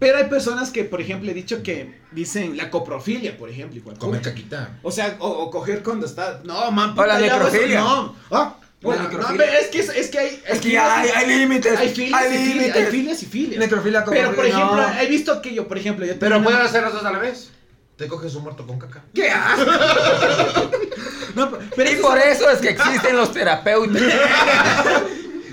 Speaker 1: Pero hay personas que, por ejemplo, he dicho que dicen la coprofilia, por ejemplo. igual.
Speaker 2: Comer caquita.
Speaker 1: O sea, o, o coger cuando está. No, man,
Speaker 5: O la
Speaker 1: ya hago eso,
Speaker 5: necrofilia.
Speaker 1: No. Ah, bueno, no,
Speaker 5: necrofilia.
Speaker 1: pero es que, es, es que hay.
Speaker 5: Es que ya hay, hay límites.
Speaker 1: Hay filias, y filias, hay filias y filias.
Speaker 5: Necrofilia como
Speaker 1: Pero, por
Speaker 5: no.
Speaker 1: ejemplo, he visto que yo, por ejemplo, yo
Speaker 2: Pero
Speaker 1: tengo
Speaker 2: pueden
Speaker 1: una-
Speaker 2: hacer los dos a la vez. Te coges un muerto con caca.
Speaker 1: ¡Qué asco! no, pero
Speaker 5: Y
Speaker 1: eso-
Speaker 5: por eso es que existen los terapeutas.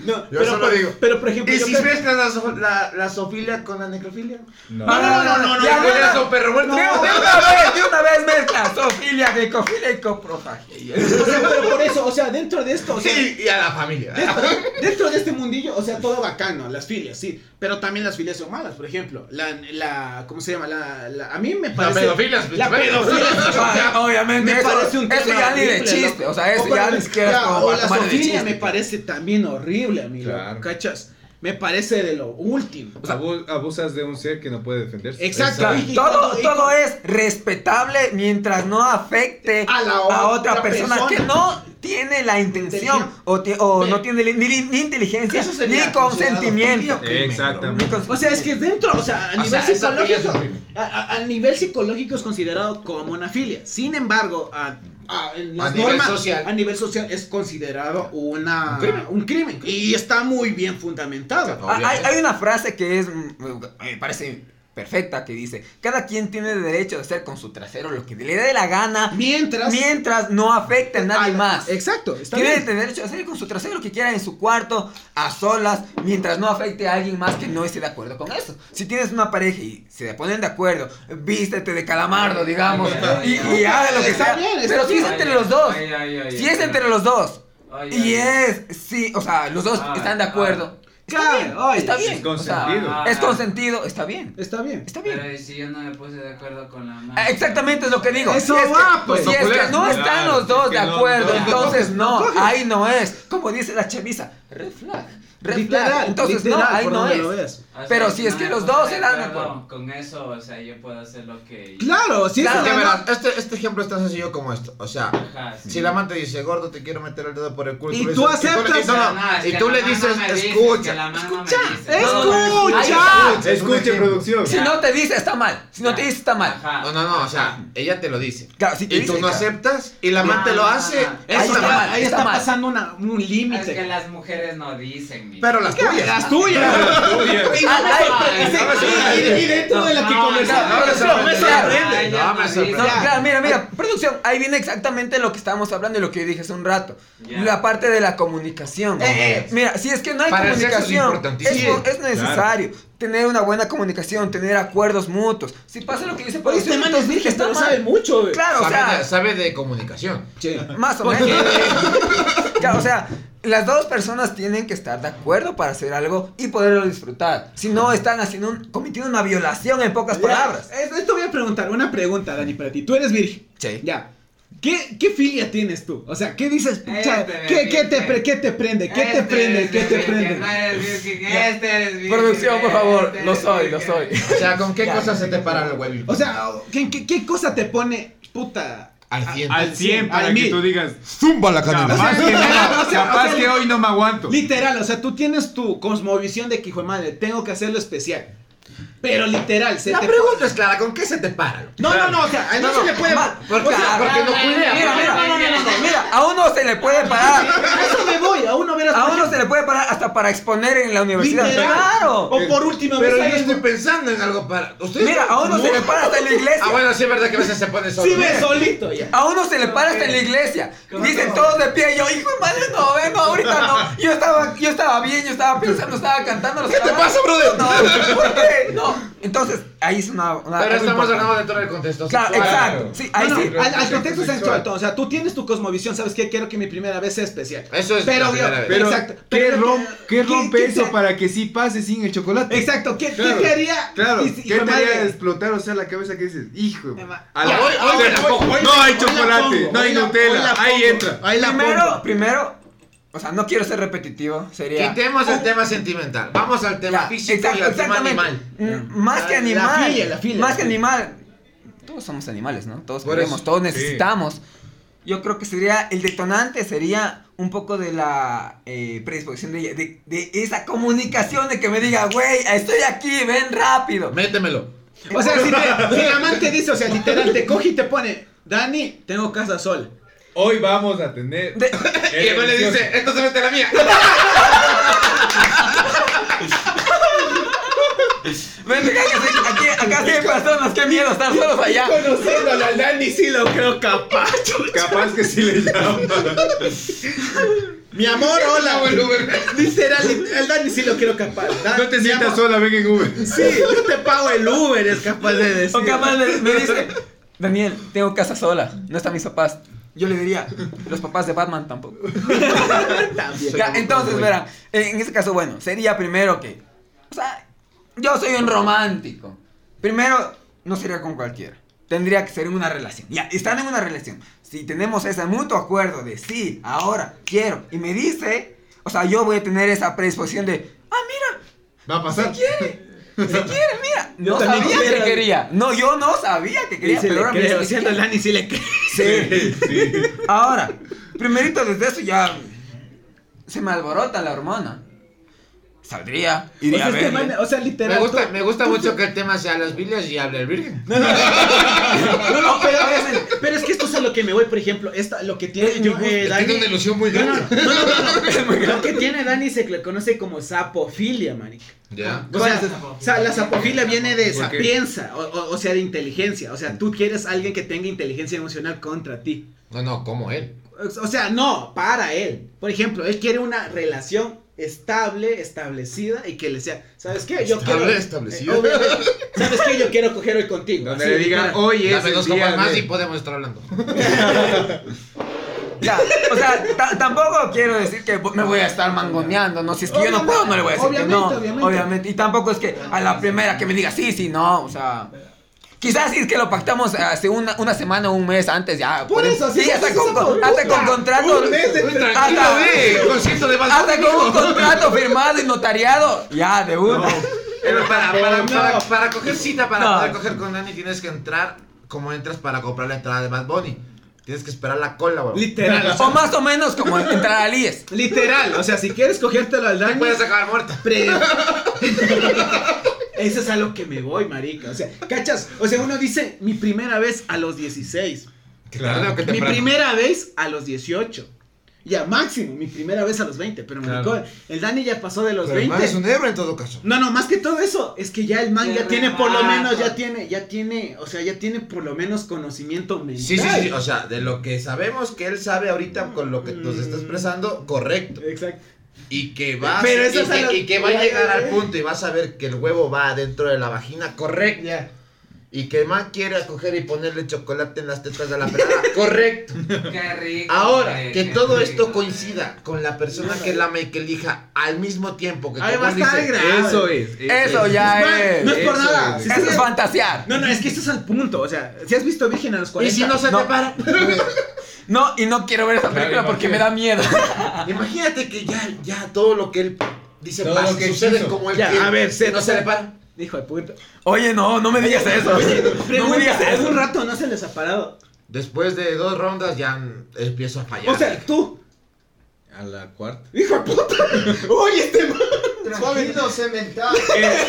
Speaker 1: no,
Speaker 2: Yo
Speaker 1: pero,
Speaker 2: solo
Speaker 1: por,
Speaker 2: digo.
Speaker 1: Pero, por ejemplo,
Speaker 2: ¿Y
Speaker 1: yo
Speaker 2: si
Speaker 1: creo-
Speaker 2: mezclas la, zo- la, la zoofilia con la necrofilia?
Speaker 7: No.
Speaker 5: Ah.
Speaker 1: No, no, no, no, no.
Speaker 5: Ya,
Speaker 1: no,
Speaker 5: ya,
Speaker 1: no.
Speaker 5: ya.
Speaker 2: un perro muerto.
Speaker 5: De de una vez, de una vez mezcla zoofilia, glicofilia y coprofagia.
Speaker 1: O sea, pero por eso, o sea, dentro de esto, o sea,
Speaker 2: Sí, y a la familia.
Speaker 1: Dentro, dentro de este mundillo, o sea, todo bacano, las filias, sí. Pero también las filias son malas, por ejemplo. La, la ¿cómo se llama? La, la- a mí me
Speaker 2: La
Speaker 1: parece...
Speaker 2: pedofilia. pues,
Speaker 1: La
Speaker 2: *laughs*
Speaker 1: pedofilia. *laughs*
Speaker 5: Ah, Obviamente,
Speaker 1: Me
Speaker 5: eso,
Speaker 1: parece un
Speaker 5: eso
Speaker 1: tema
Speaker 5: ya ni de
Speaker 1: horrible,
Speaker 5: chiste.
Speaker 1: loco.
Speaker 5: O sea, eso
Speaker 1: por
Speaker 5: ya
Speaker 1: ejemplo,
Speaker 5: ni siquiera es
Speaker 1: ya,
Speaker 5: como
Speaker 1: O
Speaker 5: para
Speaker 1: la
Speaker 5: tomar de
Speaker 1: zoofilia
Speaker 5: chiste.
Speaker 1: me parece también horrible, amigo.
Speaker 7: Claro.
Speaker 1: ¿Cachas? Me parece de lo último.
Speaker 3: Abu- abusas de un ser que no puede defenderse.
Speaker 1: Exacto.
Speaker 5: Claro,
Speaker 1: Y- y
Speaker 5: todo,
Speaker 1: y-
Speaker 5: todo es respetable mientras no afecte
Speaker 1: A la
Speaker 5: a otra
Speaker 1: otra
Speaker 5: persona,
Speaker 1: persona.
Speaker 5: que no tiene la intención
Speaker 1: Intención.
Speaker 5: o, ti- o
Speaker 1: Ve.
Speaker 5: no tiene li- ni, li- ni inteligencia
Speaker 1: Eso
Speaker 5: ni
Speaker 1: sería
Speaker 5: consentimiento.
Speaker 1: considerado
Speaker 5: Ni
Speaker 3: Exactamente.
Speaker 5: cons-
Speaker 1: O sea, es que dentro, o sea, a
Speaker 2: O
Speaker 1: nivel
Speaker 2: sea, esa filia es
Speaker 1: psicológico,
Speaker 2: horrible.
Speaker 1: a, a- a nivel psicológico es considerado como una filia. Sin embargo, a, a- en las
Speaker 2: A nivel
Speaker 1: normas,
Speaker 2: social.
Speaker 1: a nivel social es considerado una
Speaker 2: Un crimen.
Speaker 1: un crimen. y está muy bien fundamentado.
Speaker 5: Ah, Hay, hay una frase que es mm, me parece perfecta que dice, cada quien tiene derecho de hacer con su trasero lo que le dé la gana
Speaker 1: Mientras,
Speaker 5: mientras no afecte a nadie
Speaker 1: al-
Speaker 5: más.
Speaker 1: Exacto, está
Speaker 5: Tiene
Speaker 1: bien.
Speaker 5: el derecho de hacer con su trasero lo que quiera en su cuarto, a solas, mientras no afecte a alguien más que no esté de acuerdo con eso. Si tienes una pareja y se ponen de acuerdo, vístete de calamardo, digamos,
Speaker 4: Ay, ay,
Speaker 5: y,
Speaker 4: ay.
Speaker 5: y haga lo que
Speaker 1: Está
Speaker 5: sea.
Speaker 1: bien, está
Speaker 5: Pero si es
Speaker 4: Ay,
Speaker 5: entre
Speaker 4: ay,
Speaker 5: los dos,
Speaker 4: ay, ay, ay,
Speaker 5: si
Speaker 4: ay,
Speaker 5: es
Speaker 4: ay.
Speaker 5: entre los dos,
Speaker 4: Oye,
Speaker 5: Y
Speaker 4: oye.
Speaker 5: es, sí, o sea, los dos
Speaker 4: Ah,
Speaker 5: están de
Speaker 4: ah.
Speaker 5: acuerdo.
Speaker 1: Claro, oye,
Speaker 5: está
Speaker 1: es
Speaker 5: bien. o sea,
Speaker 3: consentido.
Speaker 5: es consentido, está bien.
Speaker 1: Está bien.
Speaker 5: Está bien.
Speaker 4: Pero ¿y si yo no me puse de acuerdo con la
Speaker 5: Ah,
Speaker 4: madre?
Speaker 5: Exactamente es lo que digo.
Speaker 1: Eso
Speaker 5: si es
Speaker 1: va,
Speaker 5: que,
Speaker 1: pues,
Speaker 5: si
Speaker 3: no
Speaker 5: es que
Speaker 3: puedes,
Speaker 5: no
Speaker 3: claro,
Speaker 5: están los dos
Speaker 3: es que
Speaker 5: de
Speaker 3: no,
Speaker 5: acuerdo,
Speaker 3: no, no
Speaker 1: *laughs*
Speaker 5: entonces
Speaker 1: coges,
Speaker 5: no,
Speaker 1: no coges.
Speaker 5: ahí no es. Como dice la chemiza, red flag, red flag.
Speaker 1: Literal,
Speaker 5: Entonces
Speaker 1: literal,
Speaker 5: no, ahí
Speaker 1: por
Speaker 5: no
Speaker 1: donde
Speaker 5: es.
Speaker 1: lo veas.
Speaker 4: O sea,
Speaker 5: pero si
Speaker 4: no
Speaker 5: es que
Speaker 4: me
Speaker 5: los
Speaker 4: puse
Speaker 5: dos
Speaker 4: de
Speaker 5: se dan
Speaker 4: acuerdo
Speaker 5: acuerdo.
Speaker 4: Con eso, o sea, yo puedo hacer lo que...
Speaker 1: Claro, sí,
Speaker 5: Claro.
Speaker 1: es
Speaker 2: Que
Speaker 1: la-
Speaker 2: verás, este, este ejemplo es tan sencillo como esto. O sea,
Speaker 4: Ajá, sí.
Speaker 2: si el amante dice, gordo, te quiero meter el dedo por el culo.
Speaker 1: Y
Speaker 2: le
Speaker 1: tú
Speaker 2: dices- y le- y
Speaker 1: aceptas.
Speaker 2: no, no,
Speaker 4: No, no, es
Speaker 2: y
Speaker 4: que
Speaker 2: tú
Speaker 4: la
Speaker 2: le
Speaker 4: mamá
Speaker 2: dices,
Speaker 4: me dice, que la
Speaker 2: escucha.
Speaker 4: mamá no me dice.
Speaker 1: ¡Escucha!
Speaker 2: Es un
Speaker 3: Escuche,
Speaker 2: ejemplo.
Speaker 3: producción.
Speaker 5: Si no te dice, está mal. Si no te dice, está mal.
Speaker 4: Ajá.
Speaker 2: No, no, no, o sea, ella te lo dice.
Speaker 5: Claro, si te
Speaker 2: Y
Speaker 5: dice,
Speaker 2: tú no
Speaker 5: claro.
Speaker 2: aceptas y la amante
Speaker 4: No,
Speaker 2: lo
Speaker 4: no,
Speaker 2: hace.
Speaker 4: no, no.
Speaker 2: Es
Speaker 5: Ahí
Speaker 2: una
Speaker 5: está
Speaker 2: ma-
Speaker 5: mal.
Speaker 1: Ahí está
Speaker 5: está mal.
Speaker 1: pasando una- un
Speaker 4: Es que
Speaker 1: límite.
Speaker 4: las mujeres no dicen, mi.
Speaker 2: Pero las tuyas.
Speaker 1: Las tuyas. Y no me
Speaker 5: Ay,
Speaker 1: sorprende.
Speaker 2: no me sorprende.
Speaker 1: Y- y- y dentro de la que
Speaker 4: No,
Speaker 1: conversamos,
Speaker 2: no, no me
Speaker 1: no me
Speaker 2: sorprende.
Speaker 1: sorprende.
Speaker 2: No,
Speaker 4: ellas
Speaker 2: me
Speaker 4: dicen.
Speaker 2: sorprende.
Speaker 5: No,
Speaker 1: Ya.
Speaker 5: claro, mira, mira, producción, ahí viene exactamente lo que estábamos hablando y lo que yo dije hace un rato.
Speaker 4: Ya.
Speaker 5: La parte de la comunicación.
Speaker 2: Eh, eh.
Speaker 5: Mira, si es que no hay
Speaker 2: Para el sexo es
Speaker 5: comunicación, es,
Speaker 2: importantísimo.
Speaker 5: es necesario tener una buena comunicación, tener acuerdos mutuos. Si pasa lo que dice
Speaker 1: Oye,
Speaker 5: producción,
Speaker 1: este man es
Speaker 5: entonces
Speaker 1: virgen,
Speaker 5: está
Speaker 1: pero
Speaker 5: mal.
Speaker 1: sabe mucho, güey.
Speaker 5: Claro, o
Speaker 2: Sabe
Speaker 5: sea,
Speaker 2: de- Sabe de comunicación.
Speaker 1: Sí.
Speaker 5: más o menos. *laughs* Claro, o sea, las dos personas tienen que estar de acuerdo para hacer algo y poderlo disfrutar. Si no, están haciendo un- cometiendo una violación en pocas palabras.
Speaker 1: Ya, es- Eh, Esto voy a preguntar, una pregunta, Dani, para ti. Tú eres virgen.
Speaker 5: Sí.
Speaker 1: Ya. ¿Qué, ¿Qué filia tienes tú? O sea, ¿qué dices? pucha,
Speaker 4: Este me
Speaker 1: ¿qué, qué, te
Speaker 4: virgen.
Speaker 1: pre- ¿Qué te prende? ¿Qué te
Speaker 4: Este
Speaker 1: prende?
Speaker 4: eres
Speaker 1: ¿Qué te
Speaker 4: virgen,
Speaker 1: prende?
Speaker 4: No eres virgen,
Speaker 5: *laughs*
Speaker 4: este eres virgen,
Speaker 5: Producción, por
Speaker 4: este
Speaker 5: favor,
Speaker 4: eres
Speaker 5: lo soy, lo
Speaker 4: virgen.
Speaker 5: soy.
Speaker 2: O sea, ¿con qué
Speaker 5: Ya.
Speaker 2: cosas se te para el huevo?
Speaker 1: O sea, ¿qué, qué, qué cosa te pone puta?
Speaker 2: al cien.
Speaker 3: Al 100 para
Speaker 1: Al
Speaker 3: que
Speaker 1: mil.
Speaker 3: tú digas,
Speaker 2: Zumba la
Speaker 3: capaz que,
Speaker 1: o sea,
Speaker 3: capaz
Speaker 1: o sea,
Speaker 3: que hoy no me aguanto.
Speaker 1: Literal, o sea, tú tienes tu cosmovisión de que, hijo de madre, tengo que hacerlo especial. Pero literal, se
Speaker 2: La
Speaker 1: te-
Speaker 2: pregunta es clara, ¿con qué se te para?
Speaker 1: No, no, no, o sea, no, se le puede.
Speaker 5: mal,
Speaker 1: o sea,
Speaker 5: claro.
Speaker 2: Porque no cuidea.
Speaker 5: Mira, mira, no, no, no, no, mira, a uno se le puede parar,
Speaker 1: a eso me voy, a uno verás.
Speaker 5: a
Speaker 1: por
Speaker 5: uno se
Speaker 1: ejemplo,
Speaker 5: le puede parar hasta para exponer en la universidad.
Speaker 1: literal.
Speaker 5: Claro.
Speaker 1: O por último, ves
Speaker 2: Pero yo
Speaker 1: ahí
Speaker 2: estoy
Speaker 1: mismo.
Speaker 2: pensando en algo para. ¿Ustedes
Speaker 5: Mira, a uno se le para hasta en la
Speaker 2: Ah,
Speaker 5: iglesia.
Speaker 2: bueno, sí es verdad que a veces se pone solo.
Speaker 1: Sí, ves solito ya.
Speaker 5: A uno se le para hasta en la iglesia. Dicen todos de pie, yo, hijo de madre, no, vengo ahorita no. Yo estaba, yo estaba bien, yo estaba pensando, estaba cantando.
Speaker 2: ¿Qué te pasa, brother?
Speaker 5: No, ¿por qué? No. Entonces, ahí es una. una-
Speaker 2: Pero
Speaker 5: algo
Speaker 2: estamos
Speaker 5: importante.
Speaker 2: hablando de todo el contexto.
Speaker 5: Claro,
Speaker 2: sexual.
Speaker 5: exacto. Sí, ahí
Speaker 1: No, no,
Speaker 5: sí.
Speaker 1: al, al contexto
Speaker 2: Sexual.
Speaker 1: sexual, todo, o sea, tú tienes tu cosmovisión, ¿sabes qué? Quiero que mi primera vez sea especial.
Speaker 2: Eso es
Speaker 1: Pero,
Speaker 2: la primera
Speaker 1: yo-
Speaker 2: vez.
Speaker 3: Pero,
Speaker 1: Exacto.
Speaker 3: ¿qué,
Speaker 1: Pero-
Speaker 3: rom- qué rompe
Speaker 1: ¿qué- qué
Speaker 3: eso
Speaker 1: se-
Speaker 3: para que sí pase sin el chocolate?
Speaker 1: Exacto, ¿qué,
Speaker 3: Claro,
Speaker 1: ¿qué te haría?
Speaker 3: Claro,
Speaker 1: Y- y-
Speaker 3: ¿qué
Speaker 1: hijo de
Speaker 3: te haría
Speaker 1: madre,
Speaker 3: explotar? O sea, la cabeza que dices, hijo.
Speaker 1: Me va-
Speaker 3: a la-
Speaker 2: Ah, hoy- hoy
Speaker 3: se
Speaker 2: me la
Speaker 3: la-
Speaker 2: pongo,
Speaker 3: no hay
Speaker 1: hoy la
Speaker 3: chocolate,
Speaker 1: pongo,
Speaker 3: no hay
Speaker 1: hoy la- hoy
Speaker 3: Nutella,
Speaker 1: la
Speaker 3: ahí
Speaker 1: pongo.
Speaker 3: entra.
Speaker 1: Ahí la
Speaker 5: Primero,
Speaker 1: pongo.
Speaker 5: primero, o sea, no quiero ser repetitivo. Sería.
Speaker 2: Quitemos el tema sentimental. Vamos al tema
Speaker 5: Oh. Ya,
Speaker 2: físico
Speaker 5: exacto,
Speaker 2: y al tema
Speaker 5: exactamente.
Speaker 2: animal.
Speaker 5: Mm, Más
Speaker 1: La-
Speaker 5: que
Speaker 1: la
Speaker 5: animal.
Speaker 1: filia, la filia,
Speaker 5: más
Speaker 1: la
Speaker 5: que
Speaker 1: filia.
Speaker 5: animal. Todos somos animales, ¿no? Todos
Speaker 2: Por
Speaker 5: queremos,
Speaker 2: eso,
Speaker 5: todos
Speaker 2: sí.
Speaker 5: necesitamos. Yo creo que sería, el detonante sería un poco de la eh, predisposición de, ella, de, de esa comunicación de que me diga, güey, estoy aquí, ven rápido.
Speaker 2: Métemelo.
Speaker 1: O
Speaker 5: *laughs*
Speaker 1: sea, si,
Speaker 3: *laughs*
Speaker 1: te, si el amante dice, o sea, literal, te coge y te pone, Dani, tengo casa sol.
Speaker 3: Hoy vamos a
Speaker 5: *laughs*
Speaker 3: tener.
Speaker 5: De-
Speaker 2: Y luego le dice, esto se mete la
Speaker 5: *laughs*
Speaker 2: mía.
Speaker 5: ven, venga, que sí, aquí, acá sí hay personas, qué miedo estar solos allá.
Speaker 1: Conociéndole al Dani, sí lo creo capaz.
Speaker 3: Capaz que sí le llama.
Speaker 1: Mi amor, hola, Literal, el Dani sí lo creo capaz. Dan-
Speaker 3: No te
Speaker 1: mi
Speaker 3: sientas
Speaker 1: amor,
Speaker 3: sola, ven en Uber.
Speaker 1: Sí, yo te pago el Uber, es capaz de decir.
Speaker 5: O capaz me, me
Speaker 1: *laughs*
Speaker 5: dice, Daniel, tengo casa sola, no están mis papás. Yo le diría, los papás de Batman tampoco.
Speaker 1: *laughs* También.
Speaker 5: Ya, entonces, verá, en en ese caso, bueno, sería primero que. O sea, yo soy un romántico. Primero, no sería con cualquiera. Tendría que ser en una relación. Ya, están en una relación. Si tenemos ese mutuo acuerdo de sí, ahora, quiero, y me dice, o sea, yo voy a tener esa predisposición de, ah, mira,
Speaker 3: Va a pasar.
Speaker 5: si quiere, mira.
Speaker 1: Yo
Speaker 5: No
Speaker 1: también
Speaker 5: sabía
Speaker 1: quiero.
Speaker 5: que quería. No, yo no sabía que quería,
Speaker 1: Sí,
Speaker 5: pero
Speaker 1: le
Speaker 5: ahora me
Speaker 1: creo,
Speaker 5: dice que
Speaker 1: siendo el Dani sí le *laughs* creo.
Speaker 5: quiere. Sí.
Speaker 3: Sí.
Speaker 5: Ahora, primerito desde eso ya se me alborota la hormona. Saldría,
Speaker 1: O
Speaker 5: iría
Speaker 1: sea,
Speaker 5: a
Speaker 1: este
Speaker 5: verle.
Speaker 1: man, o sea, literal.
Speaker 2: Me gusta,
Speaker 1: tú-
Speaker 2: me gusta mucho que el tema sea las Biblias y hable el Virgen.
Speaker 1: No, no, pero, pero es que esto es a lo que me voy, por ejemplo, esta, lo que tiene
Speaker 5: Es
Speaker 1: yo,
Speaker 5: mi gusto.
Speaker 1: eh, Dani.
Speaker 2: Tengo una ilusión
Speaker 1: *laughs*
Speaker 2: muy
Speaker 1: No, no,
Speaker 2: grande.
Speaker 1: no, no, no, no. Lo que tiene Dani se le conoce como sapofilia, marica.
Speaker 2: Ya.
Speaker 1: O
Speaker 4: ¿Cuál
Speaker 1: sea,
Speaker 4: es sapofilia?
Speaker 1: o sea, la sapofilia viene de
Speaker 3: ¿Por qué?
Speaker 1: sapienza, o, o- o sea, de inteligencia. O sea, tú quieres a alguien que tenga inteligencia emocional contra ti.
Speaker 2: No, no, como él.
Speaker 1: O sea, no, para él. Por ejemplo, él quiere una relación estable, establecida y que le sea, ¿sabes qué? Yo
Speaker 2: Estable,
Speaker 1: quiero eh,
Speaker 2: establecida.
Speaker 1: obviamente, ¿Sabes qué? Yo quiero coger hoy contigo.
Speaker 3: Donde
Speaker 1: así,
Speaker 3: le digan,
Speaker 1: literal.
Speaker 3: oye, es
Speaker 2: Dame
Speaker 3: el
Speaker 2: dos
Speaker 3: día
Speaker 2: copas más
Speaker 3: de-
Speaker 2: y podemos estar hablando.
Speaker 5: Ya, o sea, ta- tampoco quiero decir que me voy a estar mangoneando, ¿no? Si es que yo no puedo, no le voy a decir que no.
Speaker 1: Obviamente, obviamente.
Speaker 5: obviamente. Y tampoco es que a la primera que me diga sí, sí, no, o sea. Quizás si es que lo pactamos hace una, una semana o un mes antes, ya.
Speaker 1: Por
Speaker 5: podemos-
Speaker 1: eso,
Speaker 5: sí,
Speaker 1: si
Speaker 5: hasta
Speaker 1: haces
Speaker 5: con,
Speaker 1: esa
Speaker 5: con- hasta con
Speaker 1: pregunta,
Speaker 5: contrato.
Speaker 1: un mes de-
Speaker 2: Tranquilo,
Speaker 5: Hasta-
Speaker 2: ve, concierto de Bad
Speaker 5: Hasta
Speaker 2: Bunny.
Speaker 5: con un contrato firmado y notariado, ya, de una.
Speaker 2: Pero para, para,
Speaker 1: No.
Speaker 2: para, para coger cita, para
Speaker 5: No.
Speaker 2: poder coger con Dani, tienes que entrar como entras para comprar la entrada de Bad Bunny. Tienes que esperar la cola, weón.
Speaker 1: Literal. o
Speaker 5: O
Speaker 1: sea,
Speaker 5: más o menos como entrar al E IES.
Speaker 1: literal. O sea, si quieres cogértelo al
Speaker 2: Te
Speaker 1: Dani.
Speaker 2: puedes acabar muerta.
Speaker 1: pre- *laughs* Eso es a lo que me voy, marica. O sea, ¿cachas? O sea, uno dice mi primera vez a los 16.
Speaker 2: Tarde o que
Speaker 1: Mi
Speaker 2: temprano.
Speaker 1: primera vez a los 18. Ya, máximo, mi primera vez a los 20. Pero
Speaker 3: Claro.
Speaker 1: maricón, el Dani ya pasó de los
Speaker 2: Pero el man
Speaker 1: 20.
Speaker 2: es un héroe en todo caso.
Speaker 1: No, no, más que todo eso, es que ya el man
Speaker 4: Qué
Speaker 1: ya tiene por lo
Speaker 4: remato.
Speaker 1: menos, ya tiene, ya tiene, o sea, ya tiene por lo menos conocimiento mental.
Speaker 2: Sí, sí, sí. O sea, de lo que sabemos que él sabe ahorita con lo que nos está expresando, correcto.
Speaker 1: Exacto.
Speaker 2: Y que va, a-
Speaker 1: Pero eso
Speaker 2: y,
Speaker 1: es a
Speaker 2: que-
Speaker 1: lo-
Speaker 2: y que va a
Speaker 1: ya, ya,
Speaker 2: llegar
Speaker 1: ya.
Speaker 2: al punto y va a saber que el huevo va dentro de la vagina, correcto.
Speaker 1: Ya.
Speaker 2: Y que el man quiere coger y ponerle chocolate en las tetas de la pelada, correcto.
Speaker 4: Qué rico.
Speaker 2: Ahora,
Speaker 4: güey,
Speaker 2: que
Speaker 4: qué
Speaker 2: todo
Speaker 4: rico,
Speaker 2: esto
Speaker 4: güey.
Speaker 2: coincida con la persona que la ama y que elija al mismo tiempo que
Speaker 1: Ahí
Speaker 2: como
Speaker 1: va a
Speaker 2: él
Speaker 1: estar
Speaker 2: dice,
Speaker 1: grave.
Speaker 3: Eso es.
Speaker 5: Eso
Speaker 3: es.
Speaker 5: ya
Speaker 1: Man,
Speaker 5: es.
Speaker 1: no es por
Speaker 3: eso
Speaker 1: nada.
Speaker 3: es.
Speaker 1: si
Speaker 5: Eso es
Speaker 1: se-
Speaker 5: fantasear.
Speaker 1: No, no, es que esto es al punto. O sea, si has visto Virgen a los
Speaker 2: Y
Speaker 1: 40.
Speaker 2: si no se te
Speaker 5: No.
Speaker 2: para. *laughs*
Speaker 5: No, y no quiero ver esa película porque me da miedo.
Speaker 2: Imagínate que ya, ya todo lo que él dice
Speaker 7: Todo
Speaker 2: pasa,
Speaker 7: lo que
Speaker 2: sucede
Speaker 7: quiso.
Speaker 2: como él
Speaker 1: Ya,
Speaker 2: quiere.
Speaker 1: a ver, se-
Speaker 2: Y no se le para.
Speaker 1: Hijo de puta.
Speaker 5: Oye, no, no me digas eso. no me digas
Speaker 1: Pregunta,
Speaker 5: eso.
Speaker 1: ¿algún rato no se les ha parado?
Speaker 2: Después de dos rondas ya mm, empiezo a fallar.
Speaker 1: O sea, tú,
Speaker 7: A la cuarta.
Speaker 1: hijo de puta. *laughs* Oye, este man.
Speaker 6: Tranquilo, cemental.
Speaker 3: Eh,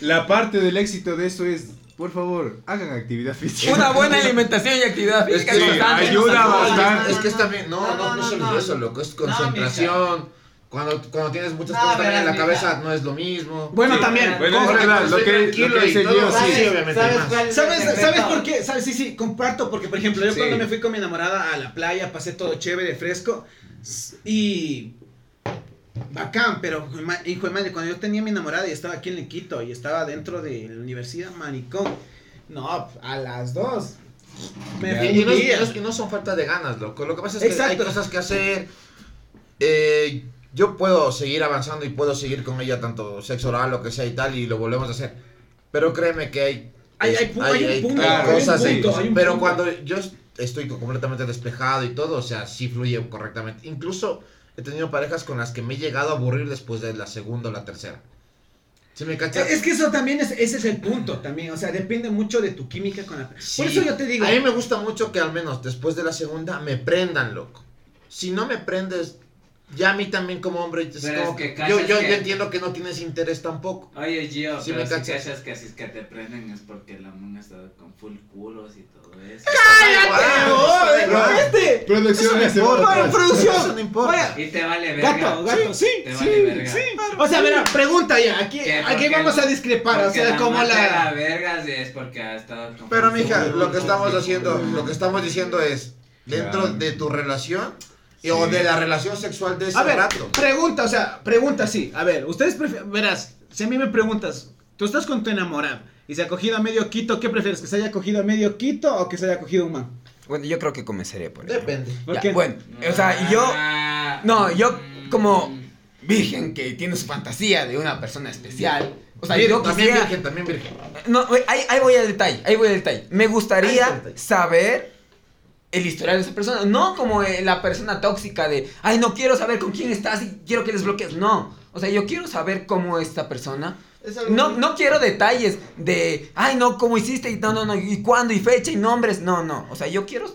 Speaker 3: La parte del éxito de esto es, por favor, hagan actividad física.
Speaker 5: Una buena alimentación y actividad
Speaker 2: Es
Speaker 5: física
Speaker 2: que
Speaker 5: constante.
Speaker 3: ayuda bastante.
Speaker 2: Es que es también, no, no, no solo eso, loco, es concentración. Cuando, cuando tienes muchas
Speaker 4: No,
Speaker 2: cosas también en la
Speaker 4: verás, mija.
Speaker 2: cabeza no es lo mismo.
Speaker 1: Bueno,
Speaker 4: Sí,
Speaker 1: también.
Speaker 4: bueno,
Speaker 1: ¿cómo-
Speaker 3: es
Speaker 2: Ahora,
Speaker 3: verdad,
Speaker 2: cuando
Speaker 3: lo
Speaker 2: estoy
Speaker 3: que- lo
Speaker 2: tranquilo
Speaker 3: que
Speaker 2: y
Speaker 3: se
Speaker 2: todo,
Speaker 3: dio, sí.
Speaker 2: sí, obviamente hay más.
Speaker 4: cuál es el
Speaker 1: ¿Sabes,
Speaker 4: secreto?
Speaker 1: ¿Sabes por qué? ¿Sabes? Sí, sí, comparto, porque por ejemplo, yo
Speaker 3: Sí.
Speaker 1: cuando me fui con mi enamorada a la playa, pasé todo chévere, fresco, s- y bacán, pero ma- hijo de madre, cuando yo tenía mi enamorada y estaba aquí en el Quito y estaba dentro de la universidad, maricón, no, a las dos, me
Speaker 2: Y, y no,
Speaker 1: fundía.
Speaker 2: y no- y no son falta de ganas, loco. Lo que pasa es que hay
Speaker 1: Exacto.
Speaker 2: cosas que hacer. Eh, yo puedo seguir avanzando y puedo seguir con ella tanto sexo oral, lo que sea y tal, y lo volvemos a hacer. Pero créeme que hay...
Speaker 1: Hay- hay
Speaker 2: es-
Speaker 1: pu- hay un punto,
Speaker 3: hay un
Speaker 2: cosas,
Speaker 1: punto,
Speaker 2: cosas.
Speaker 1: hay un
Speaker 2: pero
Speaker 1: punto.
Speaker 2: cuando yo es- estoy completamente despejado y todo, o sea, sí fluye correctamente. Incluso he tenido parejas con las que me he llegado a aburrir después de la segunda o la tercera. ¿Sí me cachas?
Speaker 1: Es que eso también es, ese es el punto también, o sea, depende mucho de tu química con la
Speaker 2: Sí.
Speaker 1: Por eso yo te digo,
Speaker 2: A mí me gusta mucho que al menos después de la segunda me prendan, loco. Si no me prendes, ya a mí también como hombre, es
Speaker 4: Pero
Speaker 2: como
Speaker 4: es que
Speaker 2: que yo,
Speaker 4: cachas
Speaker 2: yo,
Speaker 4: que-
Speaker 2: yo entiendo que no tienes interés tampoco.
Speaker 4: Oye, Gio,
Speaker 2: Sí
Speaker 4: pero
Speaker 2: me
Speaker 4: si
Speaker 2: cachas.
Speaker 4: cachas que así es que te prenden es porque la mona está con full culos y todo eso.
Speaker 2: ¡Ah! ¡Cállate,
Speaker 1: ¡Oh, este!
Speaker 7: Producciones de
Speaker 1: Bueno,
Speaker 2: Eso
Speaker 1: producción,
Speaker 2: no importa.
Speaker 1: Vaya.
Speaker 4: Y te vale verga.
Speaker 1: Gato, gato, sí,
Speaker 4: Te
Speaker 1: sí,
Speaker 4: vale verga.
Speaker 1: sí. O sea, a ver, pregunta ya, aquí,
Speaker 4: Que
Speaker 1: aquí
Speaker 4: porque-
Speaker 1: vamos a discrepar, o
Speaker 4: porque
Speaker 1: sea,
Speaker 4: la
Speaker 1: como
Speaker 4: mona te
Speaker 1: la...
Speaker 4: da vergas y es porque ha estado con
Speaker 2: Pero
Speaker 4: full
Speaker 2: mija,
Speaker 4: culo,
Speaker 2: lo que
Speaker 4: full
Speaker 2: estamos
Speaker 4: culo.
Speaker 2: haciendo, lo que estamos diciendo es dentro
Speaker 3: Claro.
Speaker 2: de tu relación y- o de la relación sexual de ese
Speaker 1: A ver,
Speaker 2: rato.
Speaker 1: pregunta, o sea, pregunta sí. A ver, ustedes prefieren. Verás, si a mí me preguntas, tú estás con tu enamorado y se ha cogido a medio quito, ¿qué prefieres? ¿Que se haya cogido a medio quito o que se haya cogido un man?
Speaker 5: Bueno, yo creo que comenzaré por eso.
Speaker 2: Depende.
Speaker 1: ¿Por
Speaker 5: Ya,
Speaker 1: qué?
Speaker 5: Bueno, o sea, yo,
Speaker 4: Ah,
Speaker 5: no, yo
Speaker 4: mm,
Speaker 5: como virgen que tiene su fantasía de una persona especial. O sea,
Speaker 2: Vir-
Speaker 5: yo
Speaker 2: también
Speaker 5: quisiera...
Speaker 2: virgen, también virgen.
Speaker 5: No, güey, ahí, ahí voy al detalle, ahí voy al detalle.
Speaker 2: Ahí está
Speaker 5: Me
Speaker 2: el
Speaker 5: gustaría
Speaker 2: detalle.
Speaker 5: saber el historial de esa persona. No como eh, la persona tóxica de, ay, no quiero saber con quién estás y quiero que les bloquees. No. O sea, yo quiero saber cómo es esta persona.
Speaker 6: Es algo
Speaker 5: No,
Speaker 6: muy-
Speaker 5: no quiero detalles de, ay, no, cómo hiciste y no, no, no, y cuándo y fecha y nombres. No, no. O sea, yo quiero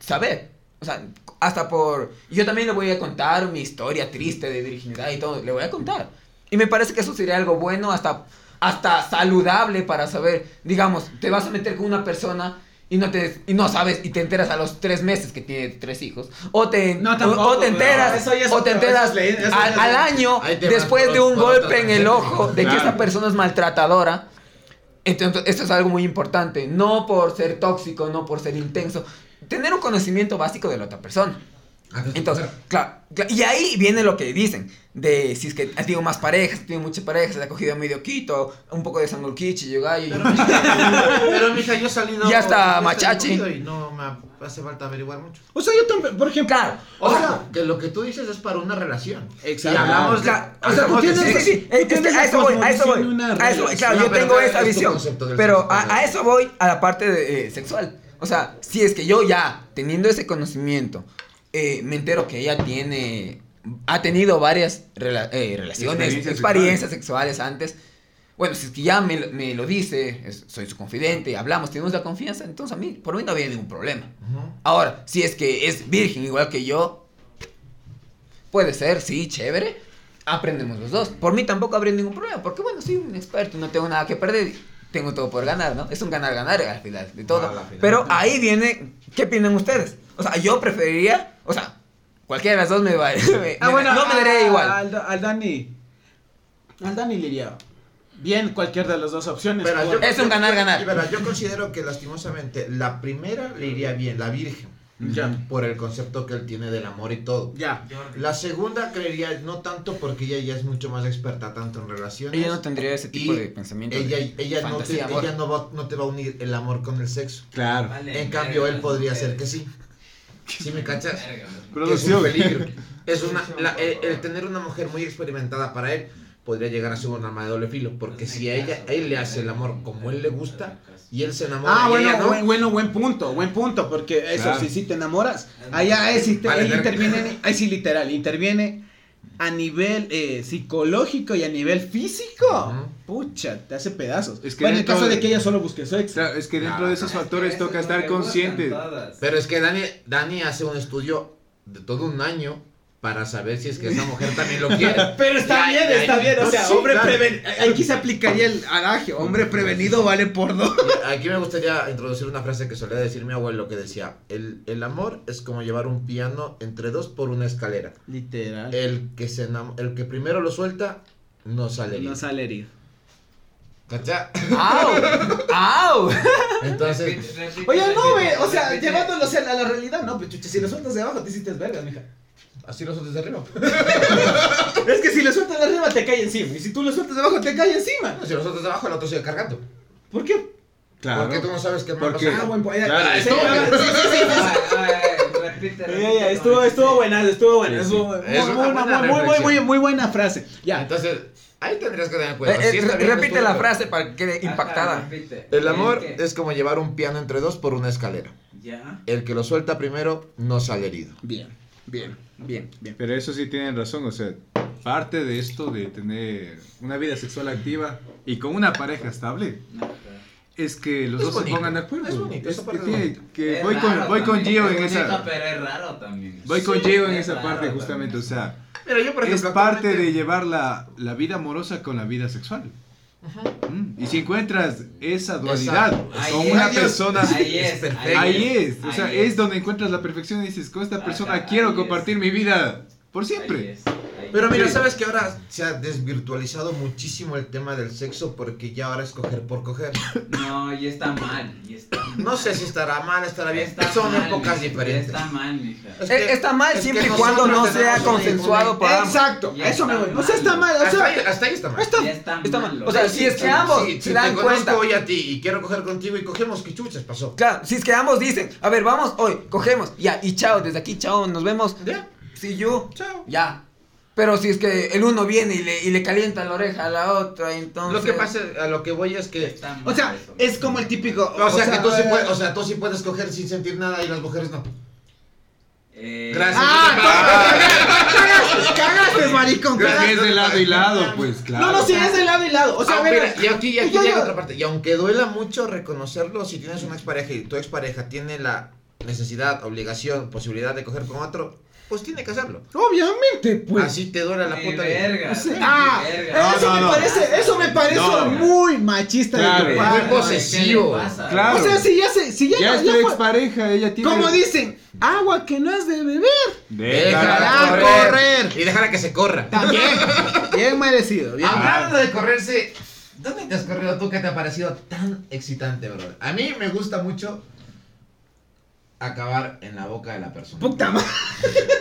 Speaker 5: saber. O sea, hasta por... Yo también le voy a contar mi historia triste de virginidad y todo. Le voy a contar. Y me parece que eso sería algo bueno, hasta, hasta saludable para saber. Digamos, te vas a meter con una persona y no, te, y no sabes y te enteras a los tres meses que tiene tres hijos. O te,
Speaker 1: No,
Speaker 5: o-
Speaker 1: tampoco,
Speaker 5: o te enteras,
Speaker 1: no, eso ya es
Speaker 5: o te
Speaker 1: otro,
Speaker 5: enteras
Speaker 1: eso es ley- eso ya es
Speaker 5: al, al
Speaker 1: ley.
Speaker 5: año
Speaker 2: Ahí te vas
Speaker 5: después
Speaker 2: por
Speaker 5: de
Speaker 2: ot-
Speaker 5: un
Speaker 2: por
Speaker 5: golpe
Speaker 2: otra
Speaker 5: en el
Speaker 2: tangente.
Speaker 5: ojo de que
Speaker 3: Claro.
Speaker 5: esa persona es maltratadora. Entonces, esto es algo muy importante. No por ser tóxico, no por ser intenso. Tener un conocimiento básico de la otra persona. Entonces, claro, cla- y ahí viene lo que dicen, de si es que has tenido más parejas, has tenido muchas parejas, has cogido a medio quito, un poco de sangokichi, yogayo,
Speaker 2: Pero, mija, *laughs* pero, mija, yo he salido.
Speaker 5: Ya está,
Speaker 2: yo he salido
Speaker 5: machachi.
Speaker 2: poquito Y no me hace falta averiguar mucho.
Speaker 1: O sea, yo también, por ejemplo.
Speaker 5: claro,
Speaker 2: O sea, que lo que tú dices es para una relación.
Speaker 1: Exacto.
Speaker 2: Y hablamos de.
Speaker 5: Claro,
Speaker 1: o sea, tú
Speaker 2: hablamos de
Speaker 1: tienes-
Speaker 5: Sí,
Speaker 2: sexo.
Speaker 5: sí, sí.
Speaker 1: Tú
Speaker 5: Es que
Speaker 1: tienes
Speaker 5: a eso
Speaker 1: la
Speaker 5: voy, a eso voy.
Speaker 1: cosmovisión de una
Speaker 5: a eso voy, Claro,
Speaker 2: relación.
Speaker 5: yo tengo
Speaker 2: Pero
Speaker 5: esa
Speaker 2: es tu
Speaker 5: visión.
Speaker 2: concepto del
Speaker 5: Pero
Speaker 2: sexo,
Speaker 5: a,
Speaker 2: ¿verdad?
Speaker 5: a eso voy a la parte de, eh, sexual. O sea, si es que yo ya, teniendo ese conocimiento, eh, me entero que ella tiene. Ha tenido varias rela- eh, relaciones,
Speaker 3: Experiencias
Speaker 5: experiencias, sexuales antes. Bueno, si es que ya me, lo- me lo dice, es- soy su confidente, hablamos, tenemos la confianza, entonces a mí, por mí no había ningún problema.
Speaker 2: Ujú.
Speaker 5: Ahora, si es que es virgen igual que yo, puede ser, sí, chévere. Aprendemos los dos. Por mí tampoco habría ningún problema, porque bueno, soy un experto, no tengo nada que perder, tengo todo por ganar, ¿no? Es un ganar-ganar al final de todo.
Speaker 7: Ah, la final.
Speaker 5: Pero ahí viene, ¿qué opinan ustedes? O sea, yo preferiría, o sea, cualquiera de las dos me va *laughs* me-
Speaker 4: Ah,
Speaker 5: me- no me daría
Speaker 1: a-
Speaker 5: igual.
Speaker 1: Ah, Al, al Dani. Al Dani le iría bien cualquier de las dos opciones.
Speaker 2: Pero yo-
Speaker 1: por-
Speaker 5: Es un ganar-ganar.
Speaker 2: Y verá, yo considero que lastimosamente la primera le iría bien, la virgen,
Speaker 1: Ya,
Speaker 2: por el concepto que él tiene del amor y todo.
Speaker 1: ya.
Speaker 4: Jordi.
Speaker 2: La segunda creería no tanto porque ella ya es mucho más experta tanto en relaciones.
Speaker 5: Ella no tendría ese tipo
Speaker 2: Y
Speaker 5: de pensamiento. *laughs*
Speaker 2: Ella,
Speaker 5: de
Speaker 2: ella no, te,
Speaker 5: fantasía, amor.
Speaker 2: ella no, va- no te va a unir el amor con el sexo.
Speaker 7: Claro.
Speaker 4: Vale,
Speaker 2: En cambio, él
Speaker 4: verga,
Speaker 2: podría
Speaker 4: las
Speaker 2: ser que
Speaker 4: mujeres.
Speaker 2: *laughs* sí. ¿Sí me cachas?
Speaker 4: Verga, las
Speaker 2: que es
Speaker 3: Producción.
Speaker 2: un peligro. *laughs* Es una, la- el, el tener una mujer muy experimentada para él podría llegar a ser un arma de doble filo, porque si a ella, él le hace el amor como él le gusta y él se enamora
Speaker 1: Ah,
Speaker 2: y
Speaker 1: bueno,
Speaker 2: ella no,
Speaker 1: buen, bueno, buen punto, buen punto, porque eso,
Speaker 3: Claro.
Speaker 1: si sí te enamoras, allá es, si te-
Speaker 2: Vale,
Speaker 1: él
Speaker 2: verga.
Speaker 1: interviene, ahí sí literal, interviene a nivel eh, psicológico y a nivel físico.
Speaker 2: Ujú.
Speaker 1: Pucha, te hace pedazos.
Speaker 3: Es que
Speaker 1: bueno, en el
Speaker 3: dentro
Speaker 1: caso de
Speaker 3: de-
Speaker 1: que ella solo busque sexo.
Speaker 3: Claro, es que dentro
Speaker 2: Ah,
Speaker 3: de esos
Speaker 4: Es que
Speaker 3: factores
Speaker 4: eso
Speaker 3: toca
Speaker 4: es lo
Speaker 3: estar
Speaker 4: que buscan
Speaker 3: consciente.
Speaker 4: todas.
Speaker 2: Pero es que Dani, Dani hace un estudio de todo un año para saber si es que esa mujer también lo quiere.
Speaker 1: *laughs* Pero
Speaker 2: Ya, ya, ya. No, sí, claro.
Speaker 1: prevenido. Aquí se aplicaría el adagio, hombre prevenido vale por dos.
Speaker 2: Y Aquí me gustaría introducir una frase que solía decir mi abuelo que decía, el, el amor es como llevar un piano entre dos por una escalera.
Speaker 1: Literal.
Speaker 2: El que, se enam- el que primero lo suelta no sale.
Speaker 1: no
Speaker 2: bien.
Speaker 1: sale herido.
Speaker 2: ¿Cachá?
Speaker 5: ¡Au! ¡Au!
Speaker 2: Entonces,
Speaker 4: Repite, repite,
Speaker 1: Oye, no, güey,
Speaker 4: repite,
Speaker 1: o sea,
Speaker 4: repite.
Speaker 1: llevándolo o sea, a la realidad, no, pues chucha, si lo sueltas de abajo te hiciste vergas, mija.
Speaker 2: así lo sueltas de arriba. *laughs*
Speaker 1: Es que si lo sueltas de arriba te cae encima, y si tú lo sueltas de abajo te cae encima.
Speaker 2: Si lo sueltas de abajo, el otro sigue cargando.
Speaker 1: ¿Por qué?
Speaker 7: Claro.
Speaker 2: Porque tú no sabes qué más
Speaker 7: Porque-
Speaker 2: va a
Speaker 1: Ah,
Speaker 2: pasar.
Speaker 1: buen po- eh, era-
Speaker 7: Claro,
Speaker 1: sí,
Speaker 7: estuvo-
Speaker 1: era- sí, sí, sí, sí.
Speaker 4: A ver, a ver, repite,
Speaker 1: Ya,
Speaker 4: repite,
Speaker 1: ya, eh, estuvo,
Speaker 4: repite.
Speaker 1: estuvo buena, estuvo buena.
Speaker 7: Sí, sí.
Speaker 1: estuvo-
Speaker 2: Es
Speaker 1: muy, muy,
Speaker 2: una buena
Speaker 1: muy, muy, muy, muy,
Speaker 2: reflexión.
Speaker 1: muy buena frase. Ya.
Speaker 2: Entonces, ahí tendrías que tener
Speaker 5: Eh,
Speaker 2: cuidado.
Speaker 5: eh,
Speaker 2: Sí, está bien,
Speaker 5: repite la
Speaker 2: estudio.
Speaker 5: frase para que quede
Speaker 4: Ajá,
Speaker 5: impactada.
Speaker 4: repite.
Speaker 2: El amor
Speaker 4: que-
Speaker 2: es como llevar un piano entre dos por una escalera.
Speaker 4: Ya.
Speaker 2: El que lo suelta primero no sale herido.
Speaker 1: Bien, bien, bien, bien.
Speaker 3: Pero eso sí tienen razón, o sea, parte de esto de tener una vida sexual activa y con una pareja estable
Speaker 4: No,
Speaker 3: es que los
Speaker 2: Es
Speaker 3: dos
Speaker 2: bonito,
Speaker 3: se pongan de acuerdo.
Speaker 2: es bonito, esa
Speaker 3: que
Speaker 2: parte
Speaker 3: tiene-
Speaker 2: es
Speaker 3: que
Speaker 4: Es
Speaker 3: voy con
Speaker 4: raro
Speaker 3: voy con
Speaker 4: también,
Speaker 3: Gio
Speaker 4: es
Speaker 3: en
Speaker 4: bonito,
Speaker 3: esa
Speaker 4: Pero es raro también.
Speaker 3: voy con
Speaker 4: Sí,
Speaker 3: Gio en
Speaker 4: es
Speaker 3: esa
Speaker 4: raro
Speaker 3: parte
Speaker 4: también.
Speaker 3: justamente, o sea,
Speaker 2: Mira, yo por
Speaker 3: es
Speaker 2: ejemplo,
Speaker 3: parte de
Speaker 2: actualmente-
Speaker 3: llevar la, la vida amorosa con la vida sexual. Mm, Y si encuentras esa dualidad
Speaker 2: Exacto.
Speaker 3: con
Speaker 4: Ahí
Speaker 3: una
Speaker 2: es.
Speaker 3: persona
Speaker 4: Ahí es,
Speaker 2: perfecto.
Speaker 3: Ahí es, o
Speaker 4: ahí
Speaker 3: sea, es donde encuentras la perfección y dices, con esta persona
Speaker 4: Ajá,
Speaker 3: quiero
Speaker 4: ahí
Speaker 3: compartir
Speaker 4: es.
Speaker 3: mi vida por
Speaker 4: Ahí
Speaker 3: siempre.
Speaker 4: es, ahí
Speaker 2: Pero
Speaker 4: es.
Speaker 2: mira,
Speaker 3: Sí.
Speaker 2: sabes que ahora se ha desvirtualizado muchísimo el tema del sexo porque ya ahora es coger por coger.
Speaker 4: No, y está mal. Y está mal.
Speaker 2: No sé si estará mal, estará bien.
Speaker 4: Está
Speaker 2: Son
Speaker 4: mal,
Speaker 2: épocas
Speaker 4: mija,
Speaker 2: diferentes.
Speaker 4: Está mal, mija.
Speaker 2: Es
Speaker 5: Eh,
Speaker 2: que-
Speaker 5: Está mal
Speaker 2: es
Speaker 5: siempre
Speaker 2: que
Speaker 5: y cuando no
Speaker 2: nosotros
Speaker 5: sea
Speaker 2: tenemos un-
Speaker 5: consensuado por ambos.
Speaker 1: Exacto,
Speaker 4: Ya
Speaker 1: a eso me
Speaker 4: está
Speaker 1: voy. O sea,
Speaker 4: mal.
Speaker 1: está mal, o
Speaker 2: Hasta ahí,
Speaker 1: sea,
Speaker 2: hasta ahí está mal.
Speaker 1: está-
Speaker 4: Ya está,
Speaker 5: está mal.
Speaker 4: mal.
Speaker 5: O sea, si es que ambos
Speaker 2: Sí,
Speaker 5: se
Speaker 2: si te
Speaker 5: dan cuenta.
Speaker 2: conozco hoy a ti y quiero coger contigo y cogemos, que chuchas pasó?
Speaker 5: Claro, si es que ambos dicen, a ver, vamos hoy, cogemos, ya, y chao, desde aquí, chao, nos vemos.
Speaker 2: Ya,
Speaker 5: Sí, yo,
Speaker 2: chao.
Speaker 5: ya. Pero si es que el uno viene y le, y le calienta la oreja a la otra, entonces.
Speaker 2: Lo que pasa, a lo que voy es que...
Speaker 4: Está mal
Speaker 1: o sea,
Speaker 4: eso.
Speaker 1: es como el típico.
Speaker 2: O sea, que tú sí
Speaker 1: eh,
Speaker 2: puedes, o sea, tú sí puedes coger sin sentir nada y las mujeres no.
Speaker 4: Eh,
Speaker 2: Gracias.
Speaker 1: Ah, cagaste, cagaste, maricón,
Speaker 3: Creo que es
Speaker 1: cagaste.
Speaker 3: de lado y lado, pues claro.
Speaker 1: No, no, sí, es de lado y lado. O sea,
Speaker 2: Ah,
Speaker 1: a ver,
Speaker 2: mira, y aquí, y aquí
Speaker 1: yo-
Speaker 2: llega
Speaker 1: yo-
Speaker 2: otra parte. Y aunque duela mucho reconocerlo, si tienes una expareja y tu expareja tiene la necesidad, obligación, posibilidad de coger con otro, pues tiene que hacerlo.
Speaker 1: Obviamente, pues.
Speaker 2: Así te duele la
Speaker 4: ni
Speaker 2: puta vida.
Speaker 4: verga.
Speaker 1: O sea,
Speaker 4: ni
Speaker 1: ah,
Speaker 4: verga.
Speaker 1: eso
Speaker 3: No,
Speaker 1: me
Speaker 3: no, no.
Speaker 1: parece, eso me parece
Speaker 3: No.
Speaker 1: muy machista de
Speaker 3: Claro.
Speaker 1: tu
Speaker 2: Muy
Speaker 1: parte.
Speaker 4: Claro,
Speaker 2: posesivo.
Speaker 4: ¿qué le pasa?
Speaker 3: Claro.
Speaker 1: O sea, si ya se, si ya,
Speaker 3: Ya
Speaker 1: no-
Speaker 3: es
Speaker 1: ya
Speaker 3: tu
Speaker 1: fue-
Speaker 3: expareja, ella tiene...
Speaker 1: como dicen, agua que no has de beber.
Speaker 3: Déjala
Speaker 2: Déjala
Speaker 1: Déjala
Speaker 2: correr,
Speaker 1: correr.
Speaker 2: Y déjala que se corra.
Speaker 1: También, bien merecido, bien.
Speaker 2: Hablando de correrse, ¿dónde te has corrido tú que te ha parecido tan excitante, brother? A mí me gusta mucho acabar en la boca de la persona.
Speaker 1: Puta madre. Ah. *laughs*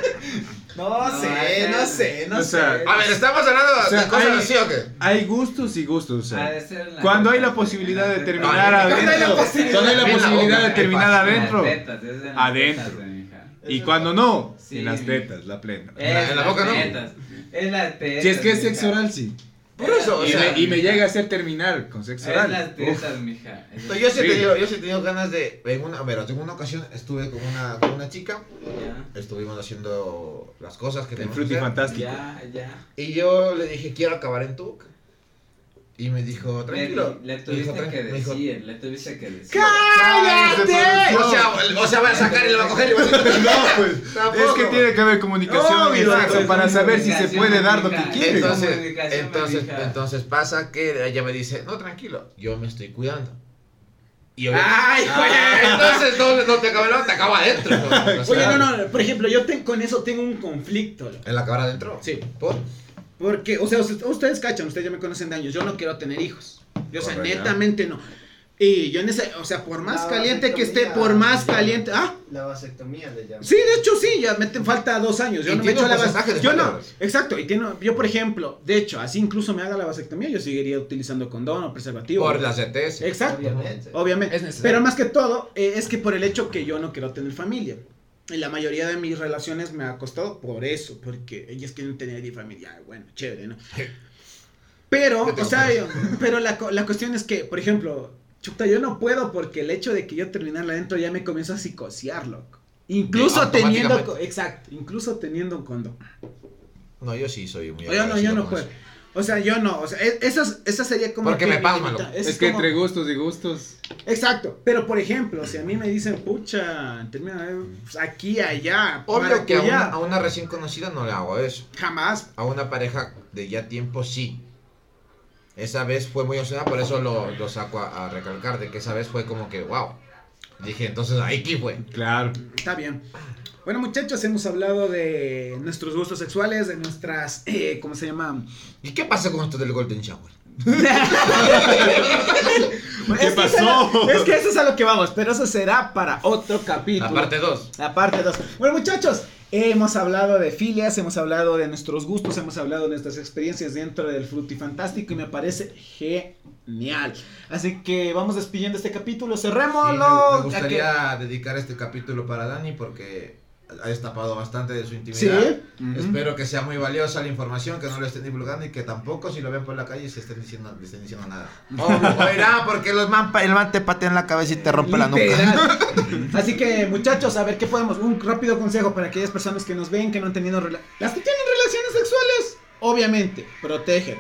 Speaker 1: No,
Speaker 4: No,
Speaker 1: sé,
Speaker 4: ese-
Speaker 1: no sé, no
Speaker 3: o sea,
Speaker 1: sé.
Speaker 2: A ver, estamos hablando
Speaker 3: O sea,
Speaker 2: de cosas
Speaker 3: hay-
Speaker 2: así o qué?
Speaker 3: Hay gustos y gustos. O
Speaker 4: Ha
Speaker 3: sea,
Speaker 4: de ser en
Speaker 3: cuando hay la
Speaker 4: teta,
Speaker 3: posibilidad
Speaker 4: en la
Speaker 3: de
Speaker 4: teta.
Speaker 3: terminar
Speaker 2: No,
Speaker 1: ¿Cuándo hay la
Speaker 3: adentro.
Speaker 1: posibilidad?
Speaker 3: Cuando hay la
Speaker 2: En la
Speaker 3: posibilidad
Speaker 2: boca,
Speaker 3: de
Speaker 2: qué
Speaker 3: terminar
Speaker 2: fácil.
Speaker 4: En las
Speaker 3: adentro.
Speaker 4: tetas, es en las
Speaker 3: Adentro.
Speaker 4: tetas, mija.
Speaker 3: Y cuando no,
Speaker 4: Sí.
Speaker 3: en las tetas, la plena.
Speaker 4: Es
Speaker 2: la- en la
Speaker 4: las
Speaker 2: boca, ¿no?
Speaker 4: tetas, Es las tetas.
Speaker 3: Si es que es
Speaker 4: mija.
Speaker 3: sexo oral, sí.
Speaker 2: Por eso, o
Speaker 3: Eh, Y
Speaker 2: sea.
Speaker 3: me, y me llega a hacer terminar con
Speaker 4: Es
Speaker 3: sexo oral.
Speaker 4: las
Speaker 3: Uf.
Speaker 4: tetas, mija. Es-
Speaker 2: Yo sí he
Speaker 3: Sí.
Speaker 2: tenido, yo sí he tenido ganas de. En una, a ver, en una ocasión estuve con una, con una chica, estuvimos haciendo las cosas que
Speaker 3: El
Speaker 2: teníamos que
Speaker 3: fruti
Speaker 2: hacer,
Speaker 3: fantástico.
Speaker 4: Ya, ya, ya.
Speaker 2: Y yo le dije, quiero acabar en tu boca. Y me dijo, tranquilo.
Speaker 4: Le, le
Speaker 2: Me dijo,
Speaker 4: tuviste que
Speaker 2: "Tranqui-". Me dijo,
Speaker 4: decir, le tuviste que decir.
Speaker 1: ¡Cállate!
Speaker 2: O sea, o sea, va a sacar y lo va a coger y
Speaker 3: *laughs*
Speaker 2: va a decir, no, pues.
Speaker 3: Es que tiene que haber comunicación
Speaker 1: Obvio,
Speaker 3: en el sexo
Speaker 1: claro,
Speaker 3: para saber si se
Speaker 4: comunicación,
Speaker 3: puede dar lo que
Speaker 4: comunicación.
Speaker 3: quiere.
Speaker 4: Como
Speaker 2: Entonces,
Speaker 4: indicación,
Speaker 2: entonces,
Speaker 1: ah.
Speaker 4: manija.
Speaker 2: entonces pasa que ella me dice, no, tranquilo, yo me estoy cuidando. Y yo,
Speaker 1: Ay,
Speaker 2: "Ah, entonces no, no te acabo, no, te acabo adentro. ¿no? O sea,
Speaker 1: Oye, no, no, por ejemplo, yo ten- con eso tengo un conflicto. loco.
Speaker 2: ¿En la cámara adentro?
Speaker 1: Sí.
Speaker 2: ¿Por?
Speaker 1: Porque, o sea, us- ustedes cachan, ustedes ya me conocen de años. Yo no quiero tener hijos. Yo, o sea,
Speaker 3: Correcto.
Speaker 1: netamente no. Y yo en ese, o sea, por más
Speaker 6: Ah,
Speaker 1: caliente que esté,
Speaker 6: vasectomía.
Speaker 1: por más caliente. Ah,
Speaker 6: La vasectomía le llaman.
Speaker 1: Sí, de hecho sí, ya me te- falta dos años. Yo no
Speaker 2: Y
Speaker 1: me
Speaker 2: tiene
Speaker 1: echo
Speaker 2: un
Speaker 1: la
Speaker 2: porcentaje de
Speaker 1: vasectomía. Yo no,
Speaker 2: fallas.
Speaker 1: exacto. Y tiene, yo, por ejemplo, de hecho, así incluso me haga la vasectomía, yo seguiría utilizando condón o preservativo.
Speaker 2: Por las ETS.
Speaker 1: Exacto.
Speaker 6: Obviamente.
Speaker 1: Obviamente.
Speaker 5: Es necesario.
Speaker 1: Pero más que todo, eh, es que por el hecho que yo no quiero tener familia. Y la mayoría de mis relaciones me ha costado por eso, porque ellas quieren tener y familia. Ah, Bueno, chévere, ¿no? Pero,
Speaker 2: Yo
Speaker 1: o
Speaker 2: tengo
Speaker 1: sea,
Speaker 2: tres.
Speaker 1: yo- *laughs* pero la, co- la cuestión es que, por ejemplo, chuta, yo no puedo porque el hecho de que yo terminarla adentro ya me comienzo a psicosear, loco. Incluso teniendo,
Speaker 2: automáticamente.
Speaker 1: co- exacto, incluso teniendo un condón.
Speaker 2: No, yo sí soy muy
Speaker 1: Yo no, yo
Speaker 2: agradecido
Speaker 1: no
Speaker 2: con
Speaker 1: puedo.
Speaker 2: eso.
Speaker 1: O sea, yo no, o sea, e- esa, es- esa sería como
Speaker 2: Porque
Speaker 1: que
Speaker 2: me
Speaker 1: mi
Speaker 2: pasma,
Speaker 1: limita-
Speaker 2: loco.
Speaker 1: esa
Speaker 3: Es que
Speaker 1: como-
Speaker 3: entre gustos y gustos.
Speaker 1: Exacto, pero por ejemplo, si a mí me dicen, pucha, termina eh, pues, aquí, allá,
Speaker 2: Obvio que a una,
Speaker 1: maracuyá",
Speaker 2: a una recién conocida no le hago eso.
Speaker 1: jamás.
Speaker 2: A una pareja de ya tiempo sí. Esa vez fue muy emocionada, por eso lo, lo saco a, a recalcar, de que esa vez fue como que, wow. Dije, entonces ahí que fue.
Speaker 3: Claro.
Speaker 1: Está bien. Bueno, muchachos, hemos hablado de nuestros gustos sexuales, de nuestras, eh, ¿cómo se llama?
Speaker 2: ¿Y qué pasa con esto del Golden Shower?
Speaker 1: ¿Qué
Speaker 3: pasó?
Speaker 1: es que eso es a lo que vamos, pero eso será para otro capítulo.
Speaker 2: La parte 2.
Speaker 1: La parte 2. Bueno, muchachos, hemos hablado de filias, hemos hablado de nuestros gustos, hemos hablado de nuestras experiencias dentro del frutifantástico y me parece genial. Así que vamos despidiendo este capítulo,
Speaker 2: me, me
Speaker 1: cerrémoslo. Ya
Speaker 2: gustaría dedicar este capítulo para Dani porque ha destapado bastante de su
Speaker 1: que-
Speaker 2: intimidad.
Speaker 1: Sí,
Speaker 2: Espero que sea muy valiosa la información, que no lo estén divulgando y que tampoco si lo ven por la calle se estén diciendo, le estén diciendo *laughs* nada. Oirá, porque los man, pa- el man te patea en la cabeza y te rompe la nuca. *laughs*
Speaker 1: literal. Así que, muchachos, a ver qué podemos. Un rápido consejo para aquellas personas que nos ven, que no han tenido rela- las que tienen relaciones sexuales, obviamente, protegen.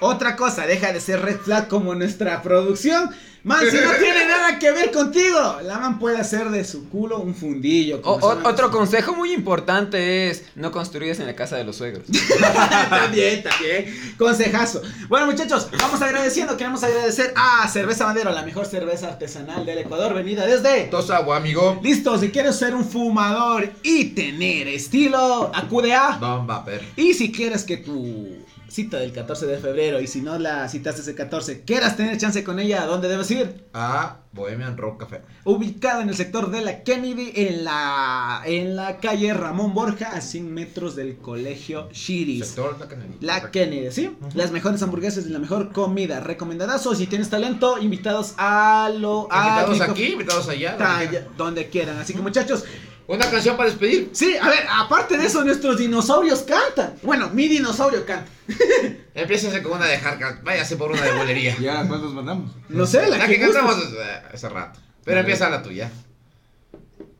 Speaker 1: Otra cosa, deja de ser red flag como nuestra producción. Man, si
Speaker 2: *laughs*
Speaker 1: no tiene nada que ver contigo, la man puede hacer de su culo un fundillo. como
Speaker 5: O-
Speaker 1: se
Speaker 5: o-
Speaker 1: llama. *laughs*
Speaker 5: otro consejo muy importante es no construyes en la casa de
Speaker 2: *laughs*
Speaker 5: los suegros.
Speaker 1: también, también. Consejazo. Bueno, muchachos, vamos agradeciendo. Queremos agradecer a Cerveza Madero, la mejor cerveza artesanal del Ecuador, venida desde
Speaker 2: Tos agua, amigo.
Speaker 1: Listo, si quieres ser un fumador y tener estilo, acude a.
Speaker 2: Don Vapor.
Speaker 1: Y si quieres que tu cita del 14 de febrero y si no la citaste ese 14, quieras tener chance con ella, ¿a dónde debes ir?
Speaker 2: A Bohemian Rock Café.
Speaker 1: Ubicado en el sector de la Kennedy, en la, en la calle Ramón Borja, a 100 metros del colegio Shiris.
Speaker 2: Sector La Kennedy.
Speaker 1: La Kennedy, ¿sí? Las mejores hamburguesas y la mejor comida. Recomendadazo. Si tienes talento, invitados a lo. a
Speaker 2: Invitados
Speaker 1: Nico-
Speaker 2: aquí, invitados allá.
Speaker 1: Talla, donde quieran. Así que, muchachos,
Speaker 2: Una canción para despedir.
Speaker 1: Sí, a ver, aparte de eso, nuestros dinosaurios cantan. Bueno, mi dinosaurio canta.
Speaker 2: Empiécense con una de Hardcat. Váyase por una de
Speaker 1: *laughs*
Speaker 2: bolería.
Speaker 3: ¿Y ahora cuál nos mandamos?
Speaker 1: No sé, la,
Speaker 2: La que
Speaker 1: guste.
Speaker 2: cantamos eh, hace rato. Pero empieza la tuya.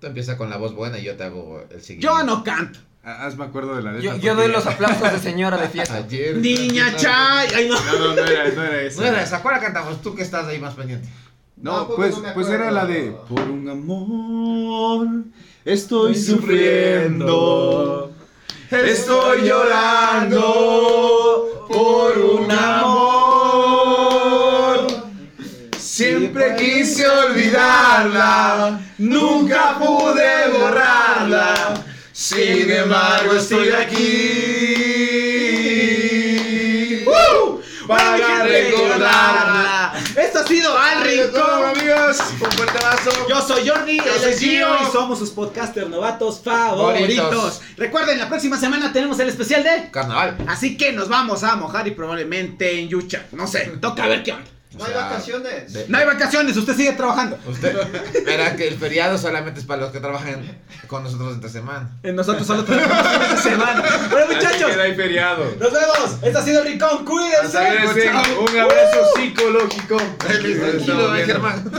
Speaker 2: Tú empieza con la voz buena y yo te hago el siguiente.
Speaker 1: Yo no canto.
Speaker 3: Ah, Hazme acuerdo de la letra.
Speaker 5: Yo, yo doy
Speaker 3: porque-
Speaker 5: los aplausos de señora de fiesta.
Speaker 2: Ayer.
Speaker 1: Niña Chay. Ay,
Speaker 2: *laughs*
Speaker 1: no.
Speaker 3: No, no, no era, no era esa.
Speaker 2: No era esa, ¿cuál la cantamos? Tú que estás ahí más pendiente.
Speaker 3: No,
Speaker 6: Tampoco
Speaker 3: pues,
Speaker 6: no me
Speaker 3: pues era la de
Speaker 6: acuerdo.
Speaker 3: Por un amor estoy sufriendo. Estoy llorando por un amor. Siempre quise olvidarla, nunca pude borrarla. Sin embargo, estoy aquí.
Speaker 1: ¡Uh!
Speaker 3: Para
Speaker 1: Hay que
Speaker 3: recordarla.
Speaker 1: Esto ha sido Al Rincón.
Speaker 2: amigos. Un fuerte abrazo.
Speaker 1: Yo soy Jordi,
Speaker 2: Yo
Speaker 1: él
Speaker 2: soy
Speaker 1: es Gio
Speaker 2: Gio.
Speaker 1: y somos sus podcasters novatos favoritos.
Speaker 2: Favoritos.
Speaker 1: Recuerden, la próxima semana tenemos el especial de.
Speaker 2: Carnaval.
Speaker 1: Así que nos vamos a mojar y probablemente en Yucha. No sé, toca ver qué onda.
Speaker 6: No hay
Speaker 2: O sea,
Speaker 6: vacaciones.
Speaker 2: de-
Speaker 1: No hay vacaciones, usted sigue trabajando.
Speaker 2: Usted verá que el feriado solamente es para los que trabajan con nosotros entre semana.
Speaker 1: Eh, Nosotros solo trabajamos esta semana. Bueno, muchachos,
Speaker 3: Así que hay feriado.
Speaker 1: nos vemos. Esto ha sido el Rincón, cuídense.
Speaker 3: Agradecen. Un abrazo psicológico.
Speaker 2: Tranquilo, eh, Germán.